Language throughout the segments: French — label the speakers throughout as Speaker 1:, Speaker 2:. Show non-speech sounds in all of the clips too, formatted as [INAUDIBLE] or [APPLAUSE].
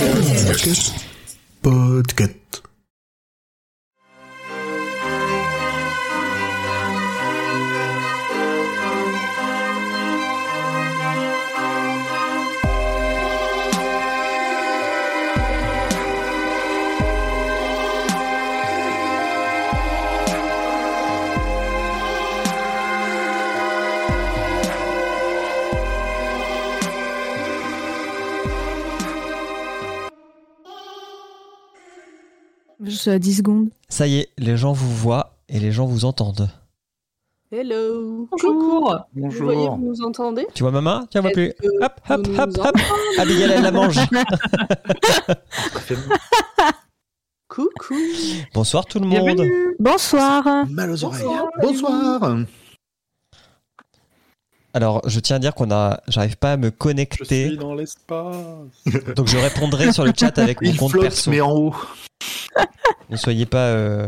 Speaker 1: Podcast. Podcast.
Speaker 2: Juste euh, 10 secondes.
Speaker 3: Ça y est, les gens vous voient et les gens vous entendent.
Speaker 4: Hello.
Speaker 5: Bonjour.
Speaker 4: Vous voyez, vous nous entendez
Speaker 3: Tu vois maman Tiens, vois plus.
Speaker 4: Est-ce que
Speaker 3: Hop, hop,
Speaker 4: vous
Speaker 3: hop,
Speaker 4: nous
Speaker 3: hop. Abigail, elle la mange.
Speaker 4: Coucou.
Speaker 3: Bonsoir tout le monde.
Speaker 5: Bienvenue.
Speaker 2: Bonsoir.
Speaker 1: Mal aux oreilles.
Speaker 4: Bonsoir.
Speaker 1: Bonsoir.
Speaker 3: Alors, je tiens à dire qu'on a, j'arrive pas à me
Speaker 6: Je
Speaker 3: connecter,
Speaker 6: suis dans l'espace.
Speaker 3: [LAUGHS] donc je répondrai sur le chat avec mon
Speaker 1: Il
Speaker 3: compte
Speaker 1: flotte,
Speaker 3: perso.
Speaker 1: mais en haut.
Speaker 3: Ne soyez pas, euh,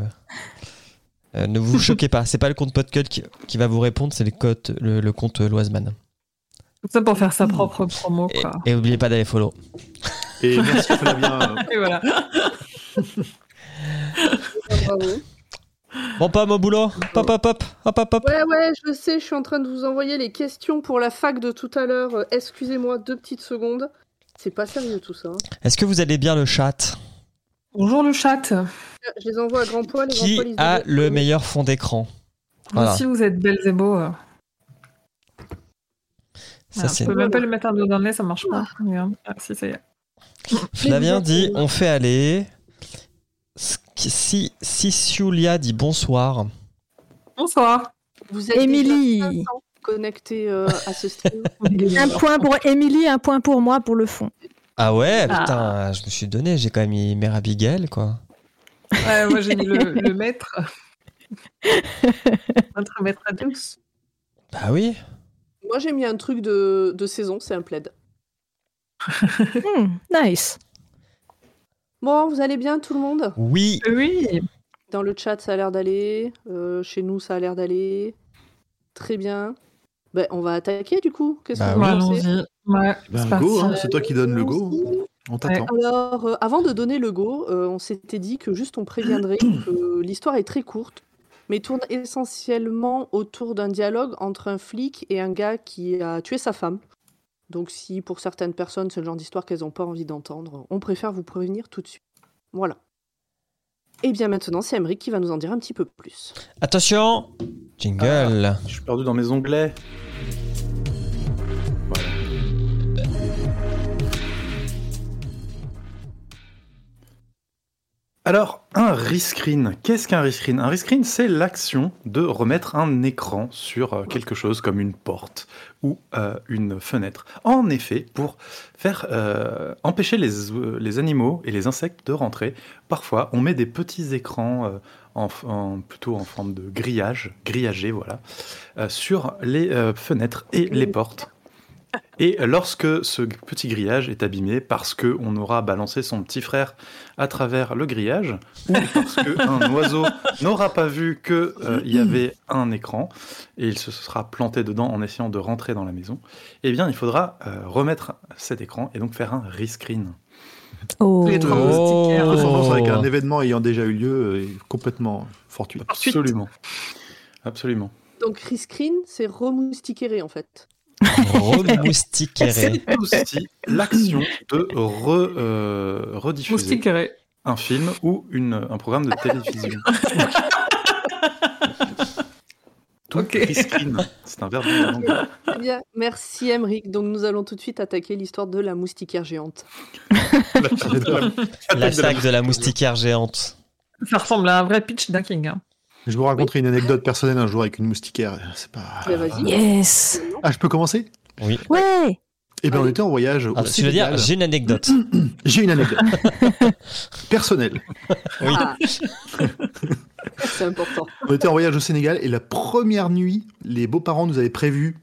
Speaker 3: euh, ne vous choquez pas. C'est pas le compte Podcut qui, qui va vous répondre, c'est le, cote- le, le compte Loiseman.
Speaker 5: Tout ça pour faire sa propre promo,
Speaker 3: Et,
Speaker 5: quoi.
Speaker 3: et oubliez pas d'aller follow.
Speaker 1: Et merci Flavien.
Speaker 5: Et voilà.
Speaker 4: Ah, Bravo.
Speaker 3: Bon, pomme au boulot. Pop, pop, pop, hop, hop, hop.
Speaker 4: Ouais, ouais, je sais, je suis en train de vous envoyer les questions pour la fac de tout à l'heure. Euh, Excusez-moi deux petites secondes. C'est pas sérieux tout ça. hein.
Speaker 3: Est-ce que vous allez bien le chat
Speaker 5: Bonjour le chat.
Speaker 4: Je les envoie à grand poil. et
Speaker 3: Qui
Speaker 4: grand poil, ils
Speaker 3: a
Speaker 4: développent.
Speaker 3: le meilleur fond d'écran
Speaker 5: Vous
Speaker 3: Voilà.
Speaker 5: aussi, vous êtes belles et beaux. euh.
Speaker 3: Ça
Speaker 5: Ah,
Speaker 3: c'est
Speaker 5: Je peux même pas lui mettre un doigt dans le nez, ça marche pas. Regarde. Ah, si, ça y est.
Speaker 3: Flavien
Speaker 4: Mais vous
Speaker 3: dit
Speaker 4: êtes-
Speaker 3: on fait aller. S- Si, si Siulia dit bonsoir.
Speaker 5: Bonsoir.
Speaker 4: Vous êtes
Speaker 2: Émilie.
Speaker 4: déjà 500 connectés euh, à
Speaker 3: [LAUGHS]
Speaker 4: ce stream.
Speaker 2: Un point pour Émilie, un point pour moi pour le
Speaker 5: [LAUGHS]
Speaker 2: fond.
Speaker 3: Ah ouais,
Speaker 5: Ah.
Speaker 3: putain, je me suis donné, j'ai quand même mis Mère Abigail, quoi.
Speaker 5: Ouais, moi, j'ai mis le,
Speaker 2: [LAUGHS]
Speaker 5: le maître. Notre maître à tous.
Speaker 3: Bah oui.
Speaker 4: Moi j'ai mis un truc de, de saison, c'est un plaid.
Speaker 2: Hmm, nice.
Speaker 4: Bon, vous allez bien tout le monde
Speaker 3: Oui.
Speaker 5: Oui.
Speaker 4: Dans le chat ça a l'air d'aller. euh, chez nous ça a l'air d'aller. Très bien. Ben, on va attaquer du coup. Qu'est-ce
Speaker 3: Bah
Speaker 2: Ah
Speaker 4: que vous
Speaker 5: Ouais,
Speaker 3: oui.
Speaker 4: pensez
Speaker 5: Allons-y. Ouais,
Speaker 1: Ben,
Speaker 5: c'est parti.
Speaker 1: go, hein, c'est toi qui donne le go. On t'attend.
Speaker 4: Alors, euh, avant de donner le go, euh, on s'était dit que juste
Speaker 3: [COUGHS]
Speaker 4: on préviendrait que l'histoire est très courte, mais tourne essentiellement autour d'un dialogue entre un flic et un gars qui a tué sa femme. Donc, si pour certaines personnes c'est le genre d'histoire qu'elles n'ont pas envie d'entendre, on préfère vous prévenir tout de suite. Voilà. Et bien maintenant, c'est Emmerich qui va nous en dire un petit peu plus.
Speaker 3: Attention. Jingle.
Speaker 6: Je suis perdu dans mes onglets. Voilà. Alors, un rescreen. Qu'est-ce qu'un rescreen Un rescreen, c'est l'action de remettre un écran sur euh, quelque chose comme une porte ou euh, une fenêtre. En effet, pour faire euh, empêcher les, euh, les animaux et les insectes de rentrer, parfois on met des petits écrans euh, en, en- plutôt en forme de grillage, grillagé, voilà, euh, sur les euh, fenêtres et les portes. Et lorsque ce petit grillage est abîmé parce que on aura balancé son petit frère à travers le grillage, ou parce qu'un oiseau n'aura pas vu qu'il y avait un écran et il se sera planté dedans en essayant de rentrer dans la maison, eh bien il faudra euh, remettre cet écran et donc faire un rescreen.
Speaker 2: Oh.
Speaker 5: Les trois
Speaker 3: Oh.
Speaker 5: moustiquaires.
Speaker 1: Correspondance avec un événement ayant déjà eu lieu euh, est complètement fortuit.
Speaker 5: Ensuite.
Speaker 6: Absolument. Absolument.
Speaker 4: Donc, rescreen, c'est remoustiquerer en fait.
Speaker 6: [LAUGHS]
Speaker 3: Remoustiqueré.
Speaker 6: C'est aussi l'action de re- euh, rediffuser
Speaker 5: Moustiquerés.
Speaker 6: un film ou une, un programme de télévision. Tout
Speaker 5: Ok.
Speaker 6: reskin, c'est un verbe en anglais.
Speaker 4: Très bien, merci Emmerich. Donc, nous allons tout de suite attaquer l'histoire de la moustiquaire géante.
Speaker 3: [LAUGHS] La sac de la moustiquaire géante.
Speaker 5: Ça ressemble à un vrai pitch dunking. hein.
Speaker 1: Je vous raconterai une anecdote personnelle un jour avec une moustiquaire. C'est pas.
Speaker 4: Ben, vas-y.
Speaker 2: Yes.
Speaker 1: Ah, je peux commencer
Speaker 3: Oui.
Speaker 2: Ouais.
Speaker 1: Eh bien, on était en voyage. au
Speaker 3: Ah, tu veux dire,
Speaker 1: Sénégal.
Speaker 3: j'ai une anecdote.
Speaker 1: J'ai une
Speaker 3: [LAUGHS]
Speaker 1: anecdote personnelle.
Speaker 3: Oui.
Speaker 4: Ah. c'est [LAUGHS] important.
Speaker 1: On était en voyage au Sénégal et la première nuit, les beaux-parents nous avaient prévu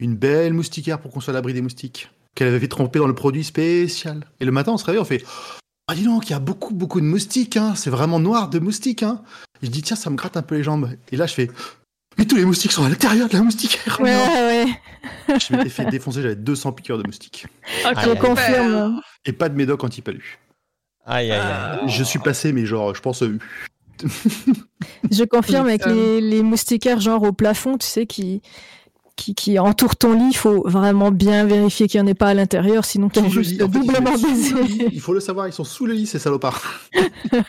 Speaker 1: une belle moustiquaire pour qu'on soit à l'abri des moustiques, qu'elle avait fait tremper dans le produit spécial. Et le matin, on se réveille, on fait Ah, dis donc, il y a beaucoup, beaucoup de moustiques, hein. c'est vraiment noir de moustiques. Hein. Et je dis Tiens, ça me gratte un peu les jambes. Et là, je fais Mais tous les moustiques sont à l'intérieur de la moustiquaire.
Speaker 2: Ouais, ouais.
Speaker 1: [LAUGHS] Je m'étais fait défoncer, j'avais 200 piqûres de moustiques.
Speaker 3: Ah,
Speaker 2: Je
Speaker 3: ouais.
Speaker 2: confirme. hein.
Speaker 1: Et pas de médoc anti-palu.
Speaker 3: Aïe, aïe, aïe.
Speaker 1: Je suis passé, mais genre, je pense, euh,
Speaker 2: Je confirme avec les,
Speaker 5: Euh,
Speaker 2: les moustiquaires, genre au plafond, tu sais, qui, qui, qui entourent ton lit. Il faut vraiment bien vérifier qu'il n'y en ait pas à l'intérieur, sinon tu
Speaker 1: sous
Speaker 2: es
Speaker 1: le
Speaker 2: juste
Speaker 1: lit. En fait, ils
Speaker 2: doublement
Speaker 1: sont sous le lit.
Speaker 5: [LAUGHS]
Speaker 2: baisé.
Speaker 1: Il faut le savoir, ils sont sous le lit, ces salopards.
Speaker 6: Oui,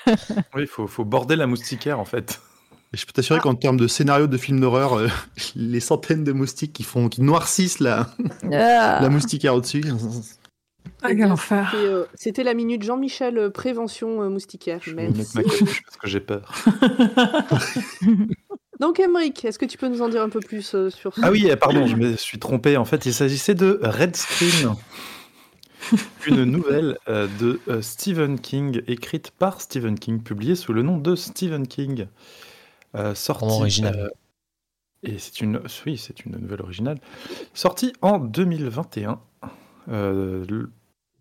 Speaker 6: il faut, faut border la moustiquaire en fait.
Speaker 1: Et je peux
Speaker 4: Ah.
Speaker 1: t'assurer qu'en termes de scénario de film d'horreur, euh, [LAUGHS] les centaines de moustiques qui, font, qui noircissent la,
Speaker 2: Ah.
Speaker 1: la moustiquaire au-dessus.
Speaker 5: Ah, quel enfer.
Speaker 4: Et, euh, C'était la minute Jean-Michel euh, prévention euh, moustiquaire.
Speaker 6: Je vais mettre
Speaker 4: Merci.
Speaker 6: ma capuche parce que j'ai peur.
Speaker 4: Donc, Emmerich, est-ce que tu peux nous en dire un peu plus euh, sur ce
Speaker 6: Ah oui, eh, pardon, je me suis trompé. En fait, il s'agissait de Red Screen, une nouvelle euh, de euh, Stephen King, écrite par Stephen King, publiée sous le nom de Stephen King. Euh, sortie,
Speaker 3: Roman original.
Speaker 6: euh, et c'est une, oui, c'est une nouvelle originale. Sortie en 2021, euh, l-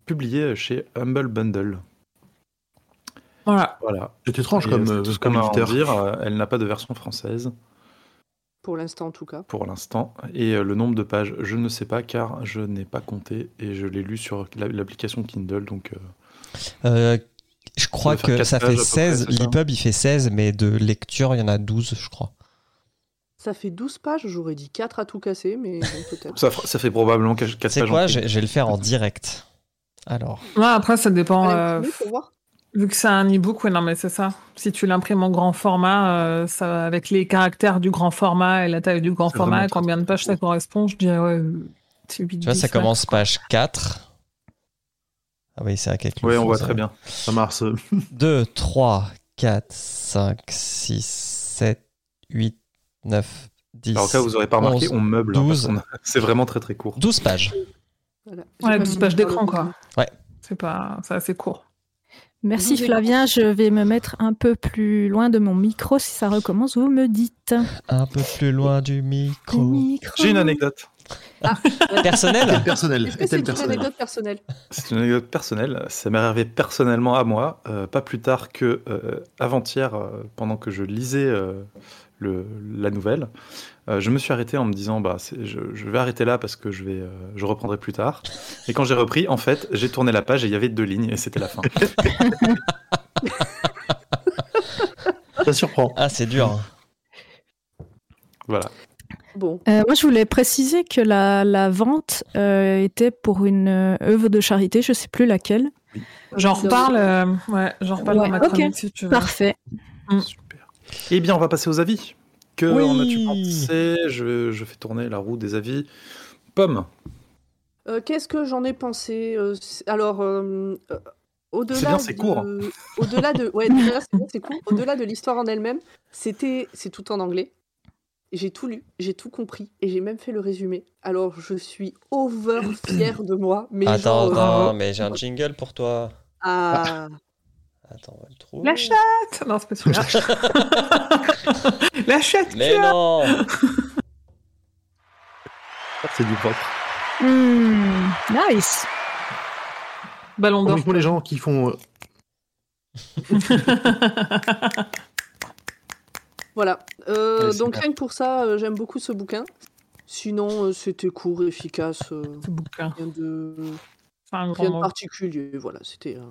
Speaker 6: publiée chez Humble Bundle.
Speaker 5: Voilà.
Speaker 6: Voilà.
Speaker 1: C'est étrange
Speaker 6: Et,
Speaker 1: comme,
Speaker 6: c'est
Speaker 1: euh,
Speaker 6: tout ce
Speaker 1: comme
Speaker 6: qu'on a à en
Speaker 1: éditeur.
Speaker 6: dire. Euh, Elle n'a pas de version française.
Speaker 4: Pour l'instant, en tout cas.
Speaker 6: pour l'instant. Et euh, le nombre de pages, je ne sais pas car je n'ai pas compté et je l'ai lu sur la- l'application Kindle. Donc, euh,
Speaker 3: Euh, je crois
Speaker 6: Ça doit faire
Speaker 3: que
Speaker 6: quatre
Speaker 3: ça
Speaker 6: pages à
Speaker 3: fait
Speaker 6: peu près,
Speaker 3: 16.
Speaker 6: c'est ça
Speaker 3: L'EPUB, il fait 16, mais de lecture, il y en a 12, je crois.
Speaker 4: Ça fait 12 pages, j'aurais dit 4 à tout casser, mais bon, peut-être.
Speaker 6: ça, fera- ça fait probablement 4
Speaker 3: Tu
Speaker 6: pages.
Speaker 3: sais quoi
Speaker 6: en
Speaker 3: je,
Speaker 6: plus.
Speaker 3: je vais le faire en direct. Alors,
Speaker 5: Ouais, après, ça dépend.
Speaker 4: Allez,
Speaker 5: [LAUGHS] euh,
Speaker 4: oui, pour voir.
Speaker 5: Vu que c'est un e-book, ouais, non, mais c'est ça. Si tu l'imprimes en grand format, euh, ça, avec les caractères du grand format et la taille du grand
Speaker 6: C'est
Speaker 5: format,
Speaker 6: vraiment très,
Speaker 5: combien de pages ça correspond, je dirais, ouais, euh, c'est 8
Speaker 3: tu vois, ça commence page 4. Ah oui, c'est un calcul.
Speaker 6: Ouais, on voit
Speaker 3: ça.
Speaker 6: très bien.
Speaker 1: Ça marche. euh,
Speaker 3: 2, 3, 4, 5, 6, 7, 8, 9, 10.
Speaker 6: Alors, cas où vous aurez pas remarqué,
Speaker 3: Onze,
Speaker 6: on meuble. hein, parce
Speaker 3: douze.
Speaker 6: qu'on a- [LAUGHS] C'est vraiment très très court.
Speaker 3: 12 pages.
Speaker 4: Voilà. J'ai
Speaker 5: Ouais,
Speaker 4: pas
Speaker 5: 12
Speaker 4: vu
Speaker 5: pages
Speaker 4: dans le
Speaker 5: d'écran, quoi.
Speaker 4: document.
Speaker 5: C'est pas... c'est assez court.
Speaker 2: Merci
Speaker 4: Vous
Speaker 2: Flavien, je vais me mettre un peu plus loin de mon micro si ça recommence, vous me dites.
Speaker 3: Un peu plus loin du
Speaker 2: Le
Speaker 3: micro.
Speaker 2: micro.
Speaker 6: J'ai une
Speaker 3: Ah.
Speaker 6: anecdote.
Speaker 3: Personnel
Speaker 1: Personnel.
Speaker 4: Est-ce que c'est
Speaker 1: thème
Speaker 4: une
Speaker 1: personnel.
Speaker 4: anecdote personnelle
Speaker 6: C'est une anecdote personnelle. Ça m'est arrivé personnellement à moi, euh, pas plus tard que euh, avant-hier, euh, pendant que je lisais euh, le- la nouvelle. Euh, je me suis arrêté en me disant bah c'est- je, je vais arrêter là parce que je vais euh, je reprendrai plus tard. Et quand j'ai repris, en fait, j'ai tourné la page et il y avait deux lignes et c'était la fin.
Speaker 1: Ça surprend.
Speaker 3: Ah, c'est dur.
Speaker 6: Voilà.
Speaker 4: Bon,
Speaker 2: Euh, moi, je voulais préciser que la, la vente euh, était pour une euh, œuvre de charité, je sais plus laquelle.
Speaker 5: J'en
Speaker 4: Donc-
Speaker 5: reparle, euh, ouais, j'en reparle
Speaker 2: Ouais,
Speaker 5: dans ma
Speaker 2: ok.
Speaker 5: chronique, si tu veux.
Speaker 2: Parfait.
Speaker 6: Super. Eh bien, on va passer aux avis. Que
Speaker 3: Oui.
Speaker 6: en as-tu pensé je, je fais tourner la roue des avis. Pomme.
Speaker 4: Euh, qu'est-ce que j'en ai pensé Euh, c'est- Alors, euh, euh, au-delà.
Speaker 6: C'est bien, c'est
Speaker 4: de-
Speaker 6: court. hein.
Speaker 4: Au-delà de.
Speaker 3: [LAUGHS]
Speaker 4: Ouais, déjà, c'est bien, c'est court. Au-delà de l'histoire en elle-même, c'était... c'est tout en anglais. J'ai tout lu, j'ai tout compris et j'ai même fait le résumé. Alors, je suis
Speaker 3: [CLEARS THROAT]
Speaker 4: over fière de moi. Mais
Speaker 3: Attends,
Speaker 4: genre, euh,
Speaker 3: attends, mais j'ai un jingle pour toi.
Speaker 4: ah,
Speaker 3: Attends, on va le trouver.
Speaker 5: La chatte [LAUGHS] Non, c'est pas celui-là.
Speaker 2: [LAUGHS]
Speaker 5: La chatte
Speaker 3: Mais non
Speaker 1: C'est du propre.
Speaker 2: Hmm, nice.
Speaker 5: Ballon d'or.
Speaker 1: Uniquement les gens qui font. euh, [LAUGHS]
Speaker 4: Voilà. Euh,
Speaker 6: Ouais, c'est
Speaker 4: donc
Speaker 6: clair.
Speaker 4: rien que pour ça, euh, j'aime beaucoup ce bouquin. Sinon, euh, c'était court, efficace, euh,
Speaker 5: Ce bouquin.
Speaker 4: rien de,
Speaker 5: C'est un grand
Speaker 4: rien de
Speaker 5: mot.
Speaker 4: particulier. Voilà, c'était, euh,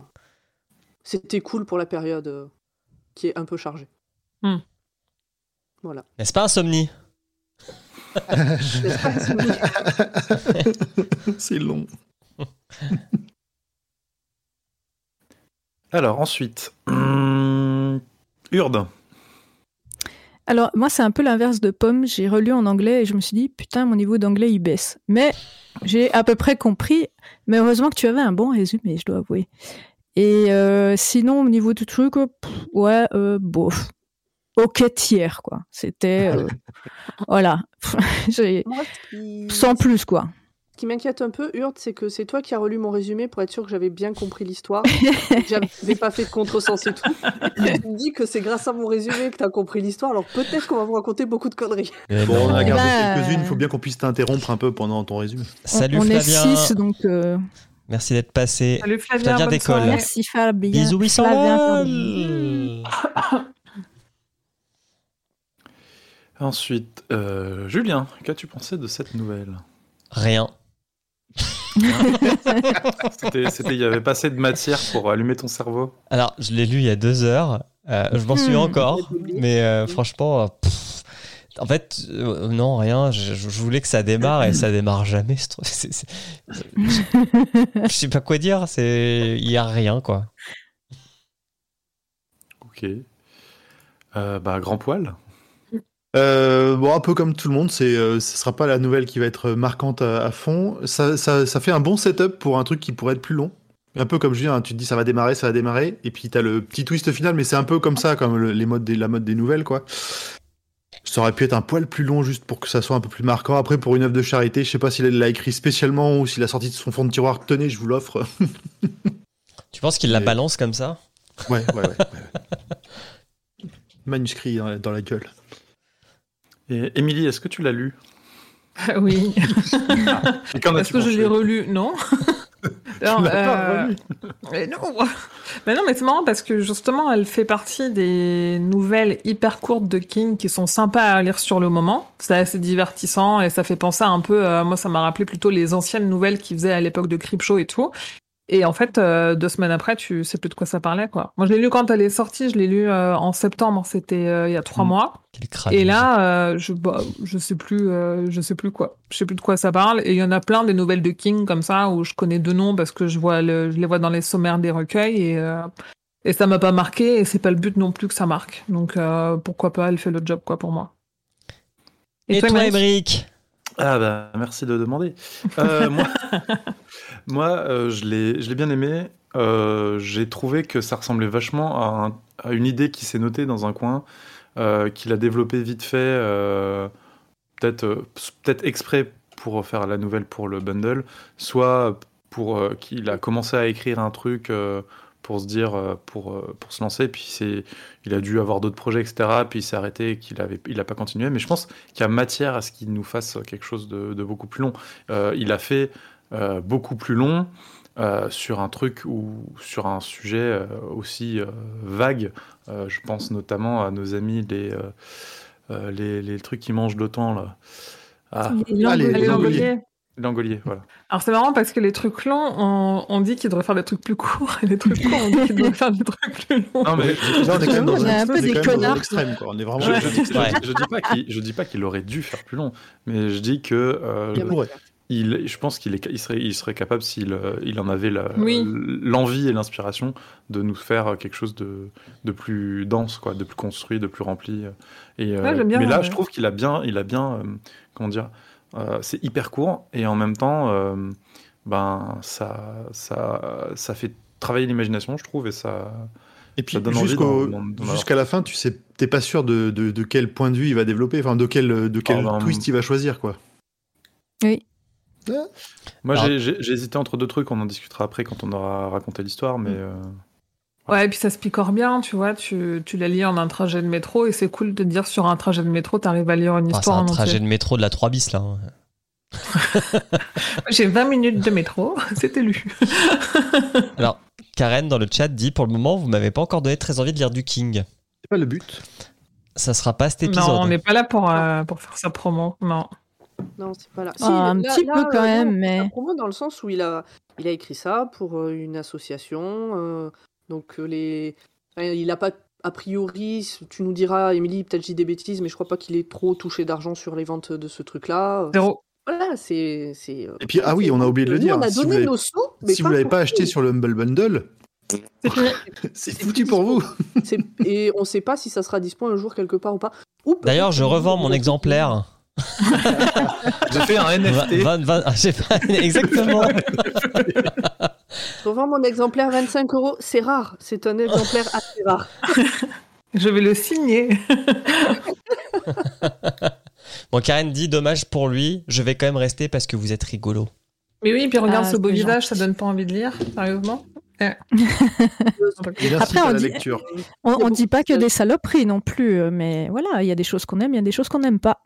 Speaker 4: c'était cool pour la période euh, qui est un peu chargée.
Speaker 5: Hmm.
Speaker 4: Voilà.
Speaker 3: N'est-ce pas Insomnie
Speaker 4: [LAUGHS] N'est-ce pas, Simone
Speaker 1: c'est long.
Speaker 6: Alors ensuite, [CLEARS THROAT] hum, Urde.
Speaker 2: Alors, moi, c'est un peu l'inverse de Pomme. J'ai relu en anglais et je me suis dit, putain, mon niveau d'anglais, il baisse. Mais j'ai à peu près compris. Mais heureusement que tu avais un bon résumé, je dois avouer. Et euh, sinon, au niveau du truc, euh, pff, ouais, euh, bof. Ok, tiers, quoi. C'était. [LAUGHS] euh, voilà. [LAUGHS] J'ai-
Speaker 4: Moi, ce qui,
Speaker 2: Sans plus, quoi.
Speaker 4: ce qui m'inquiète un peu, Hurd, c'est que c'est toi qui as relu mon résumé pour être sûr que j'avais bien
Speaker 2: [LAUGHS]
Speaker 4: compris l'histoire. que j'avais pas fait de contresens et tout. Et tu me dis que c'est grâce à mon résumé que tu as compris l'histoire. Alors peut-être qu'on va vous raconter beaucoup de conneries. [LAUGHS]
Speaker 1: Bon, on en a
Speaker 2: Eh
Speaker 1: gardé
Speaker 2: ben,
Speaker 1: quelques-unes. Il
Speaker 4: euh,
Speaker 1: faut bien qu'on puisse t'interrompre un peu pendant ton résumé.
Speaker 2: On-
Speaker 3: Salut
Speaker 2: on
Speaker 3: Flavien.
Speaker 2: est six, donc. euh,
Speaker 3: Merci d'être passé.
Speaker 5: Salut
Speaker 3: Ça
Speaker 5: Flavien,
Speaker 3: vient
Speaker 5: bonne
Speaker 3: d'école.
Speaker 5: soirée.
Speaker 2: Merci, Fabien.
Speaker 3: Bisous, bisous.
Speaker 2: Flavien, pardon.
Speaker 6: Ensuite, euh, Julien, qu'as-tu pensé de cette nouvelle
Speaker 3: Rien.
Speaker 6: C'était, c'était- il y avait pas assez de matière pour allumer ton cerveau.
Speaker 3: Alors, je l'ai lu il y a deux heures. euh, je m'en suis
Speaker 2: Hmm.
Speaker 3: encore.
Speaker 4: Oublié.
Speaker 3: Mais euh, franchement, euh, pff, en fait, euh, non, rien. Je, je- je voulais que ça démarre et ça démarre jamais. ce truc. [LAUGHS] C'est- c'est- je sais pas quoi dire. C'est il y a rien quoi.
Speaker 6: Ok. Euh, bah, grand poil.
Speaker 1: Euh, bon, un peu comme tout le monde, c'est, euh, ce sera pas la nouvelle qui va être marquante à, à fond. Ça, ça- ça fait un bon setup pour un truc qui pourrait être plus long. Un peu comme je dis, hein, tu te dis ça va démarrer, ça va démarrer, et puis t'as le petit twist final, mais c'est un peu comme ça, comme le- les modes des, la mode des nouvelles, quoi. Ça aurait pu être un poil plus long juste pour que ça soit un peu plus marquant. Après, pour une œuvre de charité, je sais pas s'il l'a écrit spécialement ou s'il a sorti de son fond de tiroir. Tenez, je vous l'offre. [LAUGHS]
Speaker 3: Tu penses qu'il la
Speaker 1: Mais-
Speaker 3: balance comme ça
Speaker 1: Ouais, ouais, ouais. ouais, ouais. Manuscrit dans la- dans la gueule.
Speaker 6: Et Émilie, est-ce que tu l'as lu
Speaker 2: [LAUGHS]
Speaker 5: [LAUGHS] oui.
Speaker 6: Et qu'en
Speaker 5: Est-ce
Speaker 6: as-tu
Speaker 5: que je
Speaker 6: pensé
Speaker 5: l'ai relu Non.
Speaker 6: Tu
Speaker 5: [LAUGHS] Non,
Speaker 6: l'as pas
Speaker 5: euh,
Speaker 6: relu.
Speaker 5: Mais non [LAUGHS] Mais non, mais c'est marrant parce que justement, elle fait partie des nouvelles hyper courtes de King qui sont sympas à lire sur le moment. C'est assez divertissant et ça fait penser un peu. euh, moi, ça m'a rappelé plutôt les anciennes nouvelles qu'il faisait à l'époque de Creepshow et tout. Et en fait, euh, deux semaines après, tu sais plus de quoi ça parlait, quoi. Moi, je l'ai lu quand elle est sortie. Je l'ai lu euh, en septembre. C'était euh, il y a trois
Speaker 3: Mm.
Speaker 5: mois.
Speaker 3: Quel crâne.
Speaker 5: Et là, euh, je, bah, je sais plus, euh, je sais plus quoi, je sais plus de quoi ça parle. Et il y en a plein des nouvelles de King comme ça où je connais deux noms parce que je vois, le- je les vois dans les sommaires des recueils et euh, et ça m'a pas marqué et c'est pas le but non plus que ça marque. Donc euh, pourquoi pas, elle fait le job quoi pour moi.
Speaker 3: Et toi,
Speaker 5: Emmerich
Speaker 3: Émeric
Speaker 6: Ah bah merci de demander. Euh, moi, moi, euh, je l'ai je l'ai bien aimé. Euh, J'ai trouvé que ça ressemblait vachement à, un- à une idée qui s'est notée dans un coin, euh, qu'il a développée vite fait, euh, peut-être euh, peut exprès pour faire la nouvelle pour le bundle, soit pour euh, qu'il a commencé à écrire un truc euh, pour se dire, euh, pour, euh, pour se lancer, puis c'est- il a dû avoir d'autres projets, etc., puis il s'est arrêté et qu'il avait, il a pas continué. Mais je pense qui a matière à ce qu'il nous fasse quelque chose de, de beaucoup plus long. Euh, il a fait euh, beaucoup plus long euh, sur un truc ou sur un sujet euh, aussi euh, vague. Euh, je pense notamment à nos amis les, euh, euh, les, les trucs qui mangent d'autant là. Ah,
Speaker 1: Allez, Langolier.
Speaker 5: Allez, Langolier.
Speaker 6: l'angolier, voilà.
Speaker 5: Alors c'est marrant parce que les trucs longs, on, on dit qu'ils devraient faire des trucs plus courts et les trucs courts, on dit qu'ils devraient faire des trucs plus longs.
Speaker 6: Non, mais
Speaker 1: Là, on est quand même dans
Speaker 2: On est un
Speaker 1: un,
Speaker 2: peu
Speaker 1: on est
Speaker 2: des
Speaker 1: quand même dans un
Speaker 2: connards.
Speaker 1: extrême, quoi. On est vraiment.
Speaker 6: je, je dis, je
Speaker 3: Ouais.
Speaker 6: dis- je dis pas qu'il- je dis pas qu'il aurait dû faire plus long, mais je dis que euh,
Speaker 4: Il y a
Speaker 1: Ouais.
Speaker 6: il, je pense qu'il est, il serait, il serait capable, s'il euh, il en avait la-
Speaker 5: Oui.
Speaker 6: l'envie et l'inspiration, de nous faire quelque chose de, de plus dense, quoi, de plus construit, de plus rempli. Et, euh,
Speaker 5: Ouais, j'aime bien,
Speaker 6: mais là,
Speaker 5: ouais.
Speaker 6: je trouve qu'il a bien, il a bien, euh, comment dire, euh, c'est hyper court et en même temps, euh, ben ça, ça, ça fait travailler l'imagination, je trouve, et ça,
Speaker 1: Et puis
Speaker 6: ça donne envie
Speaker 1: jusqu'au-
Speaker 6: d'en- d'en- d'en avoir.
Speaker 1: jusqu'à la fin, tu sais, t'es pas sûr de, de, de quel point de vue il va développer, enfin de quel de quel
Speaker 6: Ah, ben,
Speaker 1: twist il va choisir, quoi.
Speaker 6: Moi,
Speaker 3: Alors-
Speaker 6: j'ai- j'ai j'ai hésité entre deux trucs. On en discutera après quand on aura raconté l'histoire, mais euh,
Speaker 5: Ouais, et puis ça se picore bien, tu vois, tu, tu la lis en un trajet de métro et c'est cool de dire sur un trajet de métro, t'arrives à lire une
Speaker 3: Enfin, Ah, C'est
Speaker 5: histoire
Speaker 3: un
Speaker 5: en entier.
Speaker 3: trajet de métro de la 3 bis là. hein.
Speaker 5: [LAUGHS] J'ai 20 minutes de métro, [LAUGHS] c'était lu.
Speaker 3: Karen dans le chat dit pour le moment vous m'avez pas encore donné très envie de lire du King.
Speaker 1: C'est pas le but.
Speaker 3: Ça sera pas cet épisode.
Speaker 5: Non, on n'est pas là pour, euh, pour faire sa promo, non.
Speaker 4: Non, c'est pas là.
Speaker 2: Ah, un petit peu quand
Speaker 4: euh,
Speaker 2: même,
Speaker 4: non,
Speaker 2: mais-
Speaker 4: la promo dans le sens où il a, il a écrit ça pour euh, une association. euh, donc euh, les, enfin, il n'a pas a priori, tu nous diras, Émilie, peut-être j'ai des bêtises, mais je crois pas qu'il ait trop touché d'argent sur les ventes de ce truc-là.
Speaker 5: Zéro.
Speaker 4: Voilà, c'est, c'est. euh,
Speaker 1: Et puis ah oui, on a oublié de le
Speaker 4: nous,
Speaker 1: dire.
Speaker 4: On a
Speaker 1: Si vous
Speaker 4: donné
Speaker 1: l'avez-
Speaker 4: nos sous, mais
Speaker 1: si vous l'avez
Speaker 4: pour
Speaker 1: pas
Speaker 4: nous.
Speaker 1: acheté sur le Humble Bundle, [LAUGHS]
Speaker 5: C'est fini.
Speaker 1: c'est foutu pour vous.
Speaker 4: C'est- Et on sait pas si ça sera dispo un jour quelque part ou pas. Ou peut-être
Speaker 3: D'ailleurs, je
Speaker 4: que-
Speaker 3: revends mon exemplaire.
Speaker 6: [LAUGHS] j'ai fait un NFT.
Speaker 3: Vingt- vingt- ah, j'ai pas- exactement.
Speaker 4: Je revends mon exemplaire 25 euros. C'est rare. C'est un
Speaker 3: [LAUGHS]
Speaker 4: exemplaire assez rare.
Speaker 5: Je vais le signer.
Speaker 3: Bon, Karen dit dommage pour lui, je vais quand même rester parce que vous êtes rigolo.
Speaker 5: [LAUGHS] Mais oui, puis regarde
Speaker 2: Ah,
Speaker 5: ce beau
Speaker 2: c'est
Speaker 5: visage, ça donne pas envie de lire, sérieusement.
Speaker 4: Euh,
Speaker 1: Et merci
Speaker 2: Après,
Speaker 1: à
Speaker 2: on
Speaker 1: la
Speaker 2: dit-
Speaker 1: lecture.
Speaker 2: On, on
Speaker 4: beaucoup
Speaker 2: dit pas que
Speaker 4: de-
Speaker 2: des saloperies non plus, euh, mais voilà, il y a des choses qu'on aime, il y a des choses qu'on n'aime pas.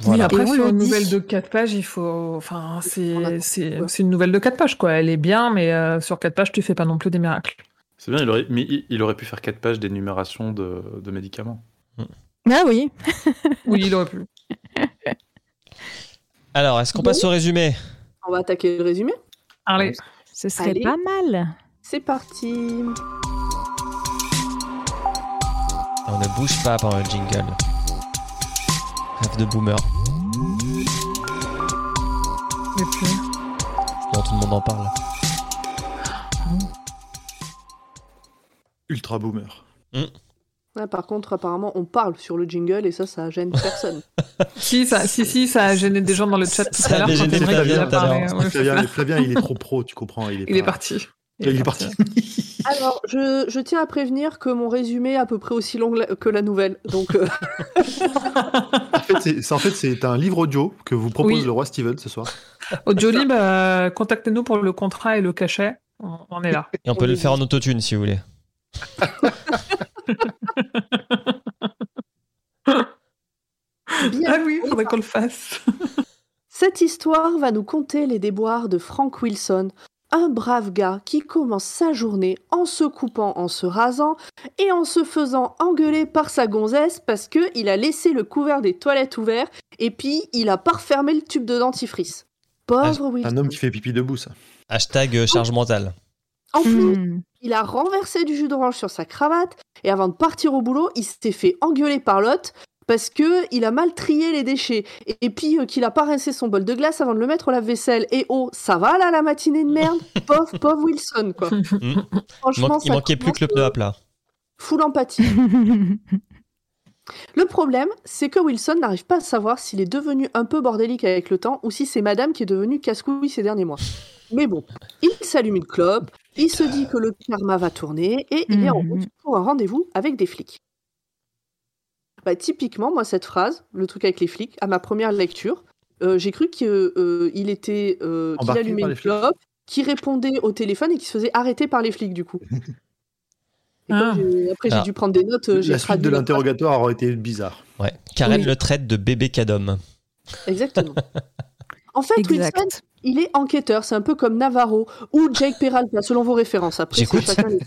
Speaker 5: Mais
Speaker 3: Voilà.
Speaker 5: après,
Speaker 2: Et on
Speaker 5: sur
Speaker 2: le
Speaker 5: une
Speaker 2: dit.
Speaker 5: nouvelle de 4 pages, il faut. Enfin,
Speaker 4: On attend.
Speaker 5: c'est c'est-
Speaker 4: Ouais.
Speaker 5: c'est une nouvelle de 4 pages, quoi. Elle est bien, mais euh, sur 4 pages, tu fais pas non plus des miracles.
Speaker 6: C'est bien, il aurait, mais il, il aurait pu faire 4 pages d'énumération de, de médicaments.
Speaker 2: Ah oui.
Speaker 5: Oui, il aurait pu.
Speaker 3: Alors, est-ce qu'on passe au résumé
Speaker 4: On va attaquer le résumé.
Speaker 5: Allez.
Speaker 2: Ce serait
Speaker 4: Allez.
Speaker 2: pas mal.
Speaker 4: C'est parti.
Speaker 3: On ne bouge pas pendant le jingle. Rêve de boomer,
Speaker 5: Et puis,
Speaker 3: dont tout le monde en parle.
Speaker 1: Ultra boomer.
Speaker 4: Ouais, par contre, apparemment, on parle sur le jingle et ça, ça
Speaker 1: [LAUGHS]
Speaker 4: gêne personne.
Speaker 5: si, ça, si, si, ça a gêné des gens dans le chat tout
Speaker 3: Ça
Speaker 5: à l'heure.
Speaker 3: avait
Speaker 5: quand
Speaker 3: gêné
Speaker 5: Émeric
Speaker 3: Flavien
Speaker 5: a
Speaker 3: tout à l'heure.
Speaker 5: parlé, ouais,
Speaker 1: Flavien, Flavien, il est trop pro, tu comprends. Il est,
Speaker 5: Il est
Speaker 1: pas-
Speaker 5: parti.
Speaker 1: Il est parti. [LAUGHS]
Speaker 4: Alors, je, je tiens à prévenir que mon résumé est à peu près aussi long la- que la nouvelle. Donc, euh, [LAUGHS]
Speaker 1: En fait, c'est- c'est en fait, c'est un livre audio que vous propose
Speaker 5: Oui.
Speaker 1: le roi Steven ce soir.
Speaker 5: Audiolib, euh, contactez-nous pour le contrat et le cachet. On on est là.
Speaker 3: Et on peut le faire en autotune si vous voulez.
Speaker 4: bien.
Speaker 5: [LAUGHS] Ah oui, faudrait qu'on le fasse.
Speaker 4: Cette histoire va nous conter les déboires de Frank Wilson, un brave gars qui commence sa journée en se coupant, en se rasant et en se faisant engueuler par sa gonzesse parce que il a laissé le couvert des toilettes ouvert et puis il a pas refermé le tube de dentifrice. Pauvre Wilson.
Speaker 1: Un homme qui fait pipi debout, ça.
Speaker 3: Hashtag euh, charge mentale.
Speaker 4: En plus,
Speaker 2: Hmm.
Speaker 4: [LAUGHS] il a renversé du jus d'orange sur sa cravate et avant de partir au boulot, il s'était fait engueuler par l'hôte parce que il a mal trié les déchets et, et puis euh, qu'il a pas rincé son bol de glace avant de le mettre au lave-vaisselle. Et oh, ça va là la matinée de merde Pauvre, pauvre Wilson quoi.
Speaker 3: Mm. Il,
Speaker 4: Franchement,
Speaker 3: manque- il
Speaker 4: ça
Speaker 3: manquait plus que le pneu à plat.
Speaker 4: Full empathie. Le problème, c'est que Wilson n'arrive pas à savoir s'il est devenu un peu bordélique avec le temps ou si c'est madame qui est devenue casse-couille ces derniers mois. Mais bon, il s'allume une clope, il se dit que le karma va tourner et il est en
Speaker 2: Mhm.
Speaker 4: route pour un rendez-vous avec des flics. Bah, typiquement, moi, cette phrase, le truc avec les flics, à ma première lecture, euh, j'ai cru qu'il était. euh, qu'il
Speaker 1: Embarqué
Speaker 4: allumait
Speaker 1: par
Speaker 4: une
Speaker 1: les flics.
Speaker 4: clope, qu'il répondait au téléphone et qu'il se faisait arrêter par les flics, du
Speaker 1: [LAUGHS]
Speaker 4: coup. Et
Speaker 5: Ah.
Speaker 4: comme j'ai- après, j'ai
Speaker 3: Ah.
Speaker 4: dû prendre des notes. euh, j'ai
Speaker 1: La suite
Speaker 4: traduit
Speaker 1: de
Speaker 4: la phrase.
Speaker 1: l'interrogatoire aurait été bizarre.
Speaker 3: Ouais. Karen
Speaker 4: Oui.
Speaker 3: le traite de bébé cadom.
Speaker 4: [LAUGHS] Exactement. En fait,
Speaker 2: exact.
Speaker 4: Wilson, il est enquêteur, c'est un peu comme Navarro ou Jake Peralta, selon vos références. Après,
Speaker 3: J'écoute.
Speaker 4: c'est chacun les-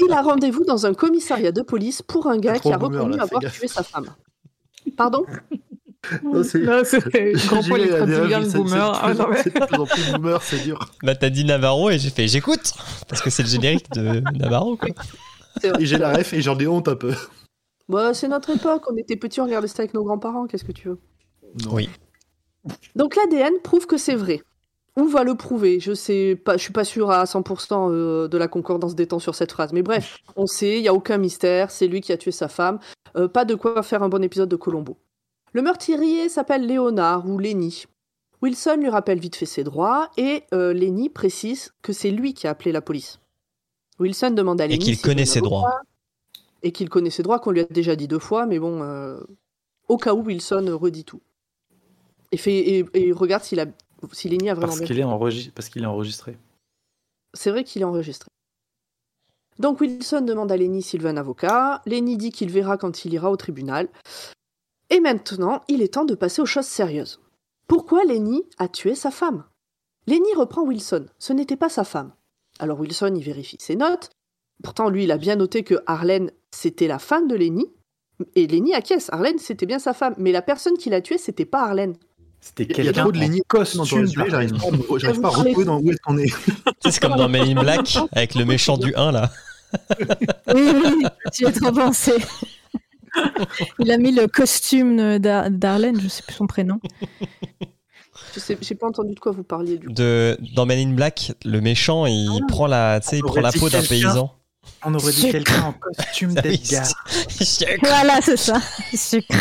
Speaker 4: Il a rendez-vous dans un commissariat de police pour un gars
Speaker 1: Trop
Speaker 4: qui a
Speaker 1: boomer,
Speaker 4: reconnu
Speaker 1: là, fais
Speaker 4: avoir
Speaker 1: gaffe.
Speaker 4: tué sa femme. Pardon
Speaker 1: Non, Ah, c'est-
Speaker 5: Là, c'est grand poil,
Speaker 1: J'ai
Speaker 5: il
Speaker 1: la dérive,
Speaker 5: devient
Speaker 1: c'est-
Speaker 5: le
Speaker 1: c'est de
Speaker 5: boomer.
Speaker 1: plus
Speaker 5: Ah, non,
Speaker 1: en-
Speaker 5: mais-
Speaker 1: C'est de plus en plus boomer, c'est dur.
Speaker 3: Là, t'as dit Navarro et j'ai fait j'écoute Parce que c'est le générique de Navarro. Quoi.
Speaker 1: Et j'ai la ref et j'en ai honte un peu.
Speaker 4: Bah, C'est notre époque, on était petits, on regardait ça avec nos grands-parents, qu'est-ce que tu veux
Speaker 1: Non.
Speaker 3: Oui.
Speaker 4: Donc l'ADN prouve que c'est vrai. Où va le prouver Je sais pas, je suis pas sûre à 100% euh, de la concordance des temps sur cette phrase. Mais bref, on sait, il y a aucun mystère, c'est lui qui a tué sa femme. Euh, pas de quoi faire un bon épisode de Colombo. Le meurtrier s'appelle Léonard ou Lenny. Wilson lui rappelle vite fait ses droits et euh, Lenny précise que c'est lui qui a appelé la police. Wilson demande à
Speaker 3: Et
Speaker 4: Lenny
Speaker 3: qu'il
Speaker 4: s'il
Speaker 3: connaît
Speaker 4: veut un
Speaker 3: ses
Speaker 4: avocat,
Speaker 3: droits.
Speaker 4: Et qu'il connaît ses droits, qu'on lui a déjà dit deux fois, mais bon, euh, au cas où Wilson redit tout. Et, fait, et, et regarde s'il a, si Lenny a vraiment
Speaker 6: Parce
Speaker 4: bien
Speaker 6: qu'il est, enregis- parce qu'il est enregistré.
Speaker 4: c'est vrai qu'il est enregistré. Donc Wilson demande à Lenny s'il veut un avocat. Lenny dit qu'il verra quand il ira au tribunal. Et maintenant, il est temps de passer aux choses sérieuses. Pourquoi Lenny a tué sa femme Lenny reprend Wilson. Ce n'était pas sa femme. Alors Wilson y vérifie ses notes. Pourtant, lui, il a bien noté que Harlan, c'était la femme de Lenny. Et Lenny acquiesce. Harlan, c'était bien sa femme. Mais la personne qui l'a tuée, c'était pas Harlan.
Speaker 6: C'était
Speaker 1: Il y a
Speaker 6: quelqu'un
Speaker 1: trop de
Speaker 6: en
Speaker 1: lignes dans ton
Speaker 6: costume.
Speaker 1: résumé, j'arrive pas à me- j'arrive pas à
Speaker 4: Vous parlez-
Speaker 1: retrouver dans où est-ce qu'on est.
Speaker 3: Tu sais, C'est comme dans Men in Black avec le méchant du 1 là.
Speaker 2: Oui, oui, j'y ai trop pensé. Il a mis le costume d'Ar- d'Arlène, je sais plus son prénom.
Speaker 4: Je sais, j'ai pas entendu de quoi vous parliez du coup.
Speaker 3: De, dans Men in Black, le méchant il prend la, tu sais, il
Speaker 6: On
Speaker 3: prend la
Speaker 6: aurait
Speaker 3: peau
Speaker 6: dit
Speaker 3: d'un
Speaker 6: quelqu'un.
Speaker 3: paysan.
Speaker 6: On aurait dit
Speaker 2: Sucre. [LAUGHS]
Speaker 6: quelqu'un en costume
Speaker 3: Ah oui,
Speaker 6: d'Edgar.
Speaker 3: [LAUGHS] c'est-
Speaker 2: Voilà, c'est ça. Sucre.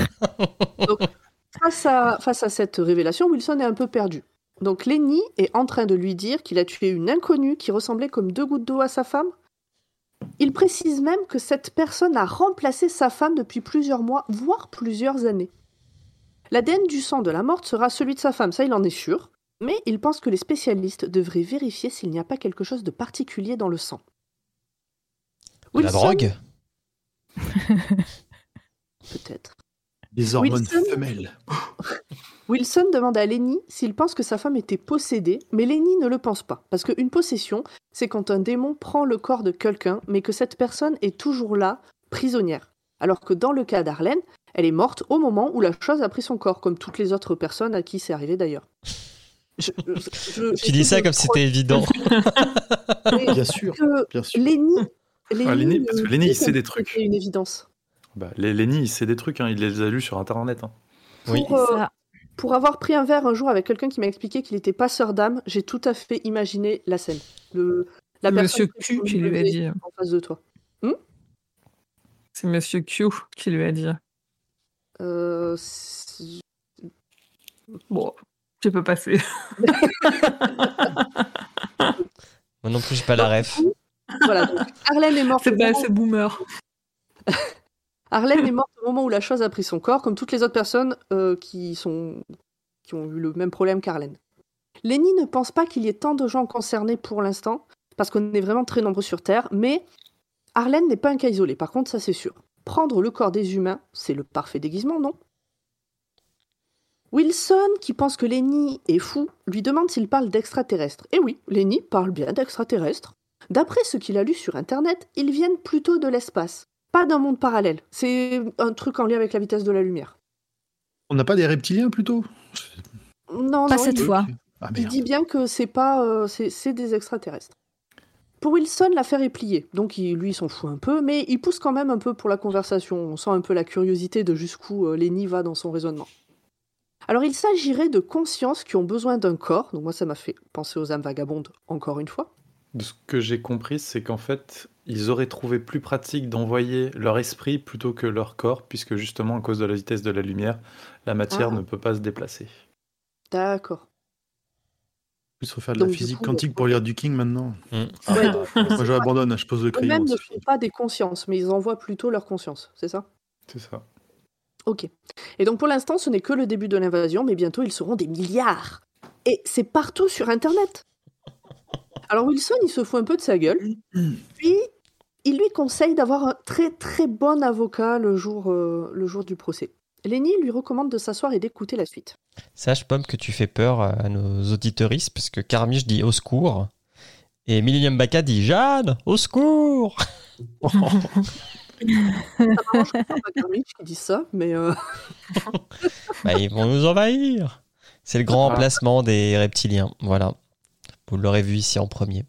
Speaker 4: Face à, face à cette révélation, Wilson est un peu perdu. Donc Lenny est en train de lui dire qu'il a tué une inconnue qui ressemblait comme deux gouttes d'eau à sa femme. Il précise même que cette personne a remplacé sa femme depuis plusieurs mois, voire plusieurs années. L'ADN du sang de la morte sera celui de sa femme, ça il en est sûr, mais il pense que les spécialistes devraient vérifier s'il n'y a pas quelque chose de particulier dans le sang.
Speaker 3: La
Speaker 4: Wilson,
Speaker 3: drogue
Speaker 4: Peut-être.
Speaker 1: Des hormones
Speaker 4: Wilson.
Speaker 1: femelles.
Speaker 4: Wilson demande à Lenny s'il pense que sa femme était possédée, mais Lenny ne le pense pas, parce qu'une possession, c'est quand un démon prend le corps de quelqu'un, mais que cette personne est toujours là, prisonnière. alors que dans le cas d'Arlène, elle est morte au moment où la chose a pris son corps, comme toutes les autres personnes à qui c'est arrivé d'ailleurs. Je- je- je-
Speaker 3: Tu dis ça
Speaker 4: je-
Speaker 3: comme si c'était évident.
Speaker 4: Mais
Speaker 6: [LAUGHS]
Speaker 1: Bien sûr,
Speaker 4: que
Speaker 1: bien sûr.
Speaker 4: Lenny.
Speaker 6: Ah, Lenny, parce que
Speaker 4: euh,
Speaker 6: Lenny, il
Speaker 4: dit
Speaker 6: sait
Speaker 4: comme
Speaker 6: des
Speaker 4: si
Speaker 6: trucs.
Speaker 4: c'était une évidence.
Speaker 6: Bah, les- Lenny, il sait des trucs, hein, il les a lus sur internet. hein.
Speaker 3: Oui.
Speaker 4: Pour, euh,
Speaker 2: Ça.
Speaker 4: pour avoir pris un verre un jour avec quelqu'un qui m'a expliqué qu'il était passeur d'âme, j'ai tout à fait imaginé la scène. Le, la
Speaker 5: Monsieur
Speaker 4: personne
Speaker 5: Q qui lui a dit.
Speaker 4: En face de toi.
Speaker 5: C'est Monsieur Q qui lui a dit.
Speaker 4: Euh, c'est-
Speaker 5: Bon, tu peux passer.
Speaker 3: Moi non plus, j'ai pas la ref.
Speaker 4: voilà, donc Arlène est morte.
Speaker 5: C'est
Speaker 4: au
Speaker 5: pas
Speaker 4: moment
Speaker 5: assez boomer.
Speaker 4: Arlène est morte au moment où la chose a pris son corps, comme toutes les autres personnes euh, qui, sont... qui ont eu le même problème qu'Arlène. Lenny ne pense pas qu'il y ait tant de gens concernés pour l'instant, parce qu'on est vraiment très nombreux sur Terre, mais Arlène n'est pas un cas isolé, par contre, ça c'est sûr. Prendre le corps des humains, c'est le parfait déguisement, non Wilson, qui pense que Lenny est fou, lui demande s'il parle d'extraterrestres. Et oui, Lenny parle bien d'extraterrestres. D'après ce qu'il a lu sur Internet, ils viennent plutôt de l'espace. Pas d'un monde parallèle. C'est un truc en lien avec la vitesse de la lumière.
Speaker 1: On n'a pas des reptiliens plutôt
Speaker 4: Non,
Speaker 2: Pas
Speaker 4: non,
Speaker 2: cette
Speaker 4: il,
Speaker 2: fois.
Speaker 1: Ah
Speaker 4: il
Speaker 1: merde.
Speaker 4: dit bien que c'est pas, euh, c'est c'est des extraterrestres. Pour Wilson, l'affaire est pliée, donc il- lui il s'en fout un peu, mais il pousse quand même un peu pour la conversation. On sent un peu la curiosité de jusqu'où euh, Lenny va dans son raisonnement. Alors il s'agirait de consciences qui ont besoin d'un corps, donc moi ça m'a fait penser aux âmes vagabondes encore une fois.
Speaker 6: De ce que j'ai compris, c'est qu'en fait, ils auraient trouvé plus pratique d'envoyer leur esprit plutôt que leur corps, puisque justement, à cause de la vitesse de la lumière, la matière
Speaker 4: Ah.
Speaker 6: ne peut pas se déplacer.
Speaker 4: D'accord.
Speaker 1: Plus refaire de la
Speaker 4: Donc, du
Speaker 1: physique
Speaker 4: coup,
Speaker 1: quantique pour lire du King maintenant.
Speaker 3: Hmm.
Speaker 4: Ouais,
Speaker 1: Ah, moi je abandonne, je pose le crayon.
Speaker 4: Eux-mêmes ne
Speaker 1: ça
Speaker 4: font
Speaker 1: suffit.
Speaker 4: pas des consciences, mais ils envoient plutôt leur conscience, c'est ça
Speaker 6: C'est ça.
Speaker 4: Ok. Et donc pour l'instant, ce n'est que le début de l'invasion, mais bientôt ils seront des milliards. Et c'est partout sur Internet. Alors Wilson, il se fout un peu de sa gueule. Puis, il lui conseille d'avoir un très très bon avocat le jour, euh, le jour du procès. Lenny lui recommande de s'asseoir et d'écouter la suite.
Speaker 3: Sache, Pomme, que tu fais peur à nos auditeuristes, parce que Carmiche dit au secours. Et Millennium Baka dit Jeanne, au secours
Speaker 4: Ça m'arrange que ce soit pas Carmich qui dise ça, mais euh,
Speaker 3: Bah, Ils vont nous envahir C'est le grand
Speaker 6: Ah.
Speaker 3: emplacement des reptiliens, voilà. Vous l'aurez vu ici en premier,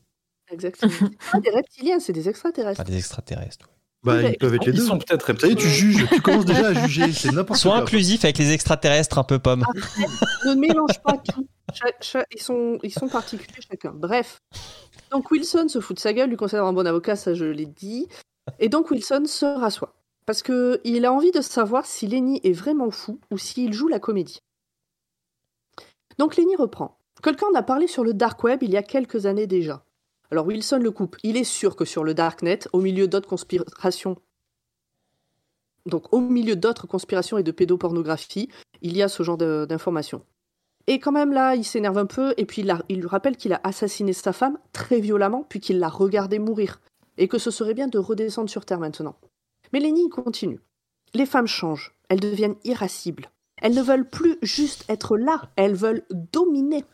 Speaker 4: exactement. C'est pas des reptiliens, c'est des extraterrestres.
Speaker 3: enfin des extraterrestres. ouais.
Speaker 1: Bah, ils peuvent être les
Speaker 6: Ils
Speaker 1: deux.
Speaker 6: sont peut-être
Speaker 1: Ça y est,
Speaker 6: reptiliens.
Speaker 1: tu juges, tu commences déjà à juger, c'est
Speaker 6: Ah,
Speaker 1: n'importe
Speaker 3: Sois
Speaker 1: quoi.
Speaker 3: inclusif avec les extraterrestres, un peu Pomme.
Speaker 4: [LAUGHS] ne mélange pas tout. Cha- cha- ils, sont, ils sont particuliers chacun. Bref. Donc Wilson se fout de sa gueule, lui conseille d'avoir un bon avocat, ça je l'ai dit. Et donc Wilson se rassoit. Parce que il a envie de savoir si Lenny est vraiment fou ou s'il joue la comédie. Donc Lenny reprend. Quelqu'un en a parlé sur le dark web il y a quelques années déjà. Alors Wilson le coupe. Il est sûr que sur le darknet, au milieu d'autres conspirations, donc au milieu d'autres conspirations et de pédopornographie, il y a ce genre de- d'informations. Et quand même, là, il s'énerve un peu, et puis il, la- il lui rappelle qu'il a assassiné sa femme très violemment, puis qu'il l'a regardée mourir, et que ce serait bien de redescendre sur Terre maintenant. Mais Lenny continue. Les femmes changent, elles deviennent irascibles. Elles ne veulent plus juste être là, elles veulent dominer.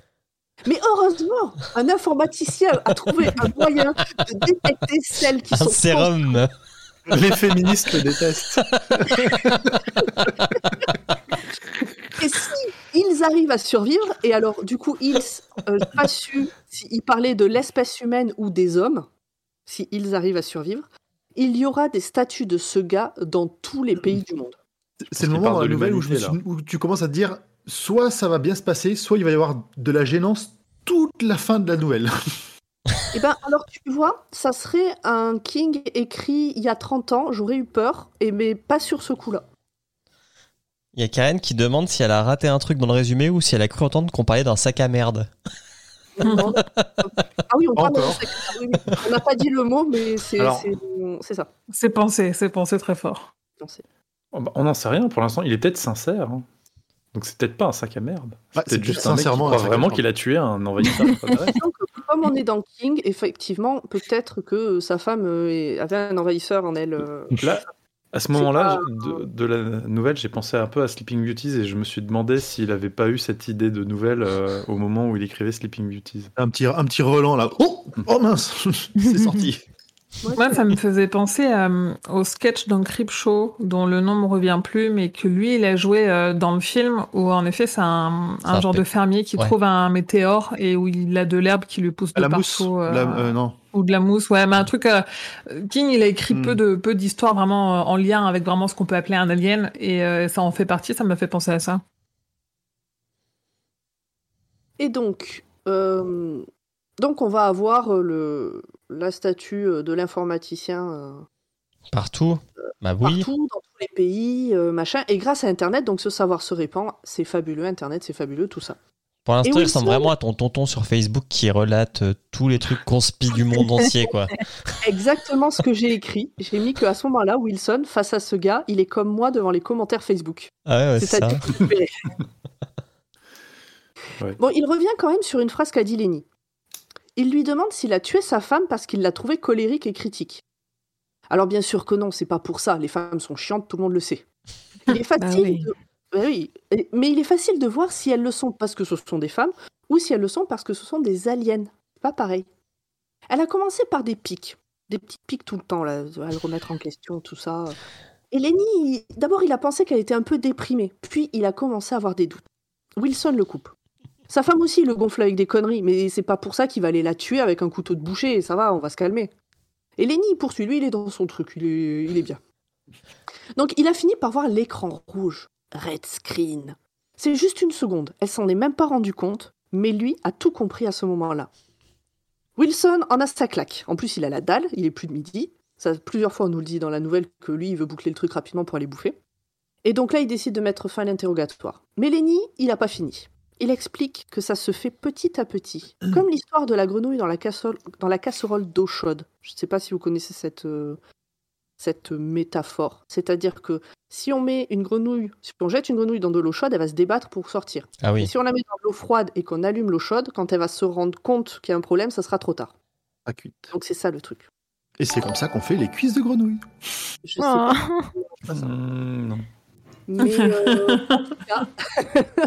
Speaker 4: Mais heureusement, un informaticien a trouvé un moyen de détecter celles qui
Speaker 3: Un
Speaker 4: sont
Speaker 3: sérum
Speaker 6: Les féministes le détestent.
Speaker 4: Et si ils arrivent à survivre, et alors du coup, ils, euh, j'ai pas su s'ils parlaient de l'espèce humaine ou des hommes, si ils arrivent à survivre, il y aura des statues de ce gars dans tous les pays du monde.
Speaker 1: C'est le
Speaker 6: Parce qu'il
Speaker 1: moment
Speaker 6: parle
Speaker 1: dans la
Speaker 6: de
Speaker 1: nouvelle où, je me
Speaker 6: l'humanité,
Speaker 1: suis- où tu commences à te dire soit ça va bien se passer, soit il va y avoir de la gênance toute la fin de la nouvelle.
Speaker 4: Et ben alors tu vois, ça serait un King écrit il y a 30 ans, j'aurais eu peur, et mais pas sur ce coup-là.
Speaker 3: Il y a Karen qui demande si elle a raté un truc dans le résumé ou si elle a cru entendre qu'on parlait d'un sac à merde.
Speaker 4: Non. ah oui, on parle de
Speaker 1: Encore.
Speaker 4: ça. Oui, oui. On n'a pas dit le mot, mais c'est
Speaker 6: Alors-
Speaker 4: c'est- c'est ça.
Speaker 5: C'est pensé, c'est pensé très fort.
Speaker 4: Non, c'est-
Speaker 6: Oh, bah, on n'en sait rien pour l'instant, il est peut-être sincère. hein. Donc c'est peut-être pas un sac à
Speaker 1: [LAUGHS]
Speaker 6: merde.
Speaker 1: Ouais,
Speaker 6: Bah, C'est
Speaker 1: peut-être
Speaker 6: juste un mec qui
Speaker 1: un
Speaker 6: croit
Speaker 1: sac à
Speaker 6: vraiment
Speaker 1: merde.
Speaker 6: qu'il a tué un envahisseur.
Speaker 3: [LAUGHS]
Speaker 6: extraterrestre.
Speaker 4: Donc, comme on est dans King, effectivement, peut-être que sa femme euh, est- avait un envahisseur en elle. euh.
Speaker 6: Là, à ce moment-là,
Speaker 4: pas-
Speaker 6: de, de la nouvelle, j'ai pensé un peu à Sleeping Beauties et je me suis demandé s'il n'avait pas eu cette idée de nouvelle euh, au moment où il écrivait Sleeping Beauties.
Speaker 1: Un petit, un petit relan là. Oh, oh mince, [LAUGHS] c'est sorti.
Speaker 5: Moi, ça me faisait penser euh, au sketch d'un Crip Show, dont le nom me revient plus, mais que lui, il a joué euh, dans le film, où en effet, c'est un,
Speaker 3: C'est
Speaker 5: un
Speaker 3: un
Speaker 5: genre
Speaker 3: pe-
Speaker 5: de fermier qui
Speaker 3: Ouais.
Speaker 5: trouve un météore et où il a de l'herbe qui lui pousse de
Speaker 1: La mousse.
Speaker 5: partout. euh,
Speaker 1: la- euh, non.
Speaker 5: Ou de la mousse, ouais, mais un truc. euh, King, il a écrit
Speaker 1: Hmm.
Speaker 5: peu de peu d'histoires vraiment euh, en lien avec vraiment ce qu'on peut appeler un alien, et euh, ça en fait partie. Ça m'a fait penser à ça.
Speaker 4: Et donc, euh, donc on va avoir euh, le, la statue euh, de l'informaticien euh,
Speaker 3: Partout Bah oui.
Speaker 4: partout, dans tous les pays, euh, machin. Et grâce à Internet, donc ce savoir se répand. C'est fabuleux, Internet, c'est fabuleux, tout ça.
Speaker 3: Pour
Speaker 4: Et
Speaker 3: l'instant, il
Speaker 4: Wilson
Speaker 3: ressemble vraiment à ton tonton sur Facebook qui relate euh, tous les trucs conspis du
Speaker 4: [LAUGHS]
Speaker 3: monde entier, quoi.
Speaker 4: Exactement ce que j'ai écrit. J'ai mis qu'à ce moment-là, Wilson, face à ce gars, il est comme moi devant les commentaires Facebook.
Speaker 3: Ah ouais, ouais, c'est ça.
Speaker 4: C'est-à-dire qu'il verrait.
Speaker 6: Ouais.
Speaker 4: Bon, il revient quand même sur une phrase qu'a dit Lenny. Il lui demande s'il a tué sa femme parce qu'il l'a trouvée colérique et critique. Alors bien sûr que non, c'est pas pour ça. Les femmes sont chiantes, tout le monde le sait. Il est facile
Speaker 2: oui.
Speaker 4: de- Bah oui. Et- Mais il est facile de voir si elles le sont parce que ce sont des femmes ou si elles le sont parce que ce sont des aliens. C'est Pas pareil. Elle a commencé par des pics. Des petites pics tout le temps, là, à le remettre en question, tout ça. Et Lenny, il- d'abord, il a pensé qu'elle était un peu déprimée, puis il a commencé à avoir des doutes. Wilson le coupe. Sa femme aussi le gonfle avec des conneries, mais c'est pas pour ça qu'il va aller la tuer avec un couteau de boucher, ça va, on va se calmer. Et Lenny, il poursuit, lui, il est dans son truc, il est, il est bien. Donc il a fini par voir l'écran rouge, red screen. C'est juste une seconde, elle s'en est même pas rendue compte, mais lui a tout compris à ce moment-là. Wilson en a sa claque. En plus, il a la dalle, il est plus de midi, ça, plusieurs fois, on nous le dit dans la nouvelle que lui, il veut boucler le truc rapidement pour aller bouffer. Et donc là, il décide de mettre fin à l'interrogatoire. Mais Lenny, il n'a pas fini. Il explique que ça se fait petit à petit, comme l'histoire de la grenouille dans la casserole, dans la casserole d'eau chaude. Je ne sais pas si vous connaissez cette, euh, cette métaphore. C'est-à-dire que si on met une grenouille, si on jette une grenouille dans de l'eau chaude, elle va se débattre pour sortir.
Speaker 3: Ah
Speaker 4: Et
Speaker 3: oui.
Speaker 4: si on la met dans de l'eau froide et qu'on allume l'eau chaude, quand elle va se rendre compte qu'il y a un problème, ça sera trop tard.
Speaker 1: Ah, cuite.
Speaker 4: Donc c'est ça le truc.
Speaker 1: Et c'est comme ça qu'on fait les cuisses de grenouille.
Speaker 4: Je sais
Speaker 2: Oh.
Speaker 1: Ah,
Speaker 6: Mmh, non.
Speaker 4: Mais euh, en tout cas, [LAUGHS]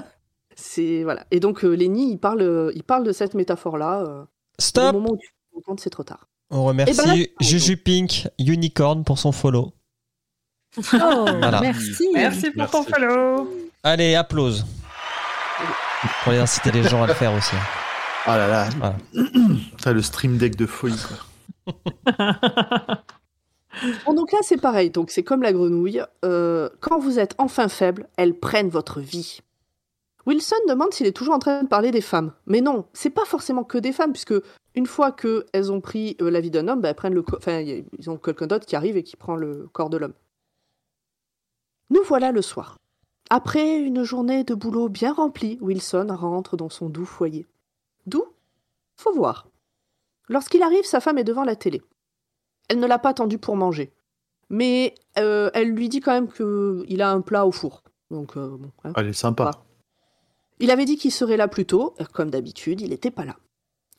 Speaker 4: c'est voilà. Et donc euh, Lenny, il parle, euh, il parle de cette métaphore là. au
Speaker 3: Stop
Speaker 4: moment où tu te rends compte, c'est trop tard.
Speaker 3: On remercie
Speaker 4: Eh ben là-
Speaker 3: Juju Pink, Unicorn, pour son follow.
Speaker 2: Oh,
Speaker 3: Voilà.
Speaker 2: merci.
Speaker 5: Merci pour ton
Speaker 6: Merci.
Speaker 5: follow.
Speaker 3: Allez, applause. Pour les inciter les gens à le faire aussi.
Speaker 1: Ah là là.
Speaker 3: Voilà.
Speaker 1: T'as le stream deck de folie,
Speaker 6: [LAUGHS]
Speaker 1: quoi.
Speaker 4: Bon, donc là, c'est pareil. Donc c'est comme la grenouille. Euh, quand vous êtes enfin faible, elles prennent votre vie. Wilson demande s'il est toujours en train de parler des femmes. Mais non, c'est pas forcément que des femmes, puisque une fois que elles ont pris euh, la vie d'un homme, bah, elles prennent le co- enfin, y a- ils ont quelqu'un d'autre qui arrive et qui prend le corps de l'homme. Nous voilà le soir. Après une journée de boulot bien remplie, Wilson rentre dans son doux foyer. Doux Faut voir. Lorsqu'il arrive, sa femme est devant la télé. Elle ne l'a pas attendu pour manger. Mais euh, elle lui dit quand même qu'il a un plat au four. Donc, euh, bon, hein.
Speaker 1: Elle est sympa.
Speaker 4: Il avait dit qu'il serait là plus tôt. Comme d'habitude, il n'était pas là.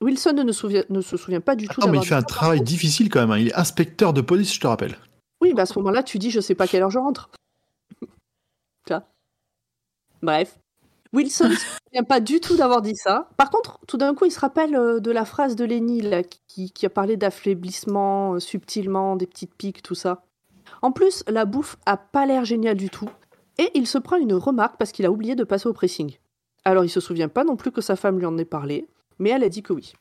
Speaker 4: Wilson ne, souvient- ne se souvient pas du tout
Speaker 1: Attends, mais il
Speaker 4: d'avoir
Speaker 1: fait un
Speaker 4: dit ça.
Speaker 1: travail difficile quand même. hein. Il est inspecteur de police, je te rappelle.
Speaker 4: Oui, bah à ce moment-là, tu dis, je sais pas quelle heure je rentre. [LAUGHS] ça. Bref. Wilson ne se souvient pas du tout d'avoir dit ça. Par contre, tout d'un coup, il se rappelle euh, de la phrase de Lenny, là, qui, qui a parlé d'affaiblissement euh, subtilement, des petites piques, tout ça. En plus, la bouffe a pas l'air géniale du tout. Et il se prend une remarque parce qu'il a oublié de passer au pressing. Alors, il se souvient pas non plus que sa femme lui en ait parlé, mais elle a dit que oui.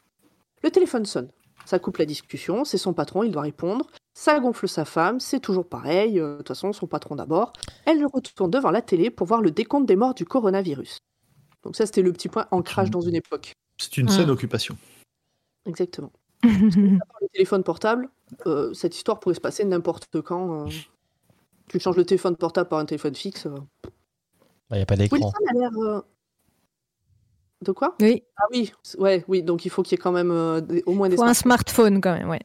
Speaker 4: Le téléphone sonne. Ça coupe la discussion, c'est son patron, il doit répondre. Ça gonfle sa femme, c'est toujours pareil, euh, de toute façon, son patron d'abord. Elle retourne devant la télé pour voir le décompte des morts du coronavirus. Donc ça, c'était le petit point ancrage dans une époque.
Speaker 1: C'est une
Speaker 5: Mm.
Speaker 1: saine occupation.
Speaker 4: Exactement. Par le téléphone portable, euh, cette histoire pourrait se passer n'importe quand. euh. Tu changes le téléphone portable par un téléphone fixe. euh.
Speaker 3: Il n'y Bah, a pas d'écran.
Speaker 4: Wilson a l'air... euh, De quoi
Speaker 2: Oui,
Speaker 4: Ah oui, c- ouais, oui, donc il faut qu'il y ait quand même euh, des- au moins des
Speaker 2: faut un smartphone quand même, ouais.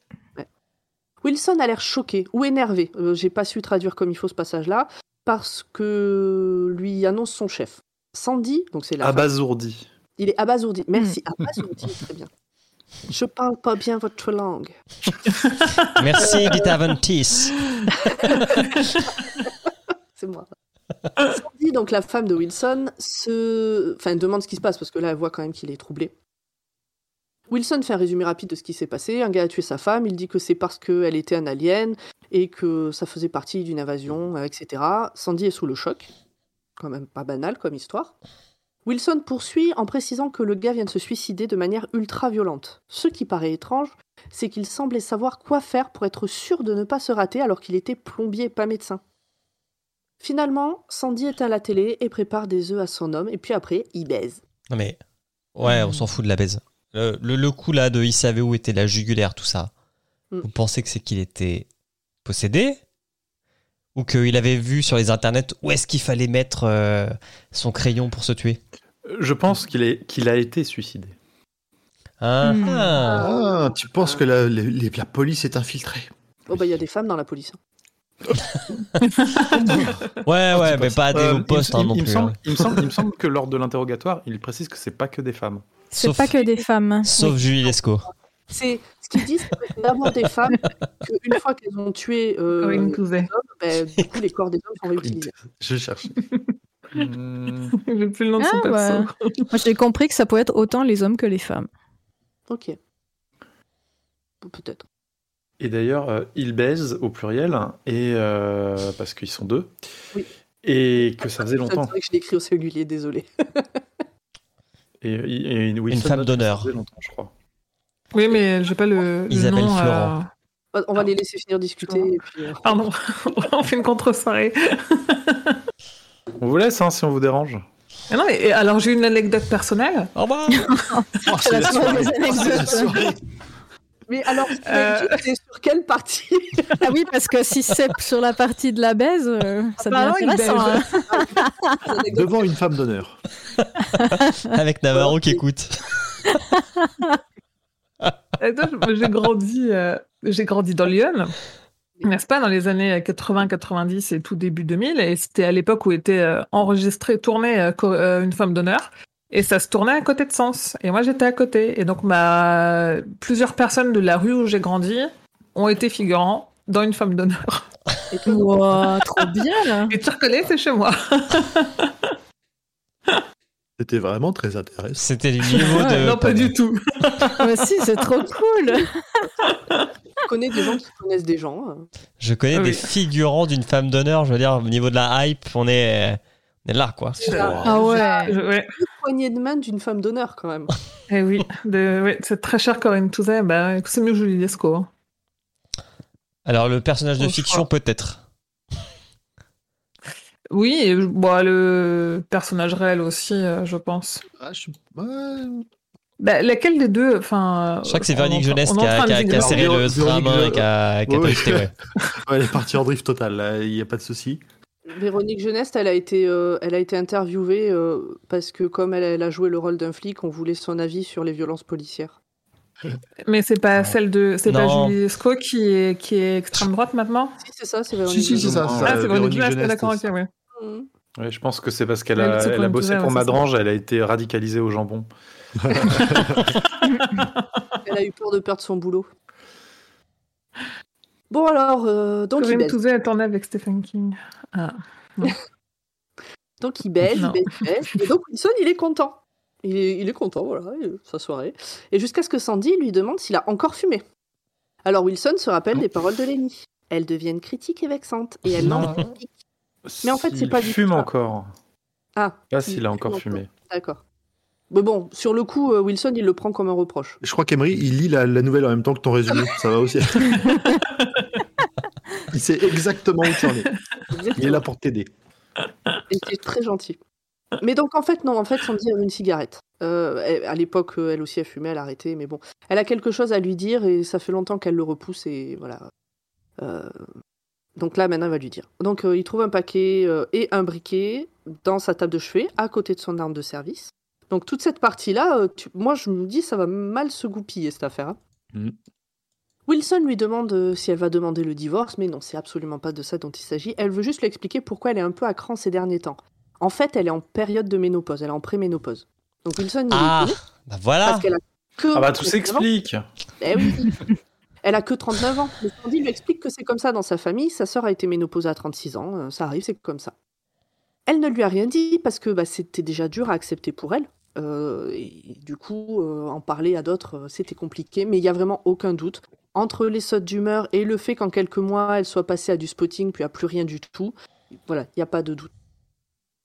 Speaker 4: Wilson a l'air choqué ou énervé. Euh, J'ai pas su traduire comme il faut ce passage-là parce que lui annonce son chef. Sandy, donc c'est la. femme,
Speaker 6: Abasourdi.
Speaker 4: Il est abasourdi. Merci, abasourdi, très bien. Je parle pas bien votre langue.
Speaker 3: Merci, Dita Ventis.
Speaker 4: C'est moi. Sandy, donc la femme de Wilson, se... enfin, demande ce qui se passe parce que là, elle voit quand même qu'il est troublé. Wilson fait un résumé rapide de ce qui s'est passé. Un gars a tué sa femme. Il dit que c'est parce qu'elle était un alien et que ça faisait partie d'une invasion, euh, etc. Sandy est sous le choc. Quand même pas banal comme histoire. Wilson poursuit en précisant que le gars vient de se suicider de manière ultra violente. Ce qui paraît étrange, c'est qu'il semblait savoir quoi faire pour être sûr de ne pas se rater alors qu'il était plombier et pas médecin. Finalement, Sandy éteint la télé et prépare des œufs à son homme, et puis après, il baise.
Speaker 3: Non mais, ouais, on s'en fout de la baise. Le, le, le coup là de il savait où était la jugulaire, tout ça.
Speaker 4: Mm.
Speaker 3: Vous pensez que c'est qu'il était possédé Ou qu'il avait vu sur les internets où est-ce qu'il fallait mettre euh, son crayon pour se tuer
Speaker 6: Je pense qu'il est- qu'il a été suicidé.
Speaker 3: Hein
Speaker 2: Mm.
Speaker 3: Ah.
Speaker 1: Ah, tu penses que la, les- les- la police est infiltrée
Speaker 4: Oh bah, il y a des femmes dans la police.
Speaker 3: Ouais,
Speaker 6: Ah,
Speaker 3: ouais,
Speaker 6: c'est
Speaker 3: mais pas à des
Speaker 6: Euh,
Speaker 3: hauts postes
Speaker 6: il,
Speaker 3: hein,
Speaker 6: il-
Speaker 3: non
Speaker 6: il me
Speaker 3: plus.
Speaker 6: semble,
Speaker 3: hein.
Speaker 6: il, me semble, il me semble que lors de l'interrogatoire, il précise que c'est pas que des femmes.
Speaker 2: C'est
Speaker 3: Sauf-
Speaker 2: pas que des femmes. hein.
Speaker 3: Sauf Julie Lescaut.
Speaker 4: C'est ce qu'ils disent, c'est que c'est d'abord des femmes, qu'une fois qu'elles ont tué euh,
Speaker 5: Corinne
Speaker 4: les
Speaker 1: [LAUGHS]
Speaker 4: hommes,
Speaker 5: Clouzet.
Speaker 4: ben, du coup, les corps des hommes sont réutilisés.
Speaker 1: Je cherche.
Speaker 3: Hmm.
Speaker 6: Hmm.
Speaker 5: J'ai plus le nom de son
Speaker 2: Ah,
Speaker 5: perso.
Speaker 2: ouais. Moi, j'ai compris que ça pouvait être autant les hommes que les femmes.
Speaker 4: Ok. Pe- Peut-être.
Speaker 6: Et d'ailleurs, euh, ils baisent au pluriel, et euh, parce qu'ils sont deux,
Speaker 4: Oui.
Speaker 6: et que ça faisait
Speaker 4: C'est
Speaker 6: longtemps.
Speaker 4: vrai que je l'ai écrit au singulier, désolé.
Speaker 6: Et, et- et Wilson
Speaker 3: Une femme
Speaker 6: note que ça
Speaker 3: d'honneur.
Speaker 6: faisait longtemps, je crois.
Speaker 5: Oui, mais j'ai pas le, le
Speaker 3: Isabelle
Speaker 5: nom.
Speaker 3: Florent.
Speaker 5: euh,
Speaker 4: On va les laisser finir discuter. et puis, euh,
Speaker 5: Pardon, [LAUGHS] on fait une contre-soirée.
Speaker 6: On vous laisse hein, si on vous dérange.
Speaker 5: Ah non, mais et alors j'ai une anecdote personnelle.
Speaker 3: Au revoir
Speaker 1: Oh,
Speaker 2: C'est la soirée des
Speaker 1: C'est la
Speaker 2: anecdotes.
Speaker 1: soirée.
Speaker 4: Mais alors, tu
Speaker 5: Euh,
Speaker 4: m'as dit, c'est sur quelle partie [LAUGHS]
Speaker 2: Ah oui, parce que si c'est sur la partie de la baise, euh, ça
Speaker 5: bah
Speaker 2: devient
Speaker 5: non, il
Speaker 2: intéressant.
Speaker 5: baise.
Speaker 2: hein.
Speaker 1: Devant une femme d'honneur.
Speaker 3: [LAUGHS] Avec Navarro qui écoute.
Speaker 5: Et toi, je- J'ai grandi, euh, j'ai grandi dans Lyon, n'est-ce pas, dans les années 80, 90 et tout début 2000. Et c'était à l'époque où était euh, enregistrée, tournée euh, co- euh, une femme d'honneur. Et ça se tournait à côté de Sens. Et moi, j'étais à côté. Et donc, ma... plusieurs personnes de la rue où j'ai grandi ont été figurants dans une femme d'honneur.
Speaker 4: Et
Speaker 2: hein.
Speaker 4: toi, non.
Speaker 2: Wow, trop bien là.
Speaker 5: Et tu reconnais, c'est chez moi.
Speaker 1: C'était vraiment très intéressant.
Speaker 3: C'était le niveau de.
Speaker 5: non, pas du tout.
Speaker 2: Moi aussi, c'est trop cool.
Speaker 4: Je connais des gens qui connaissent des gens. euh.
Speaker 3: Je connais
Speaker 5: Ah
Speaker 3: des
Speaker 5: oui.
Speaker 3: figurants d'une femme d'honneur, je veux dire, au niveau de la hype, on est, on est là, quoi.
Speaker 2: Ah ouais.
Speaker 5: Je- ouais.
Speaker 4: Poignée de main d'une femme d'honneur, quand même.
Speaker 5: Eh oui, de, ouais, c'est très cher Corinne Touzet. Bah, c'est mieux Julie Lescaut. hein.
Speaker 3: Alors, le personnage de
Speaker 5: Au
Speaker 3: fiction, peut-être.
Speaker 5: Oui, et je- bon, le personnage réel aussi, euh, je pense.
Speaker 1: Ah, je suis- ouais.
Speaker 5: Bah, laquelle des deux enfin,
Speaker 3: Je crois que c'est
Speaker 5: on
Speaker 3: Véronique
Speaker 5: en-
Speaker 3: Jeunesse
Speaker 5: on est
Speaker 3: qui
Speaker 5: en
Speaker 3: a,
Speaker 5: train
Speaker 3: qui
Speaker 5: de
Speaker 3: a- qui a
Speaker 5: figurer-
Speaker 1: Véronique-
Speaker 3: serré le frein à main et qui a, qui a
Speaker 1: Oui. [LAUGHS]
Speaker 3: twisté, ouais.
Speaker 1: Ouais, elle est partie en drift total, là, il n'y a pas de souci.
Speaker 4: Véronique Genest, elle a été, euh, elle a été interviewée euh, parce que, comme elle, elle a joué le rôle d'un flic, on voulait son avis sur les violences policières.
Speaker 5: Mais c'est pas celle de. C'est pas
Speaker 3: Non.
Speaker 5: Julie Lescaut qui est, qui est extrême droite maintenant
Speaker 4: Si, c'est ça, Euh, c'est Véronique.
Speaker 1: Si, si, c'est ça.
Speaker 6: Ah,
Speaker 1: ça,
Speaker 5: Ah, c'est Véronique Jeunesse,
Speaker 1: Jeunesse,
Speaker 5: t'es d'accord, ok,
Speaker 1: c'est-
Speaker 5: ouais.
Speaker 4: Mmh.
Speaker 6: Ouais, je pense que c'est parce qu'elle
Speaker 5: Ouais,
Speaker 6: a,
Speaker 5: mais c'est
Speaker 6: elle a
Speaker 5: Corinne
Speaker 6: bossé
Speaker 5: Touzet,
Speaker 6: pour
Speaker 4: hein,
Speaker 5: ouais,
Speaker 6: Madrange, elle a été radicalisée au jambon.
Speaker 4: Elle a eu peur de perdre son boulot. Bon, alors, euh, donc, il
Speaker 5: Corinne
Speaker 4: baise.
Speaker 5: Touzet est tournée avec Stephen King.
Speaker 4: Donc il baise, il
Speaker 5: Non.
Speaker 4: baise, il baise. Et donc Wilson, il est content. Il est, il est content, voilà, euh, sa soirée. Et jusqu'à ce que Sandy lui demande s'il a encore fumé. Alors Wilson se rappelle les paroles de Lenny. Elles deviennent critiques et vexantes. Et elle
Speaker 6: Non.
Speaker 4: lance un pic. Mais en fait, c'est
Speaker 6: S'il
Speaker 4: pas du tout
Speaker 6: fume
Speaker 4: ça.
Speaker 6: encore.
Speaker 4: Ah,
Speaker 6: Là,
Speaker 4: S'il
Speaker 6: s'il a encore
Speaker 4: fume
Speaker 6: fumé.
Speaker 4: d'accord. Mais bon, sur le coup, euh, Wilson, il le prend comme un reproche.
Speaker 1: Je crois qu'Emery, il lit la, la nouvelle en même temps que ton résumé, ça va aussi. [LAUGHS] il sait exactement où tu en es. [LAUGHS] Il est là pour t'aider.
Speaker 4: Et c'est très gentil. Mais donc, en fait, non, en fait, Sandy avait une cigarette. Euh, elle- à l'époque, euh, elle aussi, elle fumait, elle a arrêté, mais bon. Elle a quelque chose à lui dire et ça fait longtemps qu'elle le repousse et voilà. Euh, donc là, maintenant, elle va lui dire. Donc, euh, il trouve un paquet euh, et un briquet dans sa table de chevet, à côté de son arme de service. Donc, toute cette partie-là, euh, tu- moi, je me dis, ça va mal se goupiller, cette affaire. hein.
Speaker 1: Mhm.
Speaker 4: Wilson lui demande euh, si elle va demander le divorce, mais non, c'est absolument pas de ça dont il s'agit. Elle veut juste lui expliquer pourquoi elle est un peu à cran ces derniers temps. En fait, elle est en période de ménopause, elle est en préménopause. Donc Wilson, il est
Speaker 3: Ah,
Speaker 4: étonné
Speaker 3: bah voilà.
Speaker 4: parce qu'elle a que.
Speaker 6: Ah bah tout
Speaker 4: 39
Speaker 6: s'explique.
Speaker 4: ans. Eh oui. Elle a que 39 ans. Mais Sandy lui explique que c'est comme ça dans sa famille. Sa sœur a été ménopausée à 36 ans. euh, Ça arrive, c'est comme ça. Elle ne lui a rien dit parce que bah, c'était déjà dur à accepter pour elle. Euh, et du coup, euh, en parler à d'autres, euh, c'était compliqué, mais il n'y a vraiment aucun doute. Entre les sautes d'humeur et le fait qu'en quelques mois, elle soit passée à du spotting, puis à plus rien du tout, voilà, il n'y a pas de doute.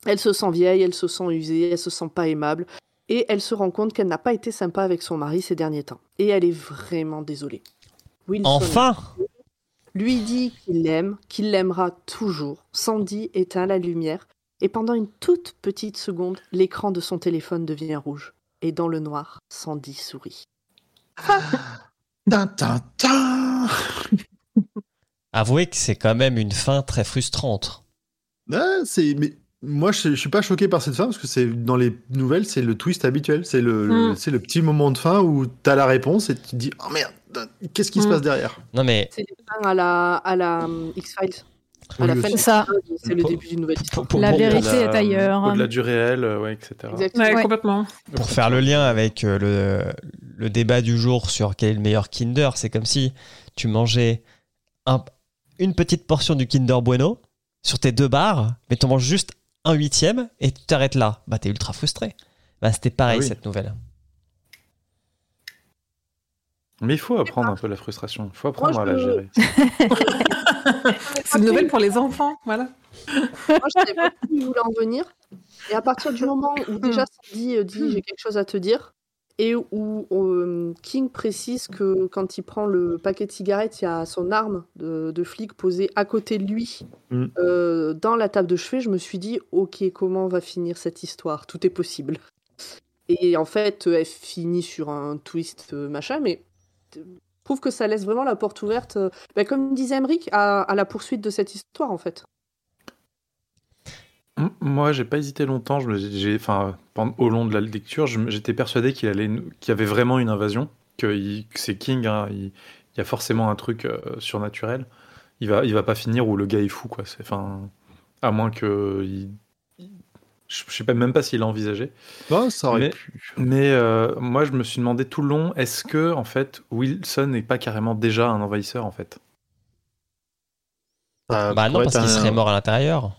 Speaker 4: Elle se sent vieille, elle se sent usée, elle se sent pas aimable, et elle se rend compte qu'elle n'a pas été sympa avec son mari ces derniers temps. Et elle est vraiment désolée. Wilson
Speaker 3: Enfin
Speaker 4: lui dit qu'il l'aime, qu'il l'aimera toujours. Sandy éteint la lumière et pendant une toute petite seconde, l'écran de son téléphone devient rouge. Et dans le noir, Sandy sourit.
Speaker 1: Tin, tin, tin.
Speaker 3: Avouez que c'est quand même une fin très frustrante.
Speaker 1: Ah, c'est mais moi je, je suis pas choqué par cette fin parce que c'est dans les nouvelles c'est le twist habituel c'est le, le-
Speaker 5: Mm.
Speaker 1: c'est le petit moment de fin où t'as la réponse et tu te dis oh merde qu'est-ce qui se
Speaker 5: Mm.
Speaker 1: passe derrière
Speaker 3: Non mais
Speaker 4: C'est des fins à la, à la hum, X-Files. À
Speaker 1: Oui,
Speaker 4: la
Speaker 1: aussi.
Speaker 4: fin de
Speaker 2: C'est ça.
Speaker 4: l'épisode, c'est le
Speaker 3: Pour-
Speaker 4: début d'une nouvelle histoire.
Speaker 3: pour-
Speaker 2: La
Speaker 3: pour-
Speaker 2: vérité
Speaker 6: Au-delà-
Speaker 2: est ailleurs.
Speaker 6: Au-delà du réel, euh, ouais, etc.
Speaker 4: hein. Exactement.
Speaker 5: Ouais,
Speaker 2: Ouais.
Speaker 5: complètement.
Speaker 3: pour faire le lien avec euh, le, le débat du jour sur quel est le meilleur Kinder, c'est comme si tu mangeais un- une petite portion du Kinder Bueno sur tes deux barres, mais tu en manges juste un huitième et tu t'arrêtes là. Bah, t'es ultra frustré. Bah, c'était pareil
Speaker 6: Ah oui.
Speaker 3: cette nouvelle.
Speaker 6: Mais il faut apprendre un peu la frustration. Il faut apprendre
Speaker 4: Moi,
Speaker 6: à la
Speaker 4: je-
Speaker 6: gérer.
Speaker 5: C'est une nouvelle pour les enfants, voilà.
Speaker 4: Moi, je savais pas [LAUGHS] où il voulait en venir. Et à partir du moment où déjà Sandy euh, dit j'ai quelque chose à te dire, et où euh, King précise que quand il prend le paquet de cigarettes, il y a son arme de, de flic posée à côté de lui
Speaker 1: Mm.
Speaker 4: euh, dans la table de chevet, je me suis dit ok, comment va finir cette histoire Tout est possible. Et en fait, euh, elle finit sur un twist euh, machin, mais euh, je trouve que ça laisse vraiment la porte ouverte, euh, bah, comme disait Emmerich, à- à la poursuite de cette histoire en fait.
Speaker 6: M- Moi, j'ai pas hésité longtemps. Je me, j'ai, enfin, pendant- au long de la lecture, je me- j'étais persuadé qu'il allait, nous- qu'il y avait vraiment une invasion, que, il- que c'est King. hein, il, il y a forcément un truc euh, surnaturel. Il va, il va pas finir où le gars est fou, quoi. C'est, enfin, à moins que, il- je, je sais pas même pas s'il l'a envisagé.
Speaker 1: Ah, ça aurait
Speaker 6: Mais-
Speaker 1: pu
Speaker 6: Mais euh, moi, je me suis demandé tout le long, est-ce que en fait, Wilson n'est pas carrément déjà un envahisseur, en fait
Speaker 1: Ça
Speaker 3: bah non,
Speaker 1: pourrait
Speaker 3: parce
Speaker 1: Euh, être
Speaker 3: qu'il
Speaker 1: un-
Speaker 3: serait mort à l'intérieur.
Speaker 6: Mmh.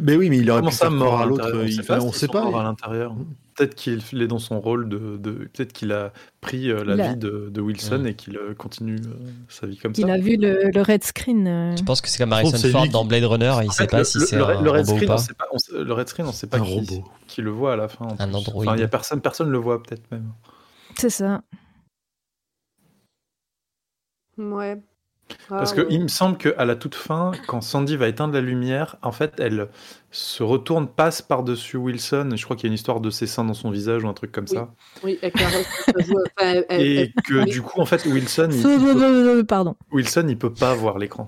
Speaker 1: mais oui mais il aurait
Speaker 6: Comment
Speaker 1: pu
Speaker 6: ça,
Speaker 1: faire
Speaker 6: mort
Speaker 1: croire
Speaker 6: à
Speaker 1: à
Speaker 6: l'intérieur
Speaker 1: l'autre il- enfin, on
Speaker 6: s'ils
Speaker 1: sait
Speaker 6: sont
Speaker 1: pas
Speaker 6: morts à l'intérieur. Peut-être qu'il est dans son rôle de. Euh, de- Peut-être qu'il a pris euh, la
Speaker 2: Il a-
Speaker 6: vie de, de Wilson
Speaker 3: Mm.
Speaker 6: et qu'il euh, continue euh, sa vie comme
Speaker 2: Il
Speaker 6: ça.
Speaker 2: a vu le, le red screen. euh.
Speaker 3: Tu penses que c'est comme
Speaker 1: trouve
Speaker 3: Harrison
Speaker 1: que c'est
Speaker 3: Ford
Speaker 1: lui qui- Ah,
Speaker 3: dans Blade Runner, il
Speaker 6: En
Speaker 3: sait
Speaker 6: fait,
Speaker 3: pas
Speaker 6: le-
Speaker 3: si
Speaker 6: le-
Speaker 3: c'est
Speaker 6: le,
Speaker 3: un
Speaker 6: le red
Speaker 3: robot ou
Speaker 6: screen,
Speaker 3: pas.
Speaker 6: on
Speaker 1: hein,
Speaker 6: sait pas- on sait- le red screen, on sait pas
Speaker 1: un
Speaker 6: qui,
Speaker 1: robot
Speaker 6: qui le voit à la fin. en
Speaker 3: Un
Speaker 6: plus.
Speaker 3: androïde.
Speaker 6: Enfin, il y a personne, personne le voit peut-être même.
Speaker 2: C'est ça.
Speaker 4: Ouais.
Speaker 6: Parce
Speaker 4: Ah,
Speaker 6: que
Speaker 4: ouais.
Speaker 6: il me semble qu'à la toute fin, quand Sandy va éteindre la lumière, en fait, elle se retourne, passe par-dessus Wilson. Je crois qu'il y a une histoire de ses seins dans son visage ou un truc comme ça.
Speaker 4: Oui, Euh, avec la reste, ça joue- enfin, elle-
Speaker 6: Et
Speaker 4: elle-
Speaker 6: que du coup, en fait, Wilson, il- il peut
Speaker 2: Pardon.
Speaker 6: Wilson, il peut pas voir l'écran.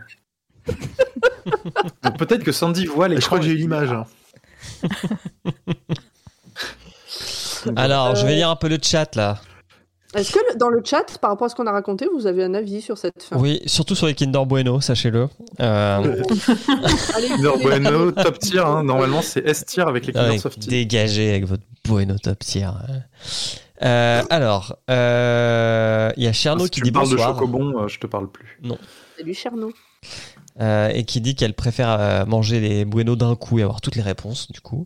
Speaker 6: Donc peut-être que Sandy voit l'écran.
Speaker 1: je crois que j'ai eu l'image hein.
Speaker 3: Alors, je vais
Speaker 4: Euh,
Speaker 3: lire un peu le chat là.
Speaker 4: Est-ce que le- dans le chat, par rapport à ce qu'on a raconté, vous avez un avis sur cette fin
Speaker 6: Ah.
Speaker 3: Oui, surtout sur les Kinder Bueno, sachez-le. Euh,
Speaker 4: Allez,
Speaker 6: Non,
Speaker 4: écoutez,
Speaker 6: bueno, top tier. hein. Normalement, c'est S tier avec les
Speaker 3: Ouais,
Speaker 6: clients soft tier.
Speaker 3: dégagez avec votre bueno top tier. hein. Euh, alors, euh, il y a Cherno
Speaker 6: Ah, Si
Speaker 3: qui
Speaker 6: tu
Speaker 3: dit
Speaker 6: me parles de
Speaker 3: bonsoir
Speaker 6: chocobon, euh, je te parle plus.
Speaker 4: Salut Cherno.
Speaker 3: euh, et qui dit qu'elle préfère euh, manger les bueno d'un coup et avoir toutes les réponses du coup.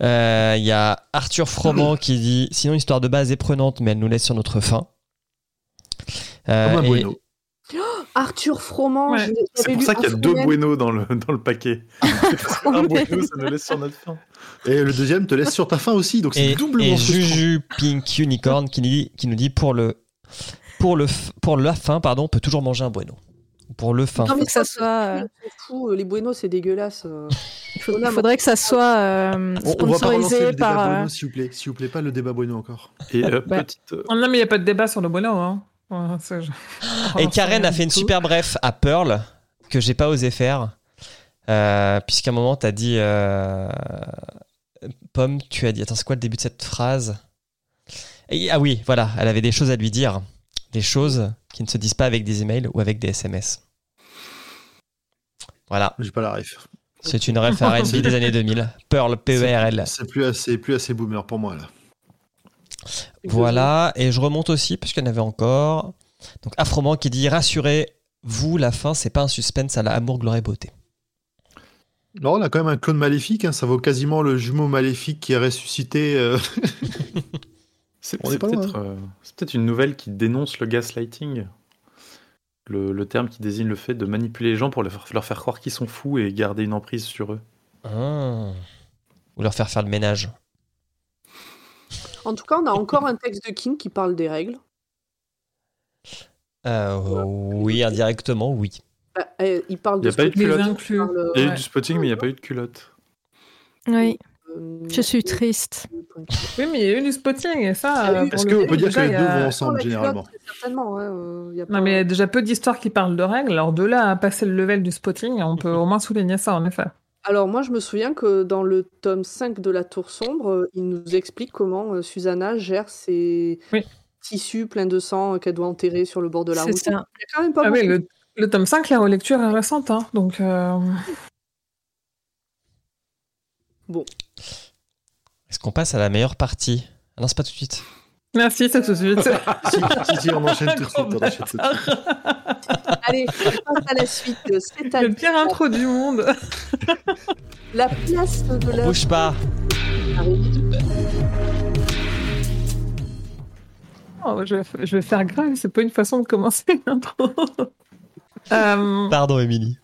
Speaker 3: Euh, Il y a Arthur Froment qui dit sinon l'histoire de base est prenante mais elle nous laisse sur notre faim. Euh,
Speaker 1: comme un
Speaker 3: et-
Speaker 1: bueno
Speaker 4: Arthur Froment.
Speaker 5: Ouais.
Speaker 4: je-
Speaker 6: C'est
Speaker 4: j'avais
Speaker 6: pour
Speaker 4: lu
Speaker 6: ça qu'il y a
Speaker 4: un
Speaker 6: deux
Speaker 4: Froment.
Speaker 6: bueno dans le, dans le paquet. [LAUGHS] Un bueno, ça nous laisse sur notre fin.
Speaker 1: et le deuxième te laisse sur ta fin aussi donc c'est
Speaker 3: et,
Speaker 1: doublement
Speaker 3: et
Speaker 1: frustrant.
Speaker 3: Juju Pink Unicorn qui, dit- qui nous dit pour le pour le f- pour la faim pardon on peut toujours manger un bueno pour le faim
Speaker 4: Non, mais
Speaker 2: Faut que ça
Speaker 4: c'est-
Speaker 2: soit, euh,
Speaker 4: on s'en fout, euh, les Bueno, c'est dégueulasse. euh.
Speaker 2: Il faudrait, il faudrait que ça soit euh,
Speaker 1: on, on va pas relancer le
Speaker 2: sponsorisé
Speaker 1: débat
Speaker 2: par. euh,
Speaker 1: bueno s'il vous plaît s'il vous plaît pas le débat bueno encore
Speaker 6: Et euh,
Speaker 4: Bah,
Speaker 2: Ouais.
Speaker 6: petite. euh,
Speaker 5: Oh non, mais il n'y a pas de débat sur le bonheur. Hein. Ouais, ça, je-
Speaker 3: [LAUGHS] Et Karen a fait une
Speaker 5: Du tout.
Speaker 3: super bref à Pearl que j'ai pas osé faire. Euh, Puisqu'à un moment, t'as dit. euh, Pomme, tu as dit. Attends, c'est quoi le début de cette phrase Et- Ah oui, voilà, elle avait des choses à lui dire. Des choses qui ne se disent pas avec des emails ou avec des SMS. Voilà,
Speaker 1: j'ai pas la ref
Speaker 3: c'est une ref à R&B des années 2000. Pearl, E P-E-R-L.
Speaker 1: c'est plus assez plus assez boomer pour moi là
Speaker 3: Voilà, et je remonte aussi, puisqu'il y en avait encore. Donc, Afroman qui dit Rassurez-vous, la fin, c'est pas un suspense à la amour, gloire et beauté.
Speaker 1: Non, on a quand même un clone maléfique, hein, ça vaut quasiment le jumeau maléfique qui est ressuscité. euh.
Speaker 6: C'est
Speaker 1: On est
Speaker 6: c'est
Speaker 1: pas loin,
Speaker 6: peut-être euh, c'est peut-être une nouvelle qui dénonce le gaslighting, le, le terme qui désigne le fait de manipuler les gens pour leur faire- leur faire croire qu'ils sont fous et garder une emprise sur eux.
Speaker 3: Ah. Ou leur faire faire le ménage.
Speaker 4: En tout cas, on a encore un texte de King qui parle des règles.
Speaker 3: Euh, oui, indirectement, oui.
Speaker 4: Bah, euh, il parle
Speaker 6: Il
Speaker 4: de
Speaker 6: y a pas eu de
Speaker 4: spotting,
Speaker 5: Les
Speaker 6: culotte.
Speaker 4: il
Speaker 5: inclus.
Speaker 4: parle, euh,
Speaker 6: Il y a eu
Speaker 5: Ouais.
Speaker 6: du spotting, mais il n'y a pas eu de culotte.
Speaker 2: Oui,
Speaker 4: euh,
Speaker 2: je suis triste.
Speaker 5: Oui, mais il y a eu du spotting et
Speaker 4: Il y a
Speaker 5: ça. euh,
Speaker 4: eu-
Speaker 5: pour
Speaker 1: Est-ce
Speaker 5: le
Speaker 1: que on
Speaker 5: coup,
Speaker 1: peut dire que
Speaker 5: déjà,
Speaker 1: les
Speaker 5: il y
Speaker 1: deux
Speaker 5: a-
Speaker 1: vont
Speaker 4: Sans la
Speaker 1: ensemble
Speaker 4: culotte,
Speaker 1: généralement
Speaker 4: très certainement. hein, euh, il y a pas-
Speaker 5: Non, mais il y a déjà peu d'histoires qui parlent de règles. Alors de là à passer le level du spotting, on peut au moins souligner ça en effet.
Speaker 4: Alors moi, je me souviens que dans le tome 5 de La Tour Sombre, euh, il nous explique comment euh, Susanna gère ses
Speaker 5: Oui.
Speaker 4: tissus pleins de sang euh, qu'elle doit enterrer sur le bord de la
Speaker 2: C'est
Speaker 4: route.
Speaker 2: ça.
Speaker 4: Il y a quand même pas
Speaker 5: Ah oui,
Speaker 4: beaucoup.
Speaker 5: le, le tome 5, la relecture est récente, hein, donc euh,
Speaker 3: Est-ce qu'on passe à la meilleure partie Ah Non, c'est pas tout de suite.
Speaker 5: merci, c'est tout de suite. [LAUGHS]
Speaker 1: si, si, si, on enchaîne tout de suite.
Speaker 5: Gros
Speaker 1: on enchaîne tout de suite.
Speaker 4: Allez, on passe à la suite.
Speaker 5: [LAUGHS]
Speaker 4: C'est à
Speaker 5: le pire intro du monde.
Speaker 4: la place de
Speaker 3: On
Speaker 4: la...
Speaker 3: bouge pas.
Speaker 5: Oh, je, vais f- je vais faire grave, c'est pas une façon de commencer une [LAUGHS] intro. Euh,
Speaker 3: Pardon, Émilie.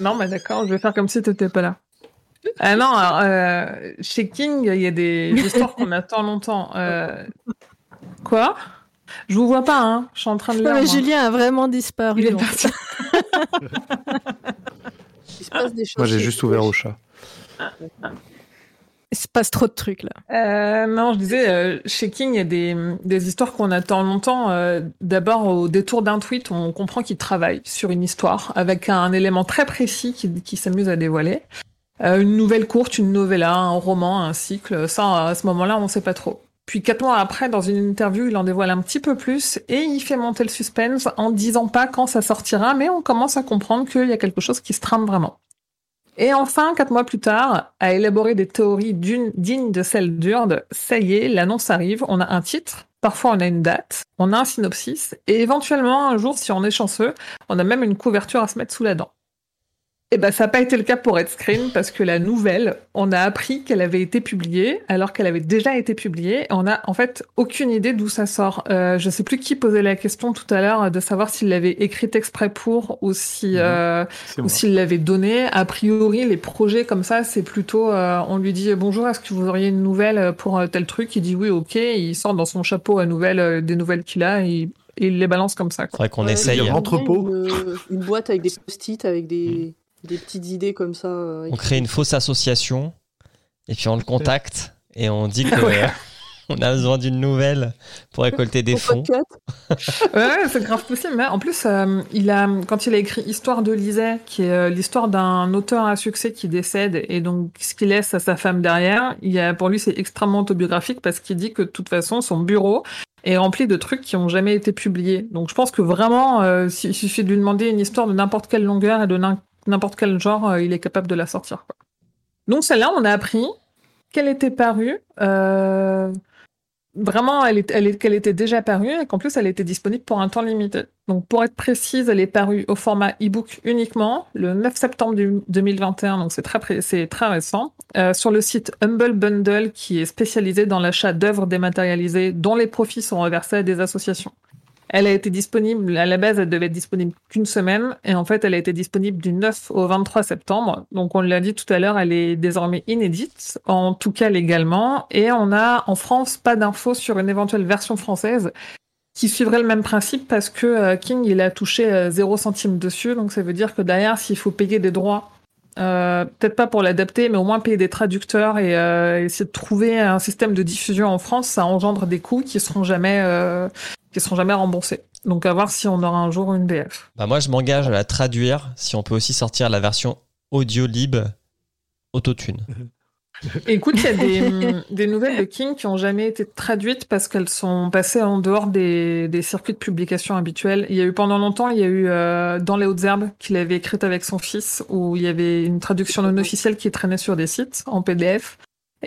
Speaker 5: non, mais d'accord, je vais faire comme si t'étais pas là. Ah non, alors, euh, chez King, il y a [LAUGHS] des histoires qu'on attend longtemps. Euh, Quoi Je vous vois pas, hein Je suis en train de
Speaker 2: Non,
Speaker 5: lire.
Speaker 2: mais
Speaker 5: moi.
Speaker 2: Julien a vraiment disparu.
Speaker 5: Il est
Speaker 2: en
Speaker 5: parti.
Speaker 4: Il se passe des choses.
Speaker 6: Moi, j'ai
Speaker 4: chez-
Speaker 6: juste ouvert au chat.
Speaker 2: Il se passe trop de trucs là.
Speaker 5: Euh, non, je disais, euh, chez King, il y a des, des histoires qu'on attend longtemps. Euh, D'abord, au détour d'un tweet, on comprend qu'il travaille sur une histoire avec un élément très précis qui, qui s'amuse à dévoiler. Euh, une nouvelle courte, une novella, un roman, un cycle, ça, à ce moment-là, on ne sait pas trop. Puis quatre mois après, dans une interview, il en dévoile un petit peu plus et il fait monter le suspense en disant pas quand ça sortira, mais on commence à comprendre qu'il y a quelque chose qui se trame vraiment. Et enfin, quatre mois plus tard, à élaborer des théories d'une- dignes de celles d'Urde, ça y est, l'annonce arrive, on a un titre, parfois on a une date, on a un synopsis, et éventuellement, un jour, si on est chanceux, on a même une couverture à se mettre sous la dent. Et ben, ça n'a pas été le cas pour Red Screen, parce que la nouvelle, on a appris qu'elle avait été publiée, alors qu'elle avait déjà été publiée, et on a en fait aucune idée d'où ça sort. Euh, je sais plus qui posait la question tout à l'heure de savoir s'il l'avait écrite exprès pour, ou si...
Speaker 6: Mhm.
Speaker 5: euh,
Speaker 6: C'est
Speaker 5: ou
Speaker 6: moi.
Speaker 5: s'il l'avait donné. A priori, les projets comme ça, c'est plutôt, euh, on lui dit bonjour, est-ce que vous auriez une nouvelle pour euh, tel truc Il dit oui, ok. Il sort dans son chapeau à nouvelle, euh, des nouvelles qu'il a et, et il les balance comme ça. quoi.
Speaker 3: Faudrait qu'on
Speaker 4: Ouais,
Speaker 3: essaye.
Speaker 1: il y a
Speaker 4: Une-
Speaker 1: Entrepôt.
Speaker 4: Une, euh, une boîte avec des post-it, avec des,
Speaker 6: Mm.
Speaker 4: des petites idées comme ça. euh,
Speaker 3: On crée une fausse association et puis on le contacte et on dit que [LAUGHS] on a besoin d'une nouvelle pour récolter des
Speaker 4: Au
Speaker 3: fonds.
Speaker 4: podcast,
Speaker 5: ouais, c'est grave possible. Mais en plus, euh, il a, quand il a écrit Histoire de Lisée, qui est euh, l'histoire d'un auteur à succès qui décède et donc ce qu'il laisse à sa femme derrière, il y a, pour lui, c'est extrêmement autobiographique parce qu'il dit que de toute façon, son bureau est rempli de trucs qui ont jamais été publiés. Donc je pense que vraiment, euh, si- il suffit de lui demander une histoire de n'importe quelle longueur et de n'im- n'importe quel genre, euh, il est capable de la sortir. quoi. Donc celle-là, on a appris qu'elle était parue. euh, vraiment, elle est, elle est- qu'elle était déjà parue et qu'en plus, elle était disponible pour un temps limité. Donc, pour être précise, elle est parue au format e-book uniquement le 9 septembre du- 2021, donc c'est très, pré- c'est très récent, euh, sur le site Humble Bundle, qui est spécialisé dans l'achat d'œuvres dématérialisées dont les profits sont reversés à des associations. Elle a été disponible, à la base, elle devait être disponible qu'une semaine, et en fait, elle a été disponible du 9 au 23 septembre. Donc, on l'a dit tout à l'heure, elle est désormais inédite, en tout cas légalement, et on a en France pas d'infos sur une éventuelle version française qui suivrait le même principe parce que euh, King, il a touché euh, 0 centime dessus, donc ça veut dire que derrière, s'il faut payer des droits, euh, peut-être pas pour l'adapter, mais au moins payer des traducteurs et euh, essayer de trouver un système de diffusion en France, ça engendre des coûts qui seront jamais, euh, qui seront jamais remboursés. Donc à voir si on aura un jour une BF.
Speaker 3: Bah moi je m'engage à la traduire si on peut aussi sortir la version audio libre autotune.
Speaker 5: Écoute, il y a des, [LAUGHS] hum, des nouvelles de King qui ont jamais été traduites parce qu'elles sont passées en dehors des, des circuits de publication habituels. Il y a eu pendant longtemps, il y a eu euh, Dans les hautes herbes qu'il avait écrite avec son fils, où il y avait une traduction non officielle qui traînait sur des sites en PDF.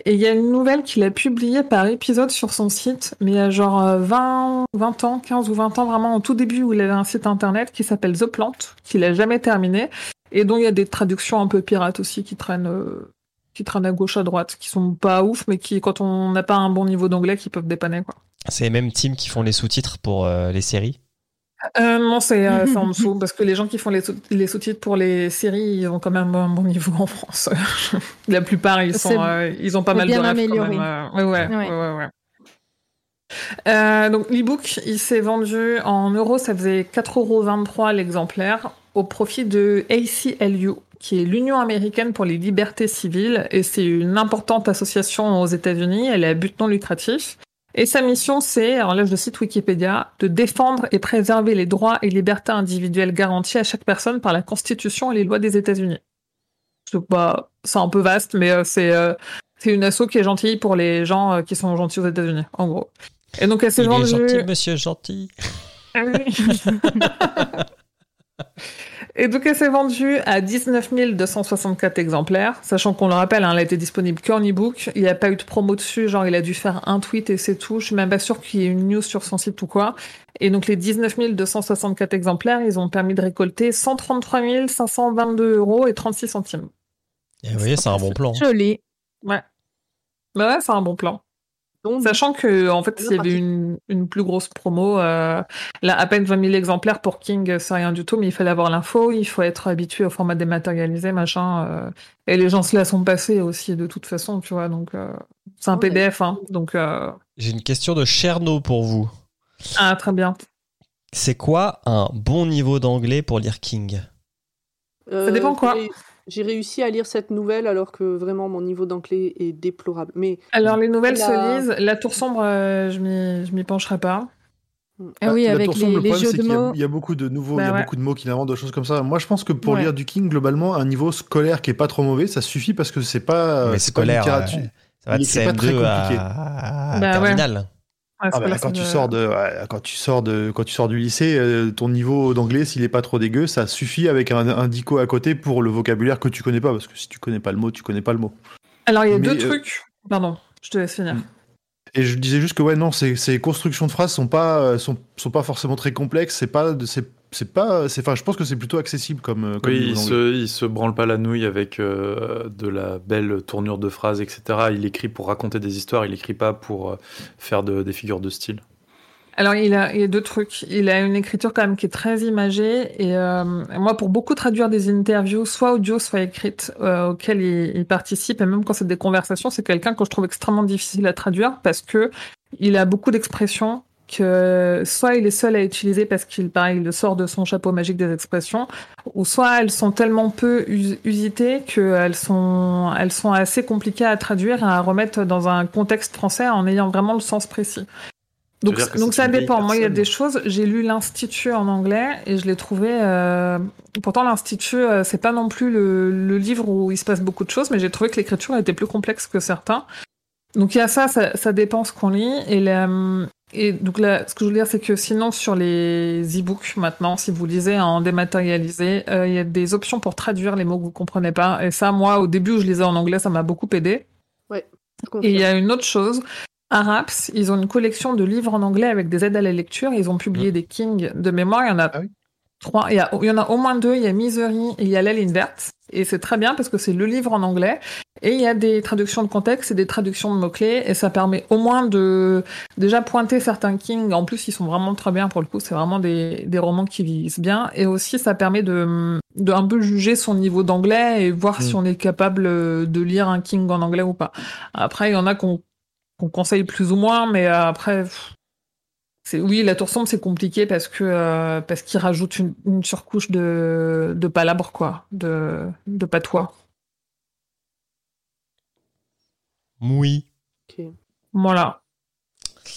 Speaker 5: Et il y a une nouvelle qu'il a publiée par épisode sur son site, mais il y a genre euh, 20, 20 ans, 15 ou 20 ans, vraiment au tout début où il avait un site internet qui s'appelle The Plant, qu'il a jamais terminé, et dont il y a des traductions un peu pirates aussi qui traînent, euh, qui traînent à gauche, à droite, qui sont pas ouf, mais qui, quand on n'a pas un bon niveau d'anglais, qui peuvent dépanner, quoi.
Speaker 3: C'est les mêmes teams qui font les sous-titres pour euh, les séries.
Speaker 5: Euh, non, c'est euh, [LAUGHS] c'est en dessous, parce que les gens qui font les sous- les sous-titres pour les séries, ils ont quand même un bon niveau en France. [LAUGHS] La plupart, ils,
Speaker 2: C'est-
Speaker 5: sont, euh, ils ont pas
Speaker 2: c'est
Speaker 5: mal de
Speaker 2: bien
Speaker 5: rêves
Speaker 2: amélioré.
Speaker 5: quand même. euh, ouais, ouais,
Speaker 2: Ouais.
Speaker 5: ouais, ouais, ouais. Euh, donc l'ebook, il s'est vendu en euros, ça faisait 4,23€ l'exemplaire, au profit de ACLU, qui est l'Union américaine pour les libertés civiles, et c'est une importante association aux États-Unis, elle est à but non lucratif. Et sa mission, c'est, alors là je cite Wikipédia, de défendre et préserver les droits et libertés individuelles garantis à chaque personne par la Constitution et les lois des États-Unis. C'est pas- bah, c'est un peu vaste, mais euh, c'est euh, c'est une asso qui est gentille pour les gens euh, qui sont gentils aux États-Unis, en gros. Et donc elle s'est
Speaker 3: Il est
Speaker 5: vendue.
Speaker 3: gentil, monsieur gentil.
Speaker 5: Ah oui. [LAUGHS] Et donc, elle s'est vendue à 19 264 exemplaires, sachant qu'on le rappelle, hein, elle a été disponible qu'en e-book. Il n'y a pas eu de promo dessus, genre il a dû faire un tweet et c'est tout. Je suis même pas sûre qu'il y ait une news sur son site ou quoi. Et donc, les 19 264 exemplaires, ils ont permis de récolter 133 522 euros et 36 centimes.
Speaker 3: Et vous voyez, Eh c'est un bon plan. hein.
Speaker 2: Joli.
Speaker 5: Bah ouais, c'est un bon plan.
Speaker 4: Donc,
Speaker 5: Sachant que, en fait,
Speaker 4: C'est
Speaker 5: s'il y
Speaker 4: Mmh.
Speaker 5: avait
Speaker 4: pratique.
Speaker 5: une, une plus grosse promo, euh, là, à peine 20 000 exemplaires pour King, euh, c'est rien du tout, mais il fallait avoir l'info, il faut être habitué au format dématérialisé, machin. euh, et les gens se la sont passés aussi, de toute façon, tu vois. Donc, euh, c'est un
Speaker 4: Ah Ouais.
Speaker 5: PDF, hein. Donc, euh,
Speaker 3: J'ai une question de Cherno pour vous.
Speaker 5: ah, très bien.
Speaker 3: C'est quoi un bon niveau d'anglais pour lire King
Speaker 4: euh,
Speaker 5: ça dépend quoi.
Speaker 4: j'ai- J'ai réussi à lire cette nouvelle alors que vraiment mon niveau d'anglais est déplorable. Mais
Speaker 5: Alors, les nouvelles
Speaker 4: La-
Speaker 5: se lisent. La Tour Sombre, euh, je m'y je m'y pencherai pas.
Speaker 2: Ah oui,
Speaker 1: Bah, La
Speaker 2: avec
Speaker 1: tour sombre,
Speaker 2: les,
Speaker 1: le
Speaker 2: les
Speaker 1: problème,
Speaker 2: jeux
Speaker 1: c'est
Speaker 2: de
Speaker 1: qu'il y a-
Speaker 2: mots.
Speaker 1: Il y a beaucoup de nouveaux,
Speaker 5: Bah
Speaker 1: il y a
Speaker 5: ouais.
Speaker 1: beaucoup de mots qui inventent des choses comme ça. Moi, je pense que pour
Speaker 5: Ouais.
Speaker 1: lire du King, globalement, un niveau scolaire qui est pas trop mauvais, ça suffit parce que c'est pas.
Speaker 3: Mais
Speaker 1: c'est pas
Speaker 3: scolaire,
Speaker 1: littérature.
Speaker 3: euh, Ça va
Speaker 1: Il
Speaker 3: de
Speaker 1: est pas très
Speaker 3: CM2
Speaker 1: compliqué.
Speaker 3: à, à
Speaker 5: Bah ouais.
Speaker 3: terminale.
Speaker 5: Ouais,
Speaker 1: Ah
Speaker 5: c'est
Speaker 1: bah,
Speaker 5: pas la
Speaker 1: quand tu
Speaker 5: semaine-
Speaker 1: sors de ouais, quand tu sors de quand tu sors du lycée, euh, ton niveau d'anglais s'il est pas trop dégueu, ça suffit avec un, un dico à côté pour le vocabulaire que tu connais pas parce que si tu connais pas le mot, tu connais pas le mot.
Speaker 5: Alors, il y a
Speaker 1: Mais,
Speaker 5: deux
Speaker 1: euh,
Speaker 5: trucs. Pardon, je te laisse finir.
Speaker 1: Et je disais juste que ouais non, ces, ces constructions de phrases sont pas euh, sont, sont pas forcément très complexes, c'est pas de- c'est c'est pas c'est enfin je pense que c'est plutôt accessible comme euh, comme
Speaker 6: Oui,
Speaker 1: niveau
Speaker 6: il
Speaker 1: d'anglais.
Speaker 6: se, il se branle pas la nouille avec euh, de la belle tournure de phrase, etc. Ah, Il écrit pour raconter des histoires, il écrit pas pour euh, faire de- des figures de style.
Speaker 5: Alors, il a, il a deux trucs. Il a une écriture quand même qui est très imagée. Et euh, moi, pour beaucoup traduire des interviews, soit audio, soit écrites, euh, auxquelles il, il participe, et même quand c'est des conversations, c'est quelqu'un que je trouve extrêmement difficile à traduire parce que il a beaucoup d'expressions que soit il est seul à utiliser parce qu'il pareil, il le sort de son chapeau magique des expressions, ou soit elles sont tellement peu us- usitées qu'elles sont, elles sont assez compliquées à traduire et à remettre dans un contexte français en ayant vraiment le sens précis. Donc,
Speaker 6: C'est-à-dire que
Speaker 5: donc
Speaker 6: c'est
Speaker 5: ça
Speaker 6: une vieille
Speaker 5: dépend. Moi, il y a
Speaker 6: personne.
Speaker 5: des choses. J'ai lu l'Institut en anglais et je l'ai trouvé. euh, Pourtant, l'Institut, euh, c'est pas non plus le, le livre où il se passe beaucoup de choses, mais j'ai trouvé que l'écriture était plus complexe que certains. Donc il y a ça, ça, ça dépend ce qu'on lit. Et, la- et donc là, ce que je veux dire, c'est que sinon sur les e-books maintenant, si vous lisez en dématérialisé, euh, il y a des options pour traduire les mots que vous comprenez pas. Et ça, moi, au début où je lisais en anglais, ça m'a beaucoup aidé.
Speaker 4: je confirme.
Speaker 5: Et il y a une autre chose. Araps, ils ont une collection de livres en anglais avec des aides à la lecture. Ils ont publié des King de mémoire. Il y en a
Speaker 1: Mm. Ah oui.
Speaker 5: trois. Il y, a- il y en a au moins deux. Il y a Misery et il y a La ligne verte. Et c'est très bien parce que c'est le livre en anglais. Et il y a des traductions de contexte et des traductions de mots-clés. Et ça permet au moins de déjà pointer certains King. En plus, ils sont vraiment très bien pour le coup. C'est vraiment des, des romans qui visent bien. Et aussi, ça permet de, de un peu juger son niveau d'anglais et voir
Speaker 1: Mm.
Speaker 5: si on est capable euh, de lire un King en anglais ou pas. Après, il y en a qu'on qu'on conseille plus ou moins, mais euh, après, pff, c'est oui, la tour sombre, c'est compliqué parce que euh, parce qu'il rajoute une, une surcouche de, de palabres, quoi, de, de patois.
Speaker 3: Oui.
Speaker 4: Ok.
Speaker 5: Voilà.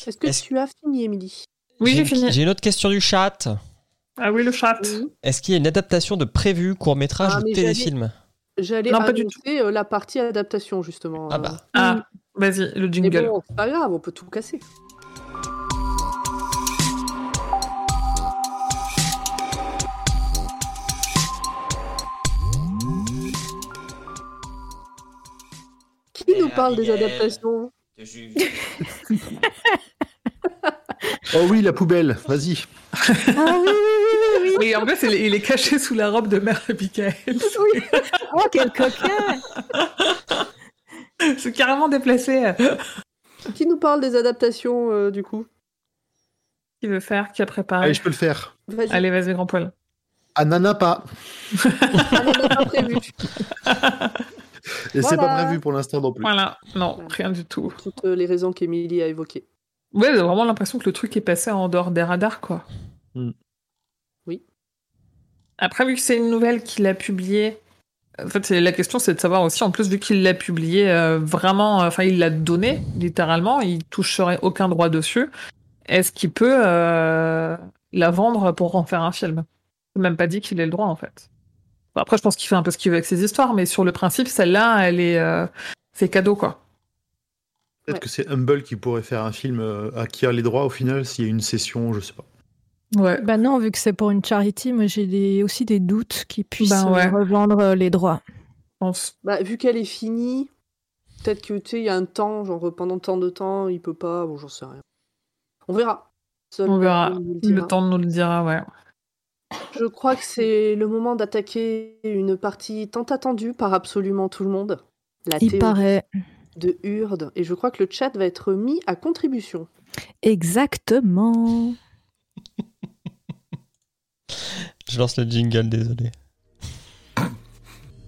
Speaker 4: Est-ce que
Speaker 3: Est-ce-
Speaker 4: tu as fini, Émilie
Speaker 5: Oui, j'ai
Speaker 3: J'ai-
Speaker 5: fini.
Speaker 3: J'ai une autre question du chat.
Speaker 5: Ah oui, le chat.
Speaker 3: Est-ce qu'il y a une adaptation de prévu, court-métrage
Speaker 4: Ah,
Speaker 3: ou
Speaker 4: mais j'allais-
Speaker 3: téléfilm
Speaker 4: J'allais
Speaker 5: Non, pas du
Speaker 4: annoncer euh, la partie adaptation, justement.
Speaker 3: Ah
Speaker 4: euh.
Speaker 3: bah.
Speaker 5: Ah, vas-y, le
Speaker 4: Mais
Speaker 5: jingle.
Speaker 4: bon, c'est pas grave, on peut tout casser. Qui nous parle des
Speaker 7: Abigail.
Speaker 4: adaptations. [LAUGHS]
Speaker 3: Ah bah.
Speaker 7: de jus.
Speaker 1: Oh oui, la poubelle, vas-y.
Speaker 2: Ah oui, oui, oui, oui.
Speaker 5: Et en plus, il est, il est caché sous la robe de mère Abigail. [LAUGHS]
Speaker 2: oui. Oh, quel coquin
Speaker 5: C'est carrément déplacé.
Speaker 4: Qui nous parle des adaptations, euh, du coup
Speaker 5: Qui veut faire Qui a préparé
Speaker 1: Allez, Ah, je peux le faire.
Speaker 4: Vas-y,
Speaker 5: Allez, vas-y, grand poil.
Speaker 1: Anana pas.
Speaker 4: on en a pas
Speaker 3: [LAUGHS]
Speaker 4: prévu.
Speaker 1: Et c'est
Speaker 4: Voilà.
Speaker 1: pas prévu pour l'instant non plus.
Speaker 5: Voilà. Non, rien du tout.
Speaker 4: Toutes euh, les raisons qu'Emilie a évoquées.
Speaker 5: Ouais, j'ai vraiment l'impression que le truc est passé en dehors des radars, quoi.
Speaker 1: Hmm.
Speaker 4: Oui.
Speaker 5: Après, vu que c'est une nouvelle qu'il a publiée, en fait, c'est- la question c'est de savoir aussi, en plus, vu qu'il l'a publiée euh, vraiment, euh, enfin, il l'a donnée, littéralement, il toucherait aucun droit dessus, est-ce qu'il peut euh, la vendre pour en faire un film C'est même pas dit qu'il ait le droit, en fait. Bon, après, je pense qu'il fait un peu ce qu'il veut avec ses histoires, mais sur le principe, celle-là, elle est. euh, c'est cadeau, quoi.
Speaker 1: Peut-être
Speaker 4: Ouais.
Speaker 1: que c'est Humble qui pourrait faire un film euh, à qui a les droits au final s'il y a une session, je sais
Speaker 2: [LAUGHS]
Speaker 1: pas.
Speaker 5: Ouais.
Speaker 2: Bah non, vu que c'est pour une charity, moi j'ai des- aussi des doutes qu'ils puissent
Speaker 5: Ben ouais.
Speaker 2: euh, revendre euh, les droits.
Speaker 5: Je pense.
Speaker 4: Bah, vu qu'elle est finie, peut-être que tu sais, il y a un temps, genre pendant tant de temps, il peut pas. Bon, j'en sais rien. On verra. Seul
Speaker 5: On verra.
Speaker 4: nous le
Speaker 5: Le
Speaker 4: dira.
Speaker 5: temps de nous le dira, ouais.
Speaker 4: Je crois que c'est le moment d'attaquer une partie tant attendue par absolument tout le monde. La
Speaker 2: Il
Speaker 4: théorie
Speaker 2: paraît.
Speaker 4: de Hurde. Et je crois que le chat va être mis à contribution.
Speaker 2: Exactement. [LAUGHS]
Speaker 3: Je lance le jingle, désolé.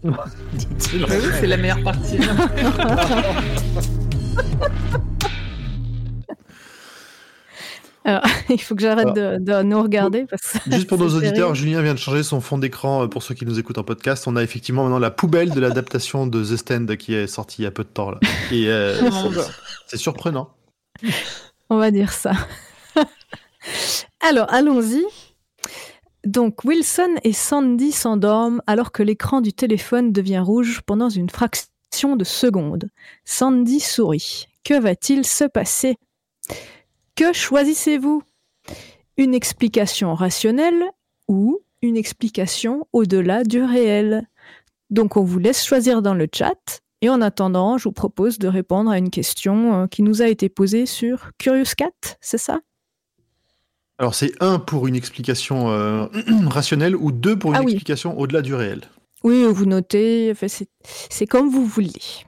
Speaker 5: Bah oui, c'est la meilleure [LAUGHS] partie.
Speaker 2: Il faut que j'arrête de, de nous regarder parce que
Speaker 1: Juste pour
Speaker 2: c'est
Speaker 1: nos auditeurs,
Speaker 2: terrible.
Speaker 1: Julien vient de changer son fond d'écran euh, pour ceux qui nous écoutent en podcast. On a effectivement maintenant la poubelle de l'adaptation de The Stand qui est sortie il y a peu de temps. Là. Et euh,
Speaker 2: [LAUGHS]
Speaker 5: Tout le
Speaker 1: c'est-
Speaker 5: monde.
Speaker 1: c'est surprenant.
Speaker 2: On va dire ça. [LAUGHS] alors, allons-y. Donc, Wilson et Sandy s'endorment alors que l'écran du téléphone devient rouge pendant une fraction de seconde. Sandy sourit. Que va-t-il se passer Que choisissez-vous Une explication rationnelle ou une explication au-delà du réel Donc, on vous laisse choisir dans le chat. Et en attendant, je vous propose de répondre à une question euh, qui nous a été posée sur Curious Cat, c'est ça
Speaker 1: Alors c'est un pour une explication euh, [CLEARS THROAT] rationnelle ou deux pour une
Speaker 2: Ah oui.
Speaker 1: explication au-delà du réel.
Speaker 2: Oui, vous notez, enfin, c'est- c'est comme vous voulez.
Speaker 1: Et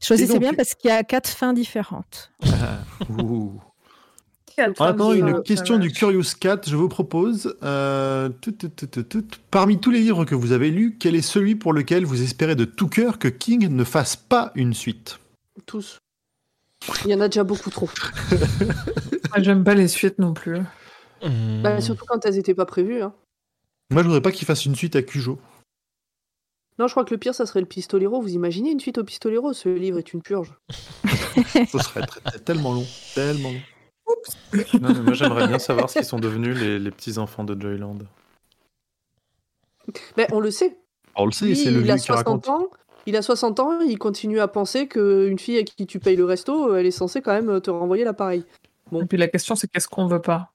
Speaker 2: Choisissez
Speaker 1: donc-
Speaker 2: bien parce qu'il y a quatre fins différentes.
Speaker 1: Ouh.
Speaker 5: Quatre
Speaker 1: En attendant,
Speaker 5: femmes,
Speaker 1: Ah, une
Speaker 5: euh,
Speaker 1: question
Speaker 5: ça va.
Speaker 1: du Curious Cat. Je vous propose, euh, tout, tout, tout, tout, tout, parmi tous les livres que vous avez lus, quel est celui pour lequel vous espérez de tout cœur que King ne fasse pas une suite
Speaker 4: Tous. Il y en a déjà beaucoup trop.
Speaker 5: Ah, J'aime pas les suites non plus.
Speaker 3: Hmm.
Speaker 4: Bah, surtout quand elles n'étaient pas prévues. hein.
Speaker 1: Moi, je voudrais pas qu'il fasse une suite à Cujo.
Speaker 4: Non, je crois que le pire, ça serait le pistolero. Vous imaginez une suite au pistolero Ce livre est une purge.
Speaker 1: Ce serait très- très- tellement long, tellement long.
Speaker 6: Non, mais moi, j'aimerais bien savoir ce qu'ils sont devenus les, les petits-enfants de Joyland.
Speaker 4: Mais on le sait.
Speaker 1: On le sait,
Speaker 4: Lui,
Speaker 1: c'est le
Speaker 4: il
Speaker 1: vieux
Speaker 4: a
Speaker 1: qui
Speaker 4: 60
Speaker 1: raconte.
Speaker 4: ans. Il a 60 ans, il continue à penser qu'une fille à qui tu payes le resto, euh, elle est censée quand même te renvoyer l'appareil. Bon.
Speaker 5: Et puis la question, c'est qu'est-ce qu'on veut pas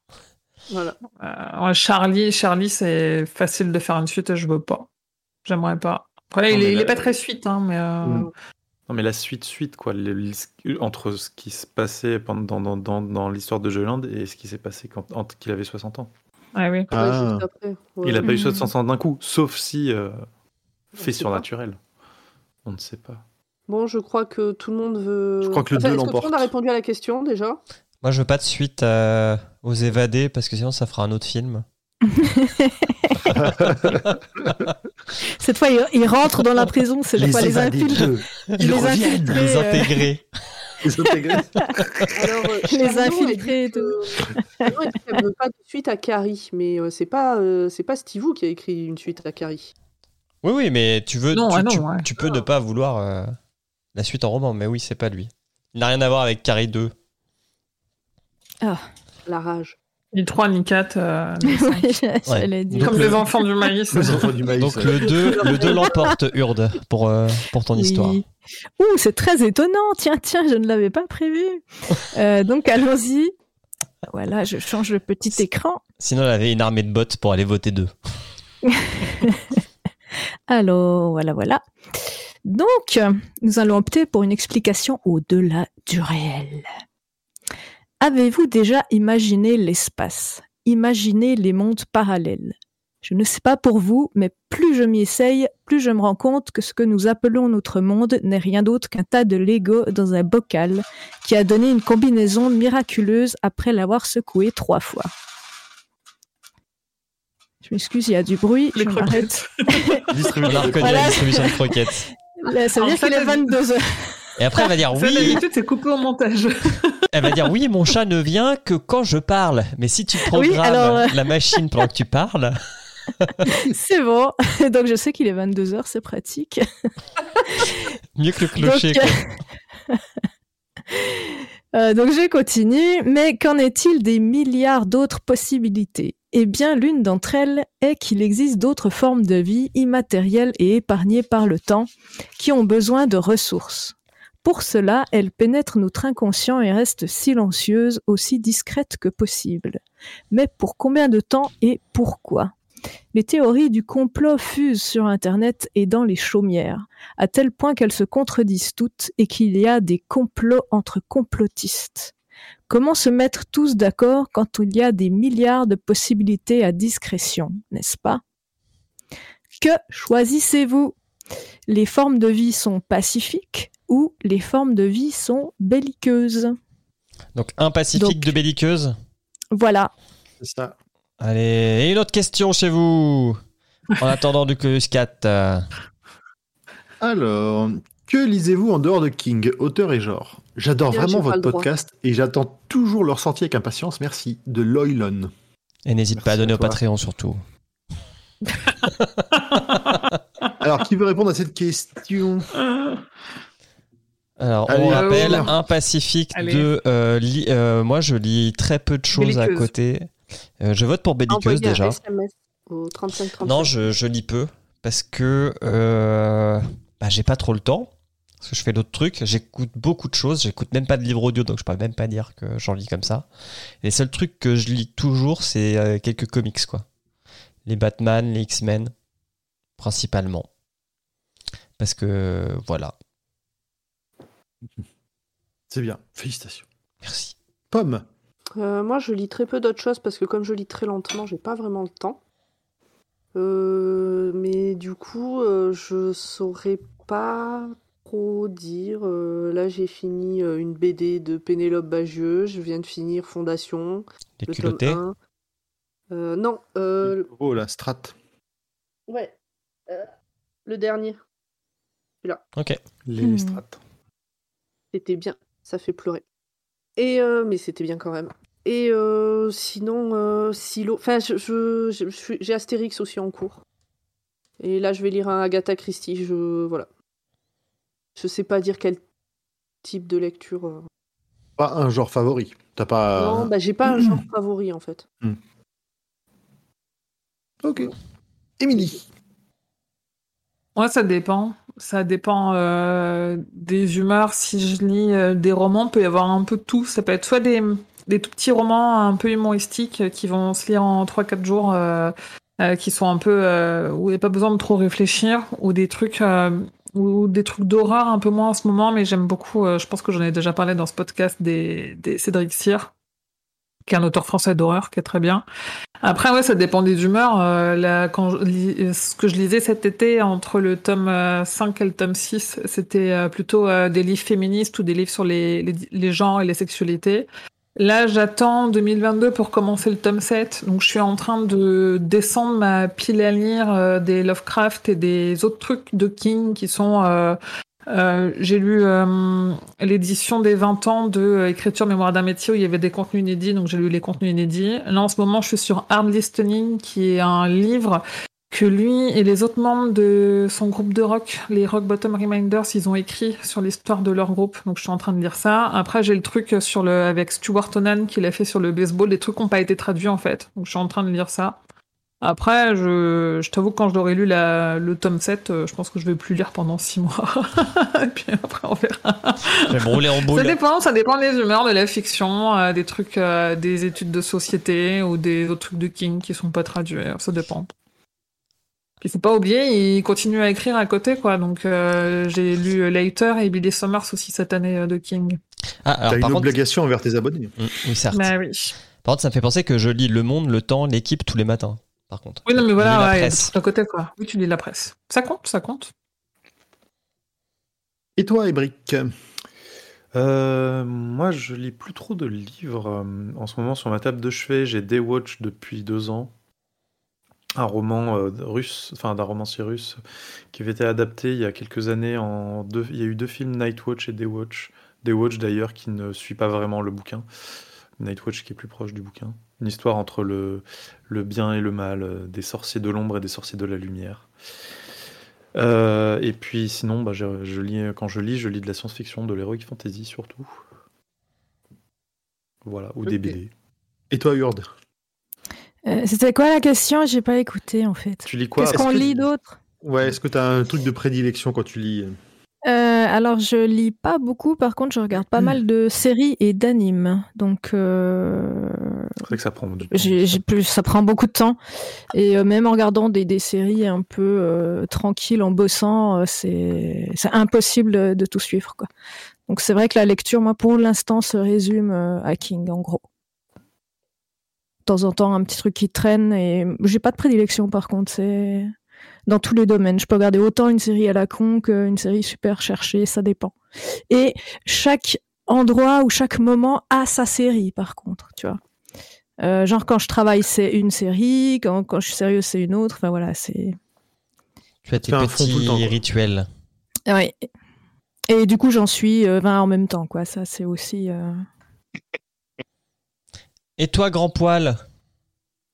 Speaker 4: Voilà.
Speaker 5: Euh, ouais, Charlie, Charlie, c'est facile de faire une suite et je veux pas. J'aimerais pas. Après,
Speaker 6: Non,
Speaker 5: il,
Speaker 6: mais
Speaker 5: est, il
Speaker 6: là-
Speaker 5: est pas très suite, hein, mais. euh,
Speaker 2: Ah.
Speaker 1: Mm.
Speaker 6: Non, mais la suite-suite, quoi. le- le- entre ce qui se passait pendant, dans, dans, dans l'histoire de Joyland et ce qui s'est passé quand, entre- qu'il avait 60 ans.
Speaker 5: ah oui.
Speaker 1: Ah.
Speaker 4: Juste après. Ouais.
Speaker 6: Il a pas eu
Speaker 2: Hmm.
Speaker 6: 60 ans d'un coup, sauf si euh, fait
Speaker 4: sait
Speaker 6: surnaturel. On ne sait pas.
Speaker 4: Bon, je crois que tout le monde veut.
Speaker 1: Je crois que le
Speaker 4: Enfin,
Speaker 1: deux
Speaker 4: est-ce Tout le monde a
Speaker 1: l'emporte.
Speaker 4: répondu à la
Speaker 1: [LAUGHS]
Speaker 4: question déjà.
Speaker 3: Moi, je veux pas de suite euh, aux évadés parce que sinon, ça fera un autre film.
Speaker 2: Cette fois, il, il rentre dans la prison, c'est fois les
Speaker 1: évadés
Speaker 2: infiltrés.
Speaker 1: deux. Ils
Speaker 2: les
Speaker 1: reviennent.
Speaker 2: infiltrés,
Speaker 3: Les
Speaker 2: euh,
Speaker 3: intégrés.
Speaker 1: [LAUGHS] Les intégrés. [LAUGHS]
Speaker 4: Alors, euh,
Speaker 2: Les
Speaker 4: Charlot a dit
Speaker 2: infiltrés et
Speaker 4: que-
Speaker 2: tout.
Speaker 4: [LAUGHS] Charlot a dit qu'elle veut pas de suite à Carrie, mais euh, c'est pas euh, c'est pas Stivou qui a écrit une suite à Carrie.
Speaker 3: Oui, oui, mais tu veux,
Speaker 5: Non,
Speaker 3: tu,
Speaker 5: ah non,
Speaker 3: tu-
Speaker 5: ouais.
Speaker 3: tu peux ne pas vouloir euh, la suite en roman, mais oui, c'est pas lui. Il n'a rien à voir avec Carrie 2.
Speaker 4: La rage.
Speaker 5: Ni 3, ni 4.
Speaker 2: Oui, j'allais dire.
Speaker 5: Comme
Speaker 1: euh,
Speaker 3: Donc,
Speaker 5: les
Speaker 3: le-
Speaker 5: enfants du
Speaker 1: [LAUGHS]
Speaker 5: maïs.
Speaker 1: Les enfants du maïs.
Speaker 3: Donc
Speaker 1: ouais.
Speaker 3: le 2, le
Speaker 2: [LAUGHS]
Speaker 3: 2 l'emporte Hurde pour, euh, pour ton
Speaker 2: Oui.
Speaker 3: histoire.
Speaker 2: Ouh, c'est très étonnant. Tiens, tiens, je ne l'avais pas prévu. Euh, donc, allons-y. Voilà, je change le petit écran.
Speaker 3: Sinon, elle avait une armée de bots pour aller voter 2.
Speaker 2: Alors, voilà, voilà. Donc, nous allons opter pour une explication au-delà du réel. Avez-vous déjà imaginé l'espace Imaginé les mondes parallèles Je ne sais pas pour vous, mais plus je m'y essaye, plus je me rends compte que ce que nous appelons notre monde n'est rien d'autre qu'un tas de Lego dans un bocal qui a donné une combinaison miraculeuse après l'avoir secoué trois fois. Je m'excuse, il y a du bruit, je m'arrête.
Speaker 3: On a reconnu
Speaker 2: Voilà.
Speaker 3: la distribution de croquettes.
Speaker 2: Là, Ça veut
Speaker 5: En
Speaker 2: dire
Speaker 5: fait,
Speaker 2: qu'il est
Speaker 5: elle-
Speaker 2: 22 heures.
Speaker 3: Et après, elle va dire
Speaker 5: Ça,
Speaker 3: oui.
Speaker 5: D'habitude, c'est coupé au montage.
Speaker 3: Elle va dire oui, mon chat ne vient que quand je parle. Mais si tu programmes
Speaker 2: Oui, alors, euh,
Speaker 3: la machine pendant que tu parles,
Speaker 2: C'est bon. [LAUGHS] Donc je sais qu'il est 22 heures, c'est pratique.
Speaker 3: mieux que le clocher.
Speaker 2: Donc,
Speaker 3: quoi.
Speaker 2: Euh, donc je continue, mais qu'en est-il des milliards d'autres possibilités Eh bien, l'une d'entre elles est qu'il existe d'autres formes de vie immatérielles et épargnées par le temps qui ont besoin de ressources. Pour cela, elles pénètrent notre inconscient et restent silencieuses, aussi discrètes que possible. Mais pour combien de temps et pourquoi Les théories du complot fusent sur Internet et dans les chaumières à tel point qu'elles se contredisent toutes et qu'il y a des complots entre complotistes. Comment se mettre tous d'accord quand il y a des milliards de possibilités à discrétion, n'est-ce pas Que choisissez-vous Les formes de vie sont pacifiques ou les formes de vie sont belliqueuses
Speaker 3: Donc, un pacifique
Speaker 2: Donc-
Speaker 3: de belliqueuse.
Speaker 2: Voilà.
Speaker 1: C'est ça.
Speaker 3: Allez, et une autre question chez vous. En attendant du Clus 4. euh,
Speaker 1: Alors, que lisez-vous en dehors de King, auteur et genre J'adore
Speaker 4: Bien, j'ai
Speaker 1: vraiment
Speaker 4: pas
Speaker 1: votre
Speaker 4: le droit.
Speaker 1: podcast et j'attends toujours leur sortie avec impatience. Merci. De Loylon.
Speaker 3: et n'hésite pas à
Speaker 1: Merci
Speaker 3: donner
Speaker 1: à
Speaker 3: au
Speaker 1: toi.
Speaker 3: Patreon surtout.
Speaker 1: Alors, qui veut répondre à cette question
Speaker 3: Alors, on
Speaker 1: Allez,
Speaker 3: rappelle,
Speaker 1: allô.
Speaker 3: un pacifique
Speaker 5: Allez.
Speaker 3: de. euh, li- euh, moi, je lis très peu de choses à
Speaker 5: Belliqueuse.
Speaker 3: côté. Euh, je vote pour belliqueuse
Speaker 4: Envoyez un
Speaker 3: déjà.
Speaker 4: SMS au 35
Speaker 3: Non, je, je lis peu parce que euh, bah, j'ai pas trop le temps. Parce que je fais d'autres trucs. J'écoute beaucoup de choses. J'écoute même pas de livres audio, donc je peux même pas dire que j'en lis comme ça. Les seuls trucs que je lis toujours, c'est euh, quelques comics, quoi. Les Batman, les X-Men, principalement. Parce que euh, voilà.
Speaker 1: C'est bien. Félicitations.
Speaker 3: Merci.
Speaker 1: Pomme.
Speaker 4: Euh, moi, je lis très peu d'autres choses parce que comme je lis très lentement, j'ai pas vraiment le temps. Euh, mais du coup, euh, je saurais pas trop dire. Euh, là, j'ai fini euh, une BD de Pénélope Bagieux. Je viens de finir Fondation,
Speaker 3: Les
Speaker 4: le tome
Speaker 3: culottés.
Speaker 4: 1. Euh, non, euh,
Speaker 1: Oh, la strat.
Speaker 4: ouais, euh, le dernier.
Speaker 3: Ok.
Speaker 1: Les
Speaker 2: Hmm.
Speaker 1: strates.
Speaker 4: C'était bien, ça fait pleurer. Et euh, mais c'était bien quand même. Et euh, sinon, euh, Silo. Enfin, je, je- je- je suis- j'ai Astérix aussi en cours. Et là, je vais lire un Agatha Christie. Je voilà. Je sais pas dire quel type de lecture. euh.
Speaker 1: Pas un genre favori. T'as pas.
Speaker 4: Non, bah, j'ai
Speaker 1: [CLEARS THROAT]
Speaker 4: pas un genre favori en fait.
Speaker 2: bah,
Speaker 1: Ok. Émilie.
Speaker 5: Moi, ça dépend. Ça dépend euh, des humeurs. Si je lis euh, des romans, il peut y avoir un peu de tout. Ça peut être soit des, des tout petits romans un peu humoristiques euh, qui vont se lire en 3-4 jours, euh, euh, qui sont un peu euh, où il n'y a pas besoin de trop réfléchir, ou des trucs euh, ou des trucs d'horreur un peu moins en ce moment, mais j'aime beaucoup. euh, je pense que j'en ai déjà parlé dans ce podcast des, des Cédric Cyr, qui est un auteur français d'horreur qui est très bien. Après, ouais, ça dépend des humeurs. Euh, là, quand je lis- euh, ce que je lisais cet été, entre le tome euh, 5 et le tome 6, c'était euh, plutôt euh, des livres féministes ou des livres sur les, les, les genres et les sexualités. Là, j'attends 2022 pour commencer le tome 7. Donc, je suis en train de descendre ma pile à lire euh, des Lovecraft et des autres trucs de King qui sont... euh, euh, j'ai lu euh, l'édition des 20 ans de euh, Écriture Mémoire d'un métier où il y avait des contenus inédits, donc j'ai lu les contenus inédits. Là, en ce moment, je suis sur Hard Listening, qui est un livre que lui et les autres membres de son groupe de rock, les Rock Bottom Reminders, ils ont écrit sur l'histoire de leur groupe. Donc je suis en train de lire ça. Après, j'ai le truc sur le, avec Stuart Onan qu'il a fait sur le baseball, des trucs qui n'ont pas été traduits en fait. Donc je suis en train de lire ça. Après, je, je t'avoue que quand je l'aurai lu la- le tome 7, euh, je pense que je vais plus lire pendant 6 mois. [LAUGHS] Et puis après, on verra.
Speaker 3: Je vais me rouler en
Speaker 5: Ça
Speaker 3: boule.
Speaker 5: dépend, ça dépend des humeurs, de la fiction, euh, des trucs, euh, des études de société ou des autres trucs de King qui sont pas traduits. Ça dépend. Il faut pas oublier, il continue à écrire à côté, quoi. Donc euh, j'ai lu Later et Billy Summers aussi cette année euh, de King.
Speaker 3: Ah,
Speaker 1: T'as
Speaker 3: alors,
Speaker 1: une
Speaker 3: par contre,
Speaker 1: obligation envers tes abonnés.
Speaker 3: Mm, oui, certes.
Speaker 5: Bah oui.
Speaker 3: Par contre, ça me fait penser que je lis Le Monde, Le Temps, L'équipe tous les matins. Par contre.
Speaker 5: Oui, non, mais
Speaker 3: Je lis
Speaker 5: voilà,
Speaker 3: la
Speaker 5: ouais,
Speaker 3: presse.
Speaker 5: à côté, quoi. Oui, tu lis la presse. Ça compte, ça compte.
Speaker 1: Et toi, Ebrick
Speaker 6: Euh, moi, je lis plus trop de livres. euh, En ce moment, sur ma table de chevet, j'ai Daywatch depuis deux ans. Un roman euh, russe, enfin d'un romancier [LAUGHS] russe, qui avait été adapté il y a quelques années en deux. Il y a eu deux films, Nightwatch et Daywatch. Daywatch d'ailleurs, qui ne suit pas vraiment le bouquin. Nightwatch qui est plus proche du bouquin. Une histoire entre le, le bien et le mal, euh, des sorciers de l'ombre et des sorciers de la lumière. Euh, et puis sinon, bah, je, je lis, quand je lis, je lis de la science-fiction, de l'heroic fantasy surtout. Voilà, ou des
Speaker 1: Ok.
Speaker 6: BD.
Speaker 1: Et toi, Hurd
Speaker 2: Euh, C'était quoi la question J'ai pas écouté en fait.
Speaker 6: Tu lis quoi
Speaker 2: Qu'est-ce
Speaker 1: parce
Speaker 2: qu'on
Speaker 1: que-
Speaker 2: lit d'autre
Speaker 1: Ouais, est-ce que t'as un truc de prédilection quand tu lis euh
Speaker 2: Euh, alors, je lis pas beaucoup, par contre, je regarde
Speaker 6: Hmm.
Speaker 2: pas mal de séries et d'animes. Donc, euh,
Speaker 6: C'est vrai que ça prend du temps.
Speaker 2: j'ai- j'ai plus- ça prend beaucoup de temps. Et euh, même en regardant des, des séries un peu euh, tranquilles, en bossant, euh, c'est c'est impossible euh, de tout suivre. Quoi. Donc, c'est vrai que la lecture, moi, pour l'instant, se résume euh, à King, en gros. De temps en temps, un petit truc qui traîne. Et j'ai pas de prédilection, par contre. C'est dans tous les domaines. Je peux regarder autant une série à la con qu'une série super cherchée, ça dépend. Et chaque endroit ou chaque moment a sa série, par contre, tu vois. Euh, genre quand je travaille, c'est une série, quand, quand je suis sérieuse, c'est une autre, enfin voilà, c'est...
Speaker 3: Tu as tes
Speaker 1: T'as un fond tout le
Speaker 3: petits
Speaker 1: temps, quoi.
Speaker 3: rituels.
Speaker 2: Ah ouais. Et du coup, j'en suis euh, 20 en même temps, quoi, ça c'est aussi... euh,
Speaker 3: Et toi, grand poil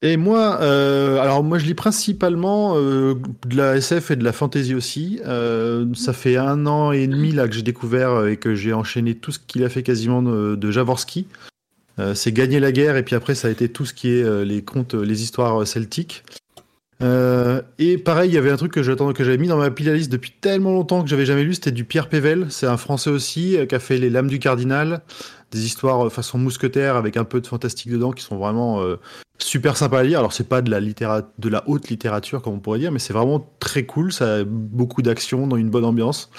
Speaker 1: Et moi, euh, alors moi je lis principalement euh, de la SF et de la fantasy aussi. Euh, ça fait un an et demi là que j'ai découvert euh, et que j'ai enchaîné tout ce qu'il a fait quasiment de, de Jaworski. Euh, c'est gagner la guerre et puis après ça a été tout ce qui est euh, les contes, euh, les histoires euh, celtiques. Euh, et pareil, il y avait un truc que j'attendais, que j'avais mis dans ma pile à liste depuis tellement longtemps que j'avais jamais lu, c'était du Pierre Pével. C'est un Français aussi euh, qui a fait les Lames du Cardinal, des histoires euh, façon mousquetaire avec un peu de fantastique dedans qui sont vraiment euh, super sympa à lire. Alors c'est pas de la littéra- de la haute littérature comme on pourrait dire, mais c'est vraiment très cool. Ça a beaucoup d'action dans une bonne ambiance.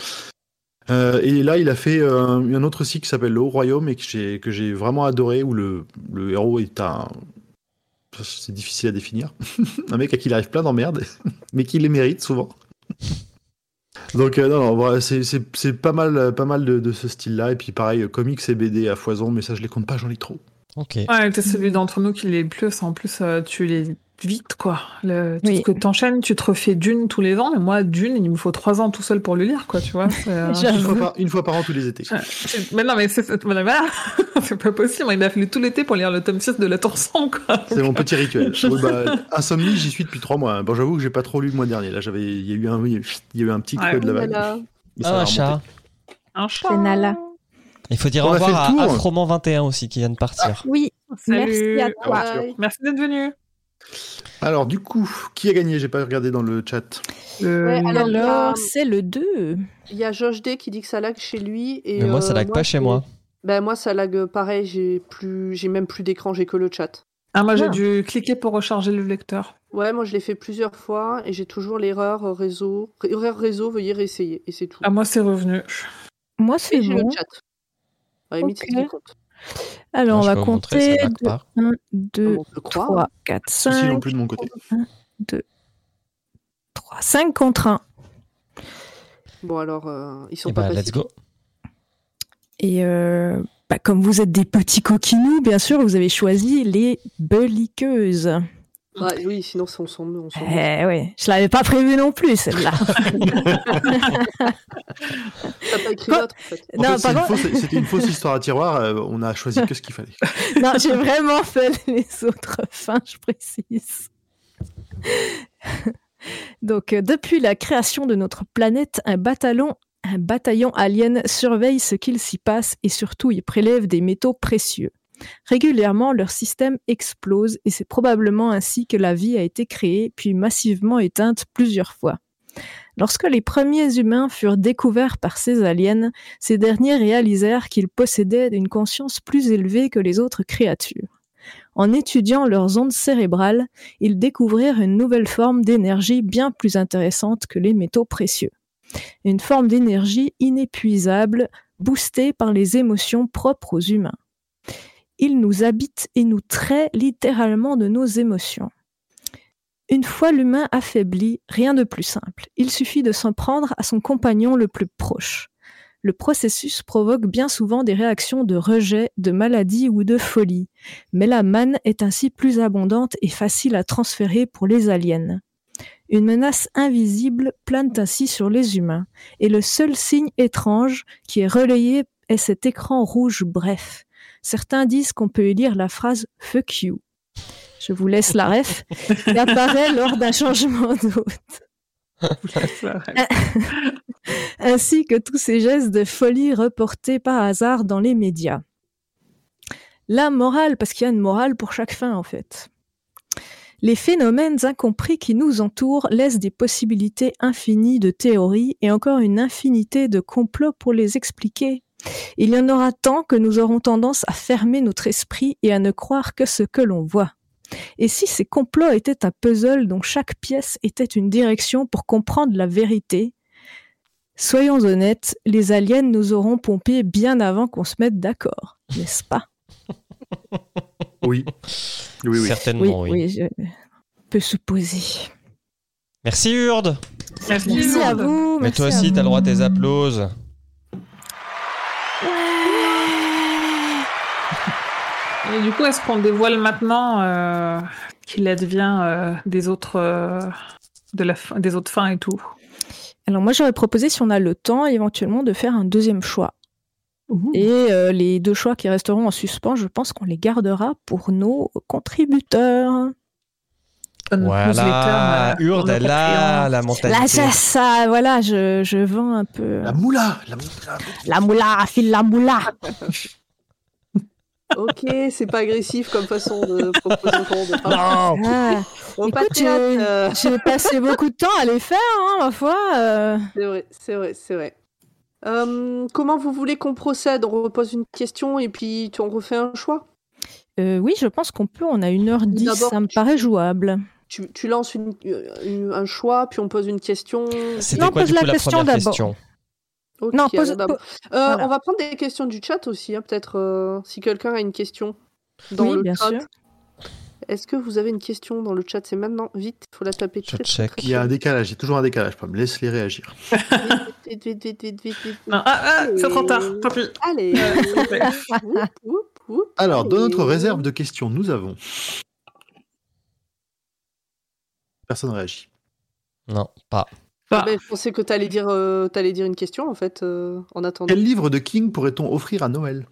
Speaker 1: Euh, et là, il a fait euh, un, un autre site qui s'appelle Le Haut Royaume et que j'ai que j'ai vraiment adoré où le le héros est un c'est difficile à définir. [LAUGHS] un mec à qui il arrive plein d'emmerdes, [LAUGHS] mais qui les mérite souvent. Donc euh, non, non, voilà, c'est- c'est c'est pas mal, pas mal de, de ce style-là. Et puis pareil, euh, comics et BD à foison, mais ça je les compte pas, j'en lis trop.
Speaker 3: Ok.
Speaker 5: Ouais, t'es celui d'entre nous qui les plus. En plus, euh, tu les vite, quoi. Le, tout
Speaker 2: Oui.
Speaker 5: ce que t'enchaînes, tu te refais d'une tous les ans. Mais moi, d'une, il me faut trois ans tout seul pour le lire, quoi, tu vois. c'est, euh,
Speaker 1: Une
Speaker 2: J'avoue.
Speaker 1: fois, par, une fois par an tous les étés.
Speaker 5: c'est- mais non, mais c'est c'est- voilà, voilà. [LAUGHS] C'est pas possible. Il a fallu tout l'été pour lire le tome 6 de La Tour 100, quoi.
Speaker 1: C'est mon petit rituel. Oui, bah, insomnie, j'y suis depuis trois mois. hein. Bon, j'avoue que j'ai pas trop lu le mois dernier. Là, j'avais, il y a eu un, il y a eu- il y a eu un petit creux
Speaker 5: Ouais.
Speaker 1: de la
Speaker 4: Oh là
Speaker 1: vague.
Speaker 4: là.
Speaker 1: Mais ça
Speaker 3: Ah,
Speaker 1: va
Speaker 3: un
Speaker 1: remonter.
Speaker 3: chat.
Speaker 5: Un chat.
Speaker 2: C'est Nala.
Speaker 3: Il faut dire
Speaker 1: On
Speaker 3: au
Speaker 1: a fait
Speaker 3: revoir
Speaker 1: le
Speaker 3: à
Speaker 1: tour.
Speaker 3: Afroman21 aussi qui vient de partir.
Speaker 2: Oui,
Speaker 5: Salut.
Speaker 2: merci à
Speaker 1: Au
Speaker 2: toi.
Speaker 1: revoir.
Speaker 4: Bye.
Speaker 5: Merci d'être venu.
Speaker 1: Ah, Alors, du coup, qui a gagné J'ai pas regardé dans le chat.
Speaker 5: Euh,
Speaker 4: Ouais,
Speaker 2: Alors,
Speaker 4: Alors,
Speaker 2: c'est le 2.
Speaker 4: Il y a Josh D qui dit que ça lag chez lui. Et
Speaker 3: Mais moi,
Speaker 4: euh,
Speaker 3: ça lag pas chez
Speaker 4: c'est-
Speaker 3: moi.
Speaker 4: Ben, moi, ça lag euh, pareil. J'ai plus... j'ai même plus d'écran, j'ai que le chat.
Speaker 5: Ah, moi, j'ai
Speaker 2: Ah.
Speaker 5: dû cliquer pour recharger le lecteur.
Speaker 4: Ouais, moi, je l'ai fait plusieurs fois et j'ai toujours l'erreur euh, réseau. Ré- Erreur réseau, veuillez réessayer. Et c'est tout.
Speaker 5: Ah, moi,
Speaker 2: [LAUGHS]
Speaker 5: c'est revenu.
Speaker 2: Moi, c'est
Speaker 4: Et j'ai
Speaker 2: bon.
Speaker 4: le chat. Bah, Ouais, limite,
Speaker 2: Ok.
Speaker 4: il se compte.
Speaker 2: Alors, on
Speaker 3: Non, Ah, je
Speaker 2: va
Speaker 3: peux vous montrer,
Speaker 2: compter.
Speaker 3: ça lag pas.
Speaker 2: 1, 2,
Speaker 4: Comment on peut croire
Speaker 2: 3, 4,
Speaker 1: Aussi
Speaker 2: 5,
Speaker 1: non plus de mon côté.
Speaker 2: 3, 5 contre 1.
Speaker 4: Bon, alors, euh, ils sont
Speaker 3: Eh
Speaker 4: pas
Speaker 3: bah,
Speaker 4: passés.
Speaker 3: let's go.
Speaker 2: Et euh, bah, comme vous êtes des petits coquinous, bien sûr, vous avez choisi les belliqueuses.
Speaker 4: Ouais, Bah, oui, sinon, on s'en on s'en-
Speaker 2: Eh oui, je l'avais pas prévu non plus celle-là.
Speaker 4: T'as pas écrit
Speaker 2: Quoi
Speaker 4: d'autres, en fait.
Speaker 1: En
Speaker 2: non,
Speaker 1: fait, c'est
Speaker 2: par
Speaker 1: une
Speaker 2: contre,
Speaker 1: fausse- c'était une fausse histoire à tiroir. euh, on a choisi que ce qu'il fallait.
Speaker 2: [LAUGHS] non, j'ai vraiment fait les autres fins, je précise. Donc, euh, depuis la création de notre planète, un bataillon, un bataillon alien surveille ce qu'il s'y passe et surtout il prélève des métaux précieux. Régulièrement, leur système explose et c'est probablement ainsi que la vie a été créée puis massivement éteinte plusieurs fois. Lorsque les premiers humains furent découverts par ces aliens, ces derniers réalisèrent qu'ils possédaient une conscience plus élevée que les autres créatures. En étudiant leurs ondes cérébrales, ils découvrirent une nouvelle forme d'énergie bien plus intéressante que les métaux précieux. Une forme d'énergie inépuisable, boostée par les émotions propres aux humains. Il nous habite et nous traite littéralement de nos émotions. Une fois l'humain affaibli, rien de plus simple. Il suffit de s'en prendre à son compagnon le plus proche. Le processus provoque bien souvent des réactions de rejet, de maladie ou de folie, mais la manne est ainsi plus abondante et facile à transférer pour les aliens. Une menace invisible plane ainsi sur les humains, et le seul signe étrange qui est relayé est cet écran rouge bref. Certains disent qu'on peut y lire la phrase Fuck you je vous laisse la ref, qui apparaît lors d'un changement d'hôte. Ainsi que tous ces gestes de folie reportés par hasard dans les médias. La morale, parce qu'il y a une morale pour chaque fin en fait. Les phénomènes incompris qui nous entourent laissent des possibilités infinies de théories et encore une infinité de complots pour les expliquer il y en aura tant que nous aurons tendance à fermer notre esprit et à ne croire que ce que l'on voit. Et si ces complots étaient un puzzle dont chaque pièce était une direction pour comprendre la vérité Soyons honnêtes, les aliens nous auront pompés bien avant qu'on se mette d'accord, n'est-ce pas
Speaker 1: Oui. Oui, oui.
Speaker 3: Certainement, Mm. oui.
Speaker 2: oui, je peux supposer.
Speaker 3: Merci Urde
Speaker 5: Merci,
Speaker 2: Merci à
Speaker 5: Lourdes.
Speaker 2: vous.
Speaker 3: Mais
Speaker 2: merci
Speaker 3: toi
Speaker 2: à
Speaker 3: aussi,
Speaker 2: vous.
Speaker 3: t'as le droit à tes applauses.
Speaker 5: Et du coup, est-ce qu'on dévoile maintenant euh, qu'il advient euh, des autres euh, de la fin- des autres fins et tout
Speaker 2: Alors moi j'aurais proposé si on a le temps éventuellement de faire un deuxième choix. Et euh, les deux choix qui resteront en suspens, je pense qu'on les gardera pour nos contributeurs.
Speaker 5: Notre
Speaker 3: Voilà.
Speaker 5: Euh, newsletter, euh,
Speaker 3: Urde,
Speaker 5: pour nos
Speaker 3: là, la
Speaker 2: Là,
Speaker 3: mentalité.
Speaker 2: ça, ça, voilà, je, je vends un peu.
Speaker 1: La moula, la moula.
Speaker 2: La moula, file la moula.
Speaker 4: Ok, c'est pas agressif comme façon de proposition de
Speaker 3: Non
Speaker 2: Ah,
Speaker 4: Bon,
Speaker 2: Écoute,
Speaker 4: pas de théâtre, euh,
Speaker 2: J'ai passé beaucoup de temps à les faire, hein, ma foi. euh.
Speaker 4: C'est vrai, c'est vrai, c'est vrai. Euh, comment vous voulez qu'on procède On repose une question et puis tu- on refait un choix
Speaker 2: Euh, oui, je pense qu'on peut, on a 1h10,
Speaker 4: D'abord,
Speaker 2: ça me
Speaker 4: tu-
Speaker 2: paraît jouable.
Speaker 4: tu, tu lances une- euh, une- un choix, puis on pose une question.
Speaker 3: C'était
Speaker 2: Non,
Speaker 3: quoi du
Speaker 2: pose
Speaker 3: coup
Speaker 2: la
Speaker 3: la
Speaker 2: question
Speaker 3: première
Speaker 2: d'abord.
Speaker 3: question
Speaker 4: Ok,
Speaker 2: non, pose,
Speaker 4: alors d'abord.
Speaker 2: po-
Speaker 4: Euh,
Speaker 2: voilà.
Speaker 4: On va prendre des questions du chat aussi, hein, peut-être euh, si quelqu'un a une question dans
Speaker 2: Oui,
Speaker 4: le
Speaker 2: bien
Speaker 4: chat.
Speaker 2: sûr. [LAUGHS]
Speaker 4: Est-ce que vous avez une question dans le chat C'est maintenant, vite, faut la taper
Speaker 3: Je
Speaker 4: très, très,
Speaker 3: check.
Speaker 4: très
Speaker 1: Il y a un
Speaker 4: fort.
Speaker 1: décalage, il y a toujours un décalage, Pam. Laisse-les réagir.
Speaker 4: Vite, vite, vite, vite, vite, vite, vite.
Speaker 5: Non, ah, ah, c'est trop tard, tant pis.
Speaker 4: Allez. Oup, oup, oup,
Speaker 1: Alors, dans notre
Speaker 4: allez.
Speaker 1: réserve de questions, nous avons. Personne réagit.
Speaker 3: Non, pas.
Speaker 4: Ah ben, je pensais que t'allais dire, euh, t'allais dire une question en fait euh, en attendant.
Speaker 1: Quel livre de King pourrait-on offrir à Noël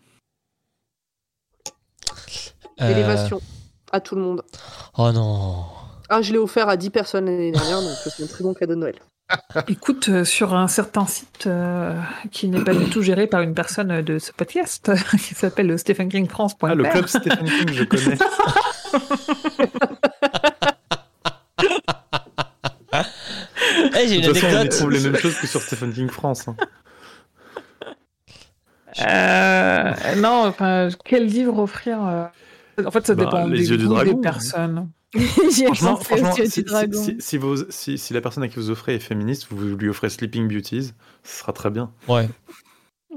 Speaker 3: Euh,
Speaker 4: Élévation à tout le monde.
Speaker 3: Oh non.
Speaker 4: Ah, je l'ai offert à 10 personnes l'année dernière, donc c'est un très bon cadeau de Noël.
Speaker 5: Écoute, euh, sur un certain site euh, qui n'est pas du tout géré par une personne euh, de ce podcast, [LAUGHS] qui s'appelle euh, stephenkingfrance.fr.
Speaker 6: Ah, le club [LAUGHS] Stephen King, je connais.
Speaker 3: Eh, j'ai
Speaker 6: De
Speaker 3: une
Speaker 6: toute façon, on y
Speaker 3: anecdote.
Speaker 6: trouve les mêmes choses que sur Stephen King France. hein.
Speaker 5: [LAUGHS] Euh, non, enfin, quel livre offrir euh, En fait, ça
Speaker 6: Bah,
Speaker 5: dépend
Speaker 6: Les
Speaker 5: des
Speaker 6: yeux du
Speaker 5: goûts
Speaker 6: dragon,
Speaker 5: des personnes.
Speaker 2: J'y ai
Speaker 6: Franchement,
Speaker 2: pensé
Speaker 6: franchement,
Speaker 2: au Dieu
Speaker 6: si,
Speaker 2: du dragon.
Speaker 6: si- si vous- si- si la personne à qui vous offrez est féministe, vous lui offrez Sleeping Beauties, ce sera très bien.
Speaker 3: Ouais.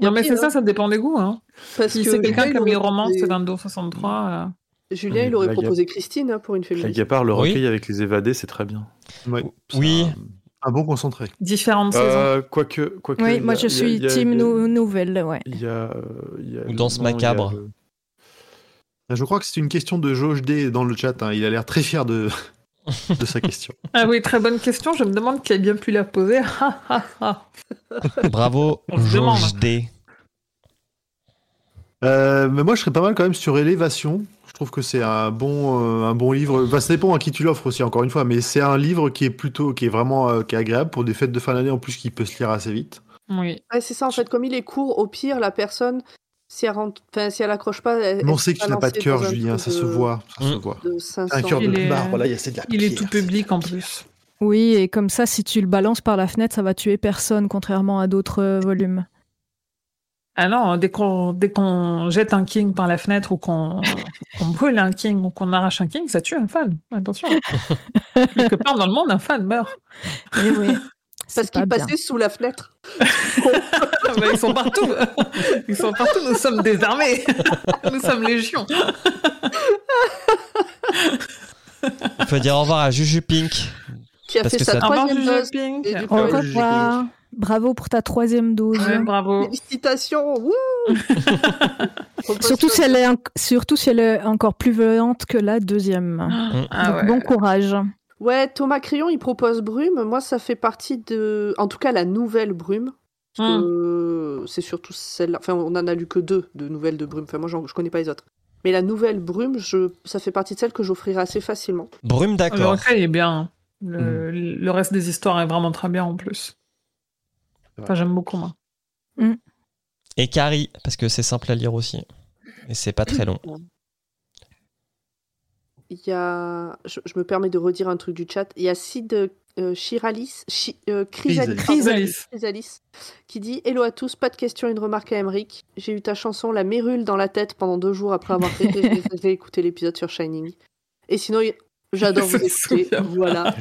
Speaker 5: Non, mais
Speaker 4: Et
Speaker 5: c'est
Speaker 4: alors
Speaker 5: ça, ça dépend des goûts. Hein.
Speaker 4: Parce
Speaker 5: Si c'est quelqu'un
Speaker 4: Julien,
Speaker 5: qui aime
Speaker 4: il
Speaker 5: les
Speaker 4: aurait
Speaker 5: romans, c'est
Speaker 4: proposé-
Speaker 5: 23 euh,
Speaker 4: Julien,
Speaker 3: Mmh,
Speaker 4: il aurait
Speaker 6: La
Speaker 4: proposé Christine hein, pour une
Speaker 6: La
Speaker 4: féministe.
Speaker 6: Gapard, le
Speaker 3: Oui.
Speaker 6: recueil avec les évadés, c'est très bien.
Speaker 1: Ouais,
Speaker 3: Oui.
Speaker 1: c'est Un, un bon concentré.
Speaker 5: différentes saisons.
Speaker 6: Euh, Quoique. quoique, il y
Speaker 2: Oui,
Speaker 6: a-
Speaker 2: moi je
Speaker 6: il y a-
Speaker 2: suis
Speaker 6: il y a-
Speaker 2: team
Speaker 6: il y a-
Speaker 2: nou- nouvelle, ouais.
Speaker 6: il y a, euh, il y a
Speaker 3: Ou
Speaker 6: le-
Speaker 3: Danse
Speaker 6: non, il y a
Speaker 3: macabre.
Speaker 6: le-
Speaker 1: Je crois que c'est une question de Jauge D dans le chat. hein. Il a l'air très fier de, de sa
Speaker 3: [LAUGHS]
Speaker 1: question.
Speaker 5: Ah oui, très bonne question. Je me demande qui a bien pu la poser. [LAUGHS] Ah, ah, ah.
Speaker 3: Bravo,
Speaker 5: On se
Speaker 3: Georges
Speaker 5: demande.
Speaker 3: D.
Speaker 1: Euh, mais moi, je serais pas mal quand même sur Élévation. Je trouve que c'est un bon, euh, un bon livre. Enfin, ça dépend à qui tu l'offres aussi, encore une fois. Mais c'est un livre qui est plutôt, qui est vraiment, euh, qui est agréable pour des fêtes de fin d'année en plus qui peut se lire assez vite.
Speaker 5: oui.
Speaker 4: Ouais, c'est ça en fait, comme il est court, au pire, la personne, si elle, rentre... enfin, si elle accroche pas. Elle,
Speaker 1: Mais on
Speaker 4: elle
Speaker 1: sait
Speaker 4: sera
Speaker 1: qu'il n'a pas de
Speaker 4: lancée
Speaker 1: cœur,
Speaker 4: dans un
Speaker 1: Julien.
Speaker 4: truc
Speaker 1: Ça se
Speaker 4: de-
Speaker 1: voit, ça se
Speaker 3: Mm.
Speaker 1: voit.
Speaker 4: De
Speaker 1: Un
Speaker 4: 500.
Speaker 1: cœur de
Speaker 5: Il est-
Speaker 1: plumard, voilà, il y a c'est de la
Speaker 5: Il est
Speaker 1: pierre,
Speaker 5: tout
Speaker 1: c'est-
Speaker 5: public en plus.
Speaker 2: Oui, et comme
Speaker 4: [LAUGHS]
Speaker 2: ça, si tu le balances par la fenêtre, ça va tuer personne, contrairement à d'autres euh, volumes.
Speaker 5: Ah non, dès qu'on dès qu'on jette un king par la fenêtre ou [LAUGHS] qu'on qu'on brûle un king ou qu'on arrache un king, ça tue un fan. [LAUGHS] Attention. Quelque part dans le monde, un fan meurt.
Speaker 2: Eh oui.
Speaker 4: Parce
Speaker 2: C'est
Speaker 4: qu'il
Speaker 2: pas bien.
Speaker 4: passait sous la fenêtre.
Speaker 5: Bah, ils sont partout. [LAUGHS] Ils sont partout. Nous sommes des [LAUGHS] armées. Nous sommes légion.
Speaker 3: On peut dire au revoir à Juju Pink.
Speaker 4: Qui a
Speaker 3: Parce
Speaker 4: fait
Speaker 3: que
Speaker 4: sa
Speaker 3: ça-
Speaker 5: Au revoir,
Speaker 4: troisième
Speaker 5: Juju
Speaker 4: dose.
Speaker 5: Pink.
Speaker 4: Et du
Speaker 2: Au
Speaker 4: Ouais,
Speaker 1: j'ai
Speaker 2: revoir. Bravo pour ta troisième dose.
Speaker 5: Ouais, bravo.
Speaker 4: Félicitations. wouh
Speaker 2: [LAUGHS] Surtout si, elle est en- surtout si elle est encore plus violente que la deuxième. Donc,
Speaker 5: Ah ouais.
Speaker 2: Bon courage.
Speaker 4: Ouais, Thomas Crayon, il propose Brume. Moi, ça fait partie de. En tout cas, la nouvelle Brume. Parce
Speaker 2: Hmm.
Speaker 5: Hmm.
Speaker 4: que, euh, C'est surtout celle-là. Enfin, on en a lu que deux de nouvelles de Brume. Enfin, moi, j'en- je connais pas les autres. Mais la nouvelle Brume, je... ça fait partie de celle que j'offrirai assez facilement.
Speaker 3: Brume,
Speaker 5: Le
Speaker 3: d'accord.
Speaker 5: recueil est bien. Le, le reste des histoires est vraiment très bien en plus. Enfin, j'aime beaucoup moi.
Speaker 3: Et Carrie, parce que c'est simple à lire aussi. Et c'est pas très long.
Speaker 4: Il y a. Je, je me permets de redire un truc du chat. Il y a Sid euh, Chiralis. Chi- euh, Chrysalis.
Speaker 1: Chrysalis.
Speaker 4: pardon.
Speaker 5: Chrysalis.
Speaker 4: Chrysalis, Qui dit Hello à tous, pas de question, une remarque à Emmerich. J'ai eu ta chanson La Mérule dans la tête pendant deux jours après avoir ré- ré- écouté l'épisode sur Shining. Et sinon, il- j'adore vous
Speaker 5: Ça se
Speaker 4: écouter.
Speaker 5: souvient.
Speaker 4: Voilà.
Speaker 1: [LAUGHS]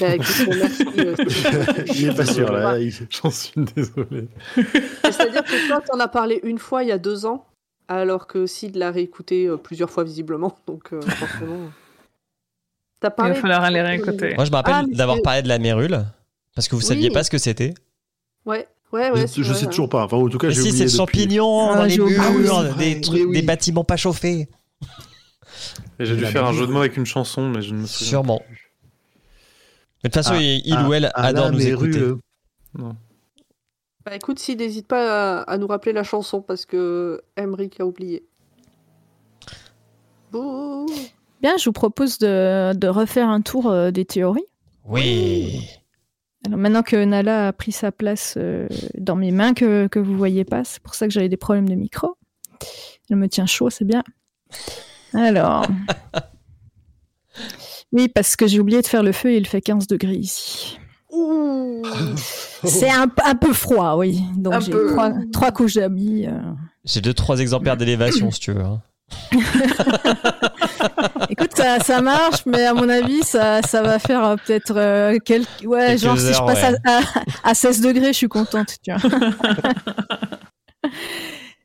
Speaker 4: Bah, écoute, merci. euh,
Speaker 1: Il est pas sûr, là. il-
Speaker 6: J'en suis désolé.
Speaker 4: C'est-à-dire que toi, t'en as parlé une fois il y a deux ans, alors que Sid l'a réécouté euh, plusieurs fois visiblement. Donc, euh, forcément. T'as
Speaker 5: Il va
Speaker 4: parlé.
Speaker 5: falloir aller réécouter.
Speaker 3: Moi, je me rappelle
Speaker 4: Ah, mais
Speaker 3: d'avoir
Speaker 4: c'est-
Speaker 3: parlé de la mérule, parce que vous
Speaker 4: Oui.
Speaker 3: saviez pas ce que c'était.
Speaker 4: Ouais, ouais, ouais.
Speaker 1: je
Speaker 4: c'est
Speaker 1: je
Speaker 4: vrai,
Speaker 1: sais
Speaker 4: hein.
Speaker 1: toujours pas. Enfin, en tout cas,
Speaker 3: Mais
Speaker 1: j'ai
Speaker 3: si, c'est
Speaker 1: oublié
Speaker 3: le
Speaker 1: depuis.
Speaker 3: champignon
Speaker 2: Ah,
Speaker 3: dans les
Speaker 2: j'ai oublié.
Speaker 3: murs,
Speaker 1: Ah oui,
Speaker 3: des,
Speaker 1: oui,
Speaker 3: trucs,
Speaker 1: oui.
Speaker 3: des bâtiments pas chauffés.
Speaker 6: Et J'ai dû
Speaker 1: La
Speaker 6: faire un
Speaker 1: bouffe.
Speaker 6: jeu de mots avec une chanson, mais je ne me souviens
Speaker 3: Sûrement.
Speaker 6: plus.
Speaker 3: Mais de toute façon,
Speaker 1: Ah,
Speaker 3: il, il ou elle
Speaker 1: Ah,
Speaker 3: adore
Speaker 1: là,
Speaker 3: nous
Speaker 1: mais
Speaker 3: écouter.
Speaker 1: Rue,
Speaker 4: Bah écoute, si n'hésite pas à, à nous rappeler la chanson parce que Emric a oublié. Bouh.
Speaker 2: Bien, je vous propose de, de refaire un tour euh, des théories.
Speaker 3: Oui.
Speaker 2: Alors maintenant que Nala a pris sa place euh, dans mes mains que, que vous voyez pas, c'est pour ça que j'avais des problèmes de micro. Elle me tient chaud, c'est bien. [LAUGHS] Alors. Oui, parce que j'ai oublié de faire le feu et il fait 15 degrés ici.
Speaker 4: Ouh.
Speaker 2: C'est un, un peu froid, oui. Donc
Speaker 5: Un
Speaker 2: j'ai
Speaker 5: peu.
Speaker 2: trois, trois couches d'amis. euh.
Speaker 3: J'ai deux, trois exemplaires d'élévation, si tu veux. hein.
Speaker 2: Écoute, ça, ça marche, mais à mon avis, ça, ça va faire euh, peut-être euh, quelques. Ouais,
Speaker 3: Quelques
Speaker 2: genre si je
Speaker 3: heures,
Speaker 2: passe à-
Speaker 3: ouais.
Speaker 2: à, à 16 degrés, je suis contente, tu
Speaker 3: [LAUGHS]
Speaker 2: vois.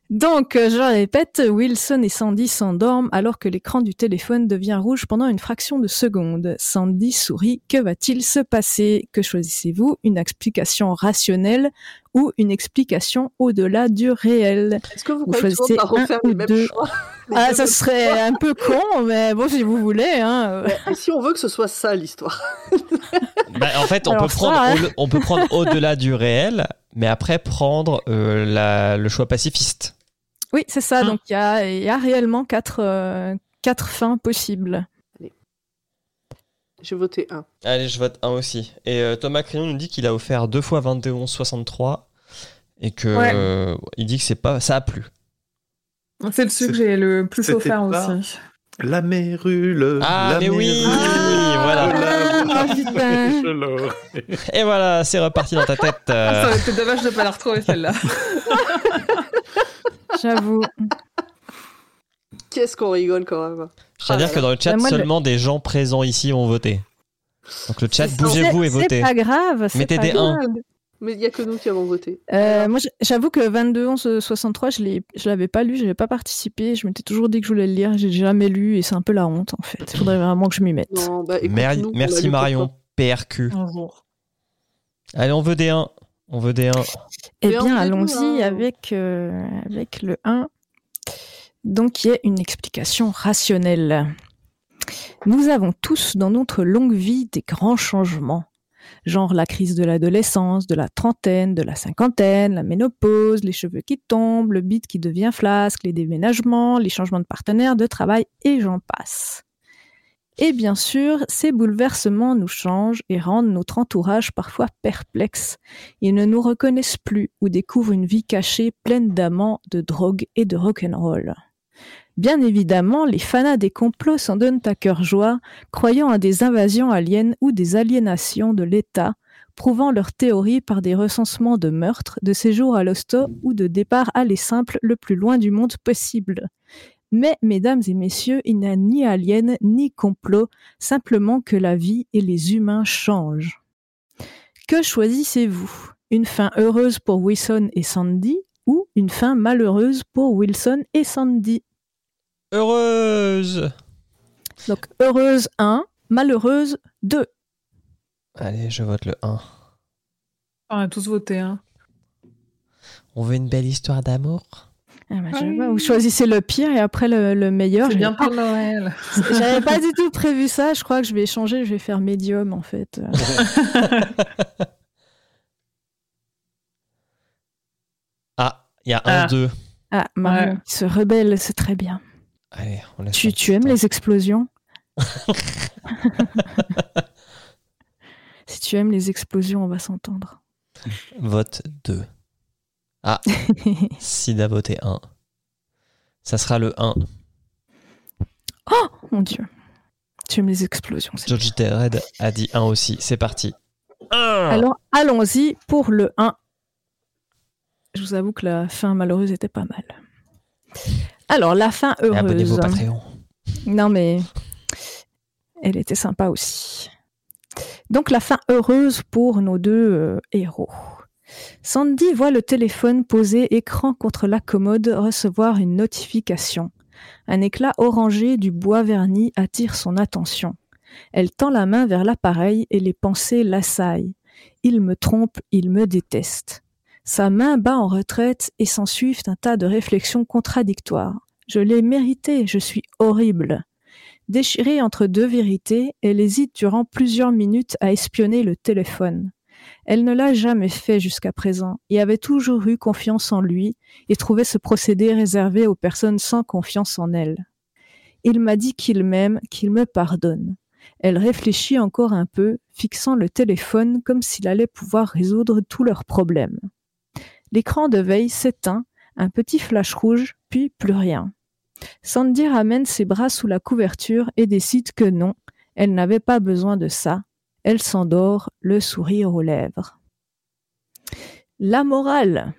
Speaker 2: Donc, euh, je le répète, Wilson et Sandy s'endorment alors que l'écran du téléphone devient rouge pendant une fraction de seconde. Sandy sourit. Que va-t-il se passer Que choisissez-vous Une explication rationnelle ou une explication au-delà du réel
Speaker 4: Est-ce que vous
Speaker 2: Vous
Speaker 4: croyez toujours
Speaker 2: choisissez
Speaker 4: pas refaire
Speaker 2: un
Speaker 4: les
Speaker 2: ou
Speaker 4: mêmes
Speaker 2: deux.
Speaker 4: choix Les
Speaker 2: Ah,
Speaker 4: deux
Speaker 2: ça
Speaker 4: mêmes-
Speaker 2: serait un peu con, mais bon, si vous voulez. Hein.
Speaker 4: Ouais, et si on veut que ce soit ça l'histoire.
Speaker 3: Bah, en fait, on,
Speaker 2: Alors
Speaker 3: peut
Speaker 2: ça,
Speaker 3: prendre,
Speaker 2: hein.
Speaker 3: au- on
Speaker 2: [LAUGHS]
Speaker 3: peut prendre au-delà du réel, mais après prendre euh, la- le choix pacifiste.
Speaker 2: Oui, c'est ça.
Speaker 5: Hein.
Speaker 2: Donc, il y a, il y a réellement quatre, euh, quatre fins possibles.
Speaker 4: J'ai voté un.
Speaker 3: Allez, je vote un aussi. Et euh, Thomas Crayon nous dit qu'il a offert deux fois 21,63 et que
Speaker 5: Ouais.
Speaker 3: euh, il dit que c'est pas ça a plu.
Speaker 5: C'est le sujet que j'ai le plus
Speaker 6: C'était
Speaker 5: offert
Speaker 6: pas-
Speaker 5: aussi.
Speaker 6: La mérule.
Speaker 3: Ah,
Speaker 6: la
Speaker 3: mais oui,
Speaker 6: mérule.
Speaker 3: voilà.
Speaker 2: Ah, putain. [LAUGHS]
Speaker 6: Je l'aurai.
Speaker 3: Et voilà, c'est reparti dans ta tête.
Speaker 5: Ah, Ça
Speaker 3: euh.
Speaker 5: aurait été dommage de pas la retrouver celle-là.
Speaker 2: J'avoue.
Speaker 4: Qu'est-ce qu'on rigole quand même.
Speaker 3: Je tiens à dire que dans le chat,
Speaker 2: Bah, moi, le-
Speaker 3: seulement des gens présents ici ont voté. Donc le chat,
Speaker 4: C'est ça.
Speaker 3: bougez-vous et
Speaker 2: C'est- C'est
Speaker 3: votez.
Speaker 2: pas grave. c'est
Speaker 3: Mettez
Speaker 2: pas
Speaker 3: des
Speaker 2: grave.
Speaker 4: Mais il y a que nous qui avons voté.
Speaker 2: Euh, moi, j'- j'avoue que 22 11 63, je l'ai- je l'avais pas lu, je n'avais pas participé. Je m'étais toujours dit que je voulais le lire, j'ai jamais lu et c'est un peu la honte en fait. Il faudrait vraiment que je m'y mette.
Speaker 4: Non, bah, écoute,
Speaker 3: Mer-
Speaker 4: nous, on l'a lu
Speaker 3: Merci
Speaker 4: pour
Speaker 3: Marion,
Speaker 4: toi.
Speaker 3: PRQ.
Speaker 5: [LAUGHS] Bonjour.
Speaker 3: Allez, on veut des 1. On veut des 1.
Speaker 2: Eh
Speaker 4: Mais
Speaker 2: bien,
Speaker 4: on fait tout,
Speaker 2: allons-y
Speaker 4: hein.
Speaker 2: avec, euh, avec le 1. Donc, qui est une explication rationnelle. Nous avons tous dans notre longue vie des grands changements, genre la crise de l'adolescence, de la trentaine, de la cinquantaine, la ménopause, les cheveux qui tombent, le bide qui devient flasque, les déménagements, les changements de partenaire, de travail, et j'en passe. Et bien sûr, ces bouleversements nous changent et rendent notre entourage parfois perplexe. Ils ne nous reconnaissent plus ou découvrent une vie cachée pleine d'amants, de drogue et de rock'n'roll. Bien évidemment, les fanas des complots s'en donnent à cœur joie, croyant à des invasions aliens ou des aliénations de l'État, prouvant leur théorie par des recensements de meurtres, de séjours à l'hosto ou de départs aller simples le plus loin du monde possible. Mais, mesdames et messieurs, il n'y a ni alien ni complot, simplement que la vie et les humains changent. Que choisissez-vous Une fin heureuse pour Wilson et Sandy ou une fin malheureuse pour Wilson et Sandy
Speaker 3: Heureuse
Speaker 2: Donc heureuse 1, malheureuse 2.
Speaker 3: Allez, je vote le 1.
Speaker 5: On a tous voté. Hein.
Speaker 3: On veut une belle histoire d'amour
Speaker 2: Ah bah, je sais pas, Vous choisissez le pire et après le, le meilleur.
Speaker 5: C'est
Speaker 2: J'ai-
Speaker 5: bientôt Noël.
Speaker 2: J'avais pas du tout prévu ça. Je crois que je vais changer. Je vais faire médium en fait. Euh,
Speaker 3: [LAUGHS] Ah, il y a un
Speaker 5: Ah.
Speaker 3: 2.
Speaker 2: Ah, Marion
Speaker 5: Ouais.
Speaker 2: qui se rebelle, c'est très bien.
Speaker 3: Allez, on laisse un
Speaker 2: Tu,
Speaker 3: petit
Speaker 2: tu aimes
Speaker 3: temps.
Speaker 2: les explosions Si tu aimes les explosions, on va s'entendre.
Speaker 3: Vote 2.
Speaker 2: [LAUGHS]
Speaker 3: Ah, Sid a voté 1. Ça sera le 1.
Speaker 2: Mon Dieu. Tu aimes les explosions. c'est
Speaker 3: George Red a dit 1 aussi. C'est parti. 1
Speaker 2: Alors allons-y pour le 1. Je vous avoue que la fin malheureuse était pas mal. Alors la fin
Speaker 3: Et abonnez-vous au
Speaker 2: heureuse. hein.
Speaker 3: Patreon.
Speaker 2: Non mais elle était sympa aussi. Donc la fin heureuse pour nos deux euh, héros. Sandy voit le téléphone posé écran contre la commode recevoir une notification. Un éclat orangé du bois verni attire son attention. Elle tend la main vers l'appareil et les pensées l'assaillent. Il me trompe, il me déteste. Sa main bat en retraite et s'ensuivent un tas de réflexions contradictoires. Je l'ai mérité, je suis horrible. Déchirée entre deux vérités, elle hésite durant plusieurs minutes à espionner le téléphone. Elle ne l'a jamais fait jusqu'à présent et avait toujours eu confiance en lui et trouvait ce procédé réservé aux personnes sans confiance en elle. Il m'a dit qu'il m'aime, qu'il me pardonne. Elle réfléchit encore un peu, fixant le téléphone comme s'il allait pouvoir résoudre tous leurs problèmes. L'écran de veille s'éteint un petit flash rouge, puis plus rien. Sandy ramène ses bras sous la couverture et décide que non, elle n'avait pas besoin de ça. Elle s'endort, le sourire aux lèvres. La morale.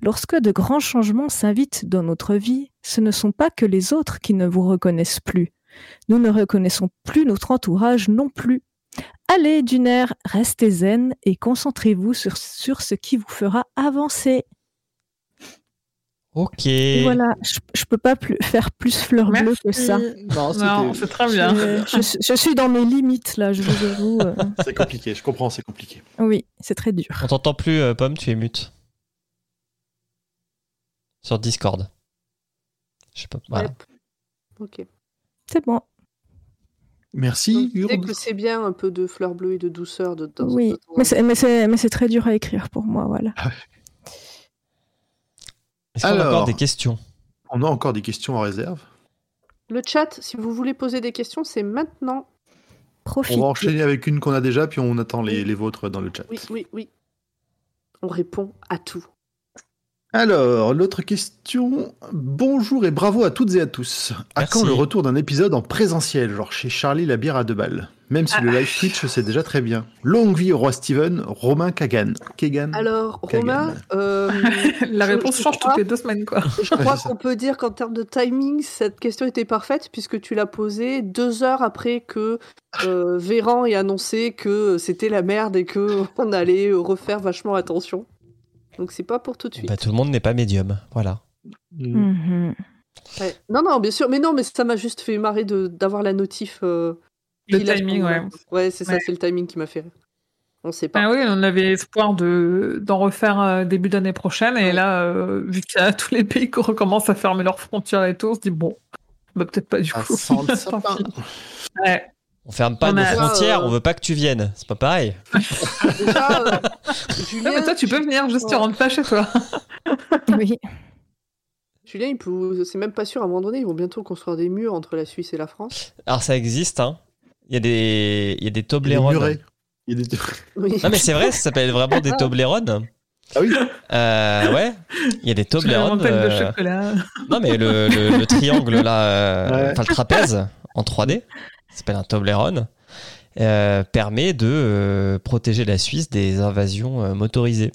Speaker 2: Lorsque de grands changements s'invitent dans notre vie, ce ne sont pas que les autres qui ne vous reconnaissent plus. Nous ne reconnaissons plus notre entourage non plus. Allez, d'une air, restez zen et concentrez-vous sur, sur ce qui vous fera avancer.
Speaker 3: Ok.
Speaker 2: Et voilà, je, je peux pas plus, faire plus fleur bleue que ça.
Speaker 1: Non, c'était-
Speaker 5: Non, c'est très bien.
Speaker 2: [LAUGHS] Je, je- je suis dans mes limites là, je vous avoue. euh,
Speaker 1: C'est compliqué, je comprends, c'est compliqué.
Speaker 2: [LAUGHS] oui, c'est très dur.
Speaker 3: On t'entend plus, euh, Pomme, tu es mute. Sur Discord. Je sais pas. voilà.
Speaker 4: Yep. Ok.
Speaker 2: C'est bon.
Speaker 1: Merci,
Speaker 4: Dès
Speaker 1: Urd.
Speaker 4: que c'est bien un peu de fleur bleue et de douceur de temps.
Speaker 2: Oui,
Speaker 4: de temps en
Speaker 2: mais c'est- mais c'est mais c'est très dur à écrire pour moi, voilà.
Speaker 3: Est-ce qu'on a
Speaker 1: Alors.
Speaker 3: encore des questions
Speaker 1: On a encore des questions en réserve.
Speaker 4: Le chat, si vous voulez poser des questions, c'est maintenant.
Speaker 2: Profite.
Speaker 1: On va enchaîner avec une qu'on a déjà, puis on attend les, les vôtres dans le chat.
Speaker 4: Oui, oui, oui. On répond à tout.
Speaker 1: Alors, l'autre question. Bonjour et bravo à toutes et à tous. À
Speaker 3: Merci.
Speaker 1: quand le retour d'un épisode en présentiel, genre chez Charlie la bière à deux balles Même si
Speaker 4: Ah.
Speaker 1: le live Twitch, c'est déjà très bien. Longue vie au roi Steven, Romain Kagan. Kagan.
Speaker 4: Alors,
Speaker 1: Kagan.
Speaker 4: Romain,
Speaker 1: [LAUGHS]
Speaker 4: euh,
Speaker 5: [LAUGHS] La
Speaker 4: Je-
Speaker 5: réponse
Speaker 4: je
Speaker 5: change
Speaker 4: crois-
Speaker 5: toutes les deux semaines, quoi.
Speaker 4: je crois
Speaker 1: c'est ça.
Speaker 4: qu'on peut dire qu'en termes de timing, cette question était parfaite puisque tu l'as posée deux heures après que
Speaker 1: [LAUGHS]
Speaker 4: euh, Véran ait annoncé que c'était la merde et que [LAUGHS] on allait refaire vachement attention. Donc c'est pas pour tout de suite.
Speaker 3: Bah, Tout le monde n'est pas médium. Voilà.
Speaker 1: Mm.
Speaker 2: Mhm.
Speaker 4: Ouais. Non, non, bien sûr. Mais non, mais ça m'a juste fait marrer de- d'avoir la notif. euh,
Speaker 5: Le
Speaker 4: pile à ce
Speaker 5: timing,
Speaker 4: moment-là.
Speaker 5: ouais.
Speaker 4: Ouais, c'est ça,
Speaker 5: Ouais.
Speaker 4: c'est le timing qui m'a fait rire. On sait pas.
Speaker 5: Ah oui, on avait espoir de d'en refaire euh, début d'année prochaine. Et là, euh, vu qu'il y a tous les pays qui recommencent à fermer leurs frontières et tout, on se dit bon, bah peut-être pas du
Speaker 1: Ah, Ça
Speaker 5: coup. [LAUGHS]
Speaker 1: sent
Speaker 4: [LAUGHS]
Speaker 1: le
Speaker 5: Tant
Speaker 1: sapin.
Speaker 5: pis. Ouais.
Speaker 3: On ferme pas
Speaker 5: On
Speaker 3: nos
Speaker 5: a-
Speaker 3: frontières,
Speaker 4: Euh,
Speaker 3: on veut pas que tu viennes. C'est pas pareil.
Speaker 4: Déjà,
Speaker 5: [LAUGHS]
Speaker 4: euh,
Speaker 5: Non,
Speaker 4: Julien,
Speaker 5: mais toi, tu peux venir, juste tu
Speaker 4: Ouais.
Speaker 5: rentres pas chez toi.
Speaker 2: Oui.
Speaker 4: Julien, il peut- c'est même pas sûr. À un moment donné, ils vont bientôt construire des murs entre la Suisse et la France.
Speaker 3: Alors ça existe, hein. Il y a des, il
Speaker 1: Il y
Speaker 3: y a des
Speaker 1: a des
Speaker 3: Toblerones.
Speaker 1: murets. Il y a des-
Speaker 4: Oui.
Speaker 3: Non mais c'est vrai, ça s'appelle vraiment des Toblerones.
Speaker 1: Ah oui
Speaker 3: Euh, ouais, il y a des
Speaker 5: Tu la
Speaker 3: Toblerones.
Speaker 5: montagne de
Speaker 3: euh,
Speaker 5: chocolat.
Speaker 3: Non mais le, le- le triangle là, euh,
Speaker 1: Ouais.
Speaker 3: enfin le trapèze en 3D, ça s'appelle un Toblerone. euh, permet de euh, protéger la Suisse des invasions euh, motorisées.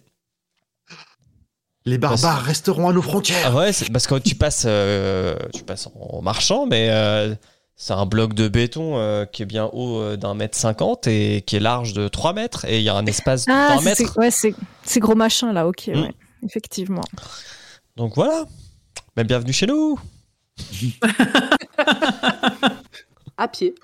Speaker 1: Les
Speaker 3: Parce-
Speaker 1: barbares resteront à nos frontières.
Speaker 3: Ah ouais, c'est parce que quand tu passes, euh, tu passes en marchant, mais euh, c'est un bloc de béton euh, qui est bien haut euh, d'un mètre cinquante et qui est large de 3 mètres et il y a un espace
Speaker 2: Ah,
Speaker 3: d'un
Speaker 2: c'est-
Speaker 3: mètre.
Speaker 2: c'est- ouais, c'est c'est gros machin là, ok,
Speaker 3: Mm.
Speaker 2: ouais. effectivement.
Speaker 3: Donc voilà. Mais bienvenue chez nous.
Speaker 4: à pied.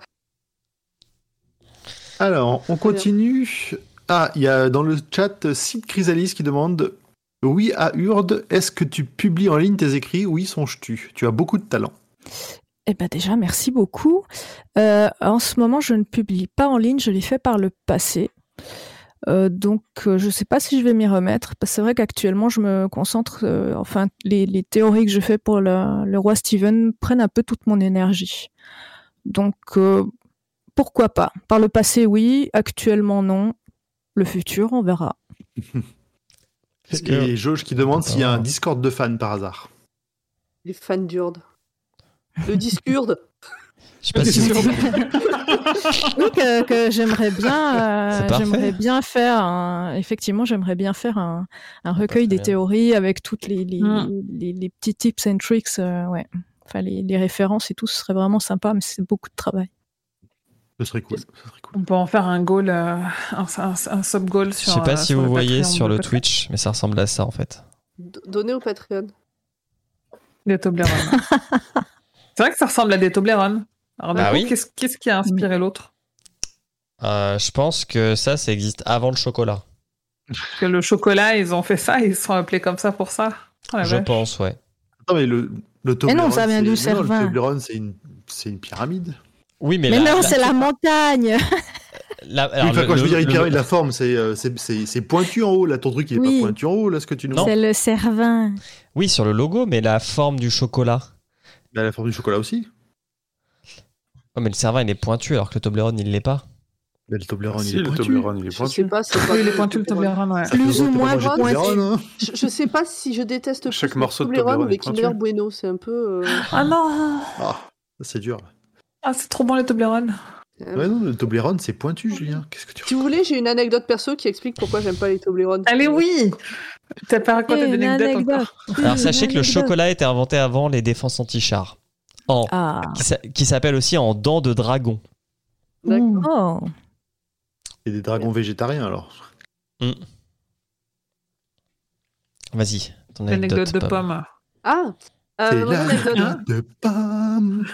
Speaker 1: Alors, on
Speaker 4: Très bien.
Speaker 1: continue. Ah, il y a dans le chat euh, Sid Chrysalis qui demande Oui, à Urde, est-ce que tu publies en ligne tes écrits Oui, songes-tu Tu as beaucoup de talent.
Speaker 2: Eh ben déjà, merci beaucoup. Euh, en ce moment, je ne publie pas en ligne, je l'ai fait par le passé. Euh, donc, euh, je ne sais pas si je vais m'y remettre. parce que C'est vrai qu'actuellement, je me concentre. euh, enfin, les, les théories que je fais pour le, le roi Steven prennent un peu toute mon énergie. Donc, euh, pourquoi pas Par le passé, oui. Actuellement, non. Le futur, on verra.
Speaker 3: Parce que-
Speaker 1: Et Jauge qui demande s'il y a un
Speaker 3: Ah.
Speaker 1: Discord de fans par hasard.
Speaker 4: Les fans d'Urde. Le discurde.
Speaker 3: Je sais pas si vous-
Speaker 2: Oui, que, euh, que j'aimerais bien, euh,
Speaker 3: [LAUGHS] C'est parfait.
Speaker 2: j'aimerais bien faire. un- effectivement, j'aimerais bien faire un, un recueil
Speaker 3: très
Speaker 2: des
Speaker 3: bien.
Speaker 2: théories avec toutes les les,
Speaker 5: Mm.
Speaker 2: les- les petits tips and tricks, euh, ouais. Enfin, les, les références et tout, ce serait vraiment sympa, mais c'est beaucoup de travail.
Speaker 1: Ce serait cool. ce serait cool.
Speaker 5: On peut en faire un goal, euh, un, un- un sub goal
Speaker 3: Je
Speaker 5: sur.
Speaker 3: sais
Speaker 5: euh,
Speaker 3: pas si
Speaker 5: sur
Speaker 3: vous
Speaker 5: le
Speaker 3: voyez
Speaker 5: Patreon
Speaker 3: sur
Speaker 5: de
Speaker 3: le
Speaker 5: podcast.
Speaker 3: Twitch, mais ça ressemble à ça en fait.
Speaker 4: D- Donné au Patreon.
Speaker 5: Des Toblerones. c'est vrai que ça ressemble à des Toblerones. Alors, d'un
Speaker 3: Bah
Speaker 5: coup,
Speaker 3: oui.
Speaker 5: qu'est-ce, qu'est-ce qui a inspiré l'autre
Speaker 3: Euh, je pense que ça, ça existe avant le chocolat.
Speaker 5: Parce que le chocolat, ils ont fait ça, ils se sont appelés comme ça pour ça. Oh la
Speaker 3: je
Speaker 5: vache.
Speaker 3: pense, ouais.
Speaker 1: Non, mais le, le
Speaker 2: Mais
Speaker 1: Toblerone.
Speaker 2: Eh non, ça vient
Speaker 1: c'est-
Speaker 2: du
Speaker 1: non,
Speaker 2: Cervin.
Speaker 1: Le Toblerone, c'est une, c'est une pyramide.
Speaker 3: Oui, mais,
Speaker 2: mais
Speaker 3: la-
Speaker 2: non,
Speaker 3: la-
Speaker 2: c'est la montagne.
Speaker 3: la-
Speaker 1: Oui,
Speaker 3: alors,
Speaker 1: enfin,
Speaker 3: le-
Speaker 1: quand je
Speaker 3: le-
Speaker 1: veux dire une
Speaker 3: le-
Speaker 1: pyramide, la forme, c'est, euh, c'est, c'est- c'est pointu en haut. Là, ton truc, il est
Speaker 2: Oui.
Speaker 1: pas pointu en haut, là, ce que tu nous montres.
Speaker 2: C'est le Cervin.
Speaker 3: Oui, sur le logo, mais la forme du chocolat.
Speaker 1: Bah, la forme du chocolat aussi.
Speaker 3: Oh, mais le cerveau, il est pointu, alors que le Toblerone, il l'est pas.
Speaker 1: Bah, le Toblerone,
Speaker 6: Si,
Speaker 1: il est
Speaker 6: le
Speaker 1: pointu.
Speaker 6: Toblerone, il
Speaker 4: Je
Speaker 6: est
Speaker 4: sais
Speaker 6: pointu.
Speaker 4: pas, c'est pas
Speaker 5: Oui,
Speaker 4: que
Speaker 5: les pointus, le Toblerone, ouais.
Speaker 1: Ça fait longtemps que
Speaker 2: Plus ou
Speaker 1: t'as
Speaker 2: moins
Speaker 1: pas mangé de
Speaker 2: pointu.
Speaker 1: Toblerone, hein.
Speaker 4: Je, je sais pas si je déteste plus
Speaker 6: Chaque
Speaker 4: le
Speaker 6: morceau de Toblerone
Speaker 4: Toblerone ou les
Speaker 6: est pointu.
Speaker 4: Kinder Bueno, c'est un peu. euh,
Speaker 5: Ah non
Speaker 1: Ah, c'est dur.
Speaker 5: Ah, c'est trop bon les Toblerones.
Speaker 4: euh,
Speaker 1: Ouais, non, le Toblerone, c'est pointu, Julien. Qu'est-ce que tu
Speaker 4: Si vous voulez, j'ai une anecdote perso qui explique pourquoi j'aime pas les Toblerone.
Speaker 5: Allez, oui T'as pas raconté
Speaker 2: Et une
Speaker 5: d'anecdote encore
Speaker 3: Alors, sachez
Speaker 2: Une
Speaker 3: que le
Speaker 2: anecdote.
Speaker 3: chocolat était inventé avant les défenses anti-chars. En.
Speaker 2: Ah.
Speaker 3: qui s'a- Qui s'appelle aussi en dents de dragon.
Speaker 4: D'accord.
Speaker 5: Ouh.
Speaker 2: Oh.
Speaker 1: Et des dragons végétariens, alors.
Speaker 3: Vas-y, ton anecdote.
Speaker 5: L'anecdote de
Speaker 3: Pam.
Speaker 5: pomme.
Speaker 4: Ah
Speaker 1: C'est
Speaker 4: euh, mon
Speaker 1: la [LAUGHS]
Speaker 4: anecdote.
Speaker 1: anecdote de Pam.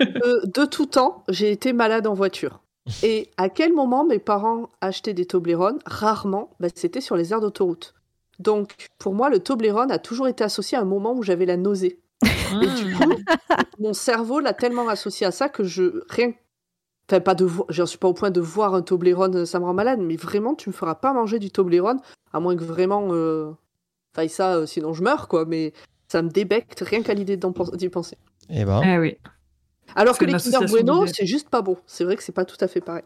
Speaker 4: de, de tout temps, j'ai été malade en voiture. Et à quel moment mes parents achetaient des Toblerone Rarement, bah, c'était sur les aires d'autoroute. Donc, pour moi, le Toblerone a toujours été associé à un moment où j'avais la nausée.
Speaker 5: Mmh.
Speaker 4: Et du coup, mon cerveau l'a tellement associé à ça que je. Rien. Enfin, pas de. vo- J'en suis pas au point de voir un Toblerone, euh, ça me rend malade, mais vraiment, tu me feras pas manger du Toblerone, à moins que vraiment. euh, faille ça, euh, sinon je meurs, quoi, mais ça me débecte rien qu'à l'idée d'en pen- d'y penser.
Speaker 3: Eh ben,
Speaker 5: Ah oui.
Speaker 4: Alors
Speaker 5: C'est
Speaker 4: que les
Speaker 5: une
Speaker 4: Kinder
Speaker 5: association
Speaker 4: Bueno,
Speaker 5: d'idées.
Speaker 4: c'est juste pas bon. C'est vrai que c'est pas tout à fait
Speaker 5: [LAUGHS]
Speaker 4: pareil.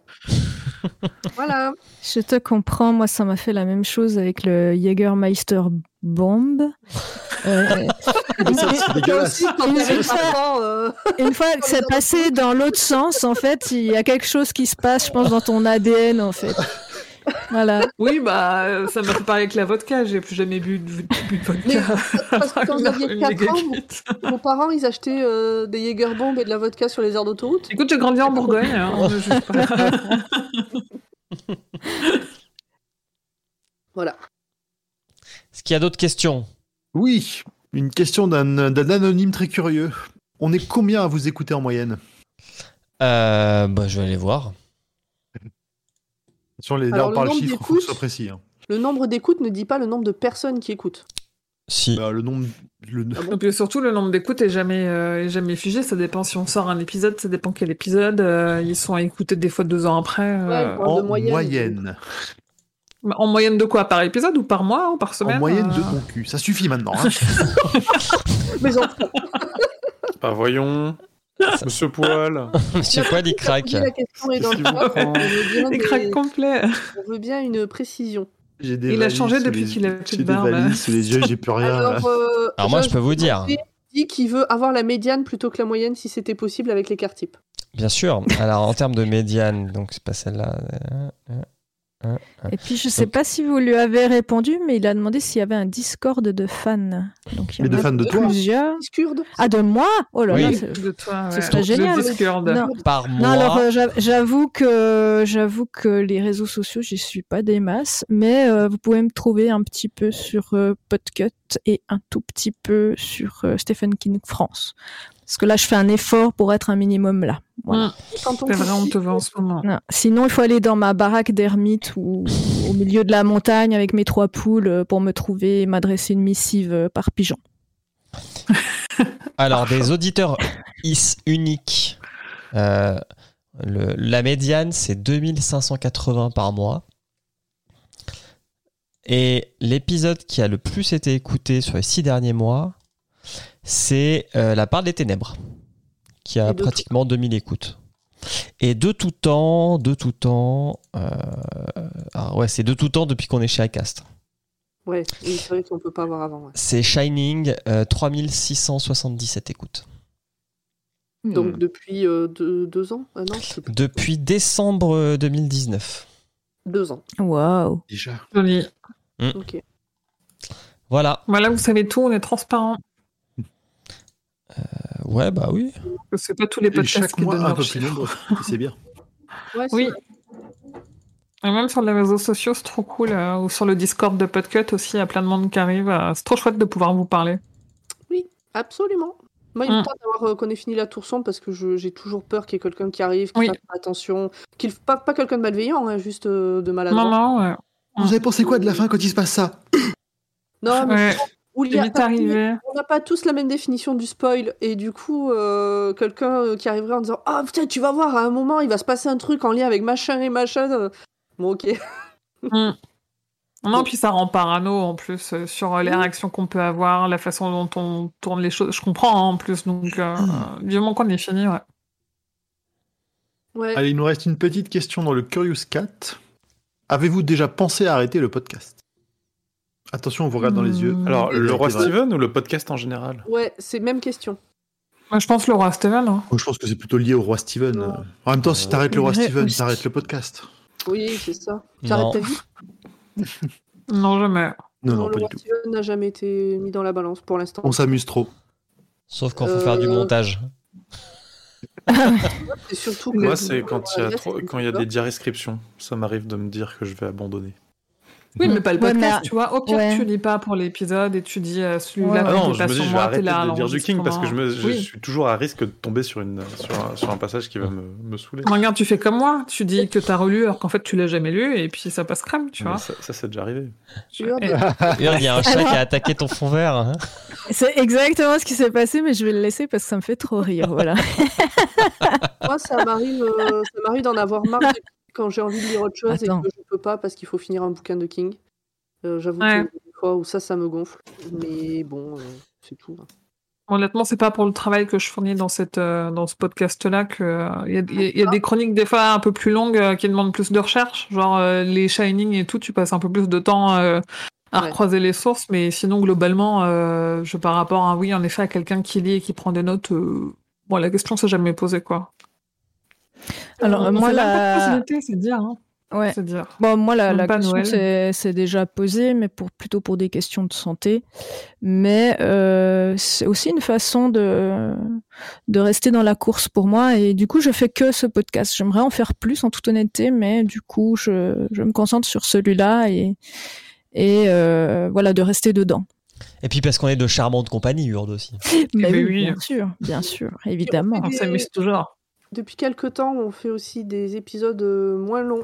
Speaker 4: voilà.
Speaker 2: Je te comprends, moi ça m'a fait la même chose avec le Jägermeister
Speaker 3: [LAUGHS]
Speaker 2: Bomb. Euh,
Speaker 1: Mais ça, c'est
Speaker 4: Toi
Speaker 1: dégueulasse.
Speaker 4: aussi, quand
Speaker 2: Une
Speaker 4: t'avais
Speaker 2: fois-
Speaker 4: pas grand, euh,
Speaker 2: Une fois que c'est passé dans l'autre sens, en fait, il y a quelque chose qui se passe, je pense, dans ton ADN, en fait. Voilà.
Speaker 5: Oui, bah, euh, ça m'a fait pareil avec la vodka. J'ai plus jamais bu de, bu de vodka.
Speaker 4: Mais, parce
Speaker 5: [LAUGHS]
Speaker 4: que quand vous aviez
Speaker 5: Une
Speaker 4: 4 ans,
Speaker 5: mégacuite.
Speaker 4: vos parents, ils achetaient euh, des Jägerbombes et de la vodka sur les aires d'autoroute.
Speaker 5: Écoute, j'ai grandi en Bourgogne. hein, on ne juge pas.
Speaker 4: Voilà.
Speaker 3: est-ce qu'il y a d'autres questions
Speaker 1: Oui, une question d'un d'un anonyme très curieux. On est combien à vous écouter en moyenne
Speaker 3: Euh, bah, Je vais aller voir.
Speaker 1: Sur les, Là,
Speaker 4: Alors,
Speaker 1: on
Speaker 4: le
Speaker 1: parle
Speaker 4: nombre
Speaker 1: chiffres, il faut que
Speaker 4: d'écoutes-
Speaker 1: ce soit précis. hein.
Speaker 4: Le nombre d'écoutes ne dit pas le nombre de personnes qui écoutent.
Speaker 3: Si.
Speaker 1: Bah, le nombre. le-
Speaker 5: Et puis euh, surtout, le nombre d'écoutes est jamais, euh, est jamais figé. Ça dépend si on sort un épisode, ça dépend quel épisode. euh, ils sont à écouter des fois deux ans après. euh, Bah,
Speaker 4: Ouais,
Speaker 1: En
Speaker 4: de bah, moyenne.
Speaker 1: moyenne.
Speaker 5: En moyenne de quoi Par épisode ou par mois ou par semaine
Speaker 1: En moyenne de
Speaker 5: euh,
Speaker 1: ton cul. Ça suffit maintenant. hein.
Speaker 4: Mais
Speaker 3: [LAUGHS]
Speaker 4: en fait,
Speaker 1: [LAUGHS]
Speaker 6: Bah voyons, ce poil.
Speaker 3: [LAUGHS] Monsieur Poil, il
Speaker 4: [LAUGHS]
Speaker 3: craque.
Speaker 4: la question est dans le
Speaker 6: Qu'est-ce
Speaker 4: chat,
Speaker 6: qu'il vous prend
Speaker 4: on veut bien
Speaker 5: Des
Speaker 4: Ah, des-
Speaker 5: cracks complets.
Speaker 4: On veut bien une précision.
Speaker 1: J'ai des
Speaker 5: Il a
Speaker 1: valises
Speaker 5: changé
Speaker 1: sous
Speaker 5: depuis
Speaker 1: les-
Speaker 5: qu'il a plus de
Speaker 1: j'ai des
Speaker 5: barbe.
Speaker 1: valises sous les yeux, j'ai plus rien. là.
Speaker 4: Alors, euh,
Speaker 3: Alors, moi, je
Speaker 4: Josh
Speaker 3: peux vous dire.
Speaker 4: dit qu'il veut avoir la médiane plutôt que la moyenne si c'était possible avec l'écart type.
Speaker 3: Bien sûr. Alors, en termes de médiane, donc c'est pas celle-là. Euh, euh, euh, euh.
Speaker 2: Et puis, je sais pas si vous lui avez répondu, mais il a demandé s'il y avait un Discord de fans. Donc, il y
Speaker 1: Mais
Speaker 2: en
Speaker 1: de
Speaker 2: a
Speaker 1: fans de toi
Speaker 2: plusieurs.
Speaker 4: Discurde.
Speaker 2: Ah, de moi Oh là
Speaker 3: Oui.
Speaker 2: là c'est-
Speaker 5: de toi.
Speaker 2: Ce
Speaker 5: ouais.
Speaker 2: serait
Speaker 5: Le
Speaker 2: génial.
Speaker 5: Discord.
Speaker 2: Non.
Speaker 3: Par mois.
Speaker 2: Non, alors euh, j'a- j'avoue que j'avoue que les réseaux sociaux, j'y suis pas des masses, mais euh, vous pouvez me trouver un petit peu sur euh, Podcut et un tout petit peu sur euh, Stephen King France. Parce que là, je fais un effort pour être un minimum là. Voilà.
Speaker 5: Mm.
Speaker 4: Et Quand on
Speaker 5: C'est vrai, on te voit en
Speaker 4: vend.
Speaker 5: ce moment.
Speaker 2: Non. Sinon, il faut aller dans ma baraque d'ermite ou au milieu de la montagne avec mes trois poules euh, pour me trouver et m'adresser une missive euh, par pigeon.
Speaker 3: Alors, des auditeurs IS uniques. Euh, le- la médiane, c'est 2580 par mois. Et l'épisode qui a le plus été écouté sur les six derniers mois, c'est euh, La part des ténèbres, qui a
Speaker 4: Et de
Speaker 3: pratiquement 2000 écoutes. Et de tout temps, de tout temps, euh, ah ouais, c'est de tout temps depuis qu'on est chez iCast.
Speaker 4: Ouais, oui, c'est vrai qu'on peut pas avoir avant. ouais.
Speaker 3: C'est Shining, euh, 3677 écoutes.
Speaker 5: Hmm.
Speaker 4: Donc depuis euh, deux, deux ans, un an, je sais plus.
Speaker 3: Depuis décembre euh, 2019.
Speaker 4: deux ans.
Speaker 2: Waouh
Speaker 1: Déjà.
Speaker 5: Joli.
Speaker 4: Ok.
Speaker 3: Voilà.
Speaker 5: Voilà, vous savez tout, on est transparent.
Speaker 3: Euh, Ouais, bah oui.
Speaker 5: Parce que C'est pas tous les
Speaker 1: Et
Speaker 5: podcasts
Speaker 1: chaque
Speaker 5: qui donnent
Speaker 1: mois un
Speaker 5: leur
Speaker 1: peu plus nombreux. C'est bien.
Speaker 4: Ouais, c'est
Speaker 5: Oui.
Speaker 4: vrai.
Speaker 5: Et même sur les réseaux sociaux, c'est trop cool. euh, ou sur le Discord de Podcut aussi, il y a plein de monde qui arrive. euh, c'est trop chouette de pouvoir vous parler.
Speaker 4: Absolument. Moi, il me
Speaker 5: Mm.
Speaker 4: tente d'avoir euh, qu'on ait fini la tourson parce que je- j'ai toujours peur qu'il y ait quelqu'un qui arrive, qui
Speaker 5: Oui.
Speaker 4: fasse pas attention, qu'il pas, pas quelqu'un de malveillant, hein, juste euh, de maladroit.
Speaker 5: Non, non, ouais.
Speaker 1: Vous avez pensé quoi de la fin quand il se passe ça
Speaker 4: Non, Ah, mais
Speaker 5: Ouais,
Speaker 4: où il y
Speaker 5: il
Speaker 4: a-
Speaker 5: est arrivé.
Speaker 4: on n'a pas tous la même définition du spoil et du coup, euh, quelqu'un euh, qui arriverait en disant ah putain tu vas voir à un moment il va se passer un truc en lien avec machin et machin. euh. Bon ok.
Speaker 5: Mm. Non, puis ça rend parano en plus euh, sur euh, les réactions qu'on peut avoir, la façon dont on tourne les choses. Je comprends hein, en plus, donc euh,
Speaker 2: Ah.
Speaker 5: du moment qu'on est fini, ouais.
Speaker 4: Ouais.
Speaker 1: Allez, il nous reste une petite question dans le Curious Cat. Avez-vous déjà pensé à arrêter le podcast Attention, on vous regarde dans les yeux.
Speaker 5: Hmm.
Speaker 6: Alors, le roi
Speaker 1: C'est vrai.
Speaker 6: Steven ou le podcast en général
Speaker 4: Ouais, c'est même question.
Speaker 5: Moi, je pense le roi Steven. hein.
Speaker 1: Moi, je pense que c'est plutôt lié au roi Steven.
Speaker 4: Non.
Speaker 1: Euh, En même temps, si t'arrêtes le roi
Speaker 2: Ouais,
Speaker 1: Steven,
Speaker 2: aussi.
Speaker 1: t'arrêtes le podcast.
Speaker 4: Oui, c'est ça.
Speaker 3: Non.
Speaker 4: J'arrête ta vie.
Speaker 5: Non, jamais.
Speaker 1: Non, non,
Speaker 4: le
Speaker 1: pas du
Speaker 4: roi
Speaker 1: tout.
Speaker 4: Steven n'a jamais été mis dans la balance pour l'instant.
Speaker 1: On s'amuse trop.
Speaker 3: Sauf quand faut faire du
Speaker 4: Euh,
Speaker 3: montage.
Speaker 4: C'est surtout que-
Speaker 6: Moi, c'est quand il y a
Speaker 4: Là,
Speaker 6: trop-
Speaker 4: c'est-
Speaker 6: quand il y a des diarescriptions. Ça m'arrive de me dire que je vais abandonner.
Speaker 5: Oui, mais pas le
Speaker 2: Ouais,
Speaker 5: podcast,
Speaker 2: mais-
Speaker 5: tu vois. Au pire,
Speaker 2: ouais.
Speaker 5: tu lis pas pour l'épisode et tu dis euh,
Speaker 2: Ouais.
Speaker 5: celui-là,
Speaker 2: Ah
Speaker 6: Ah non,
Speaker 5: t'inquiète
Speaker 6: je
Speaker 5: pas
Speaker 6: me dis,
Speaker 5: sur
Speaker 6: je vais
Speaker 5: moi, t'es
Speaker 6: arrêter
Speaker 5: là à
Speaker 6: de dire du King parce que je, me, je
Speaker 5: l'enregistrement. Oui.
Speaker 6: suis toujours à risque de tomber sur, une, sur, un, sur un passage qui va me, me saouler.
Speaker 5: Non, Regarde, tu fais comme moi, tu dis que t'as relu alors qu'en fait tu l'as jamais lu et puis ça passe crème, tu
Speaker 6: Mais
Speaker 5: vois.
Speaker 6: ça, ça, c'est déjà arrivé.
Speaker 4: Tu vois,
Speaker 6: [LAUGHS]
Speaker 5: Et-
Speaker 3: Hurle, Il y a un chat
Speaker 2: Alors-
Speaker 3: qui a attaqué ton fond vert. hein.
Speaker 2: C'est exactement ce qui s'est passé, mais je vais le laisser parce que ça me fait trop rire. Voilà.
Speaker 4: Moi, ça m'arrive, euh, ça m'arrive d'en avoir marre de- [LAUGHS] quand j'ai envie de lire autre chose
Speaker 2: Attends.
Speaker 4: et que je peux pas parce qu'il faut finir un bouquin de King. Euh, j'avoue
Speaker 5: Ouais.
Speaker 4: que des fois où ça, ça me gonfle. Mais bon, euh, c'est tout.
Speaker 5: Honnêtement, c'est pas pour le travail que je fournis dans, cette, euh, dans ce podcast-là que euh, il y a- il y, a- il y a des chroniques des fois un peu plus longues euh, qui demandent plus de recherche, genre euh, les Shining et tout, tu passes un peu plus de temps euh, à
Speaker 4: Ouais.
Speaker 5: recroiser les sources, mais sinon globalement, euh, je par rapport à oui, en effet, à quelqu'un qui lit et qui prend des notes, euh, bon, la question s'est jamais posée quoi.
Speaker 2: Alors, euh, moi,
Speaker 5: C'est même pas
Speaker 2: la...
Speaker 5: facilité, c'est dire, hein,
Speaker 2: Ouais.
Speaker 5: c'est dire.
Speaker 2: Bon, moi, la,
Speaker 5: Même
Speaker 2: la
Speaker 5: pas
Speaker 2: question,
Speaker 5: Noël.
Speaker 2: c'est c'est déjà posée, mais pour, plutôt pour des questions de santé. Mais euh, c'est aussi une façon de, de rester dans la course pour moi. Et du coup, je fais que ce podcast. J'aimerais en faire plus, en toute honnêteté, mais du coup, je, je me concentre sur celui-là et, et euh, voilà, de rester dedans.
Speaker 3: Et puis parce qu'on est de charmantes compagnies, Hurde aussi.
Speaker 2: Mais
Speaker 5: ben
Speaker 2: Bah oui,
Speaker 5: oui.
Speaker 2: bien sûr, bien sûr, évidemment.
Speaker 5: On s'amuse toujours.
Speaker 4: Depuis quelques temps, on fait aussi des épisodes euh, moins longs.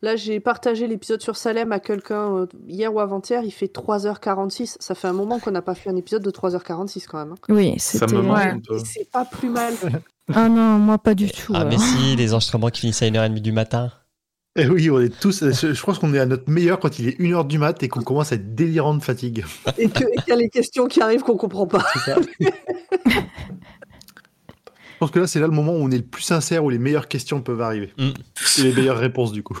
Speaker 4: Là, j'ai partagé l'épisode sur Salem à quelqu'un euh, hier ou avant-hier. Il fait 3h46. Ça fait un moment qu'on n'a pas fait un épisode de 3h46 quand même. hein.
Speaker 2: Oui,
Speaker 6: Ça
Speaker 2: c'était...
Speaker 6: me manque
Speaker 5: Ouais.
Speaker 6: un peu.
Speaker 4: Et c'est pas plus mal.
Speaker 2: Ah non, moi, pas du tout. hein.
Speaker 3: Ah, mais
Speaker 2: alors.
Speaker 3: si, les enregistrements qui finissent à 1h30 du matin.
Speaker 1: Et Eh oui, on est tous. Je je pense qu'on est à notre meilleur quand il est 1h du mat et qu'on commence à être délirant de fatigue.
Speaker 4: Et que- et qu'il y a les questions qui arrivent qu'on comprend pas.
Speaker 1: Je pense que là, c'est là le moment où on est le plus sincère, où les meilleures questions peuvent arriver.
Speaker 3: Mm.
Speaker 1: Et les meilleures réponses, du coup.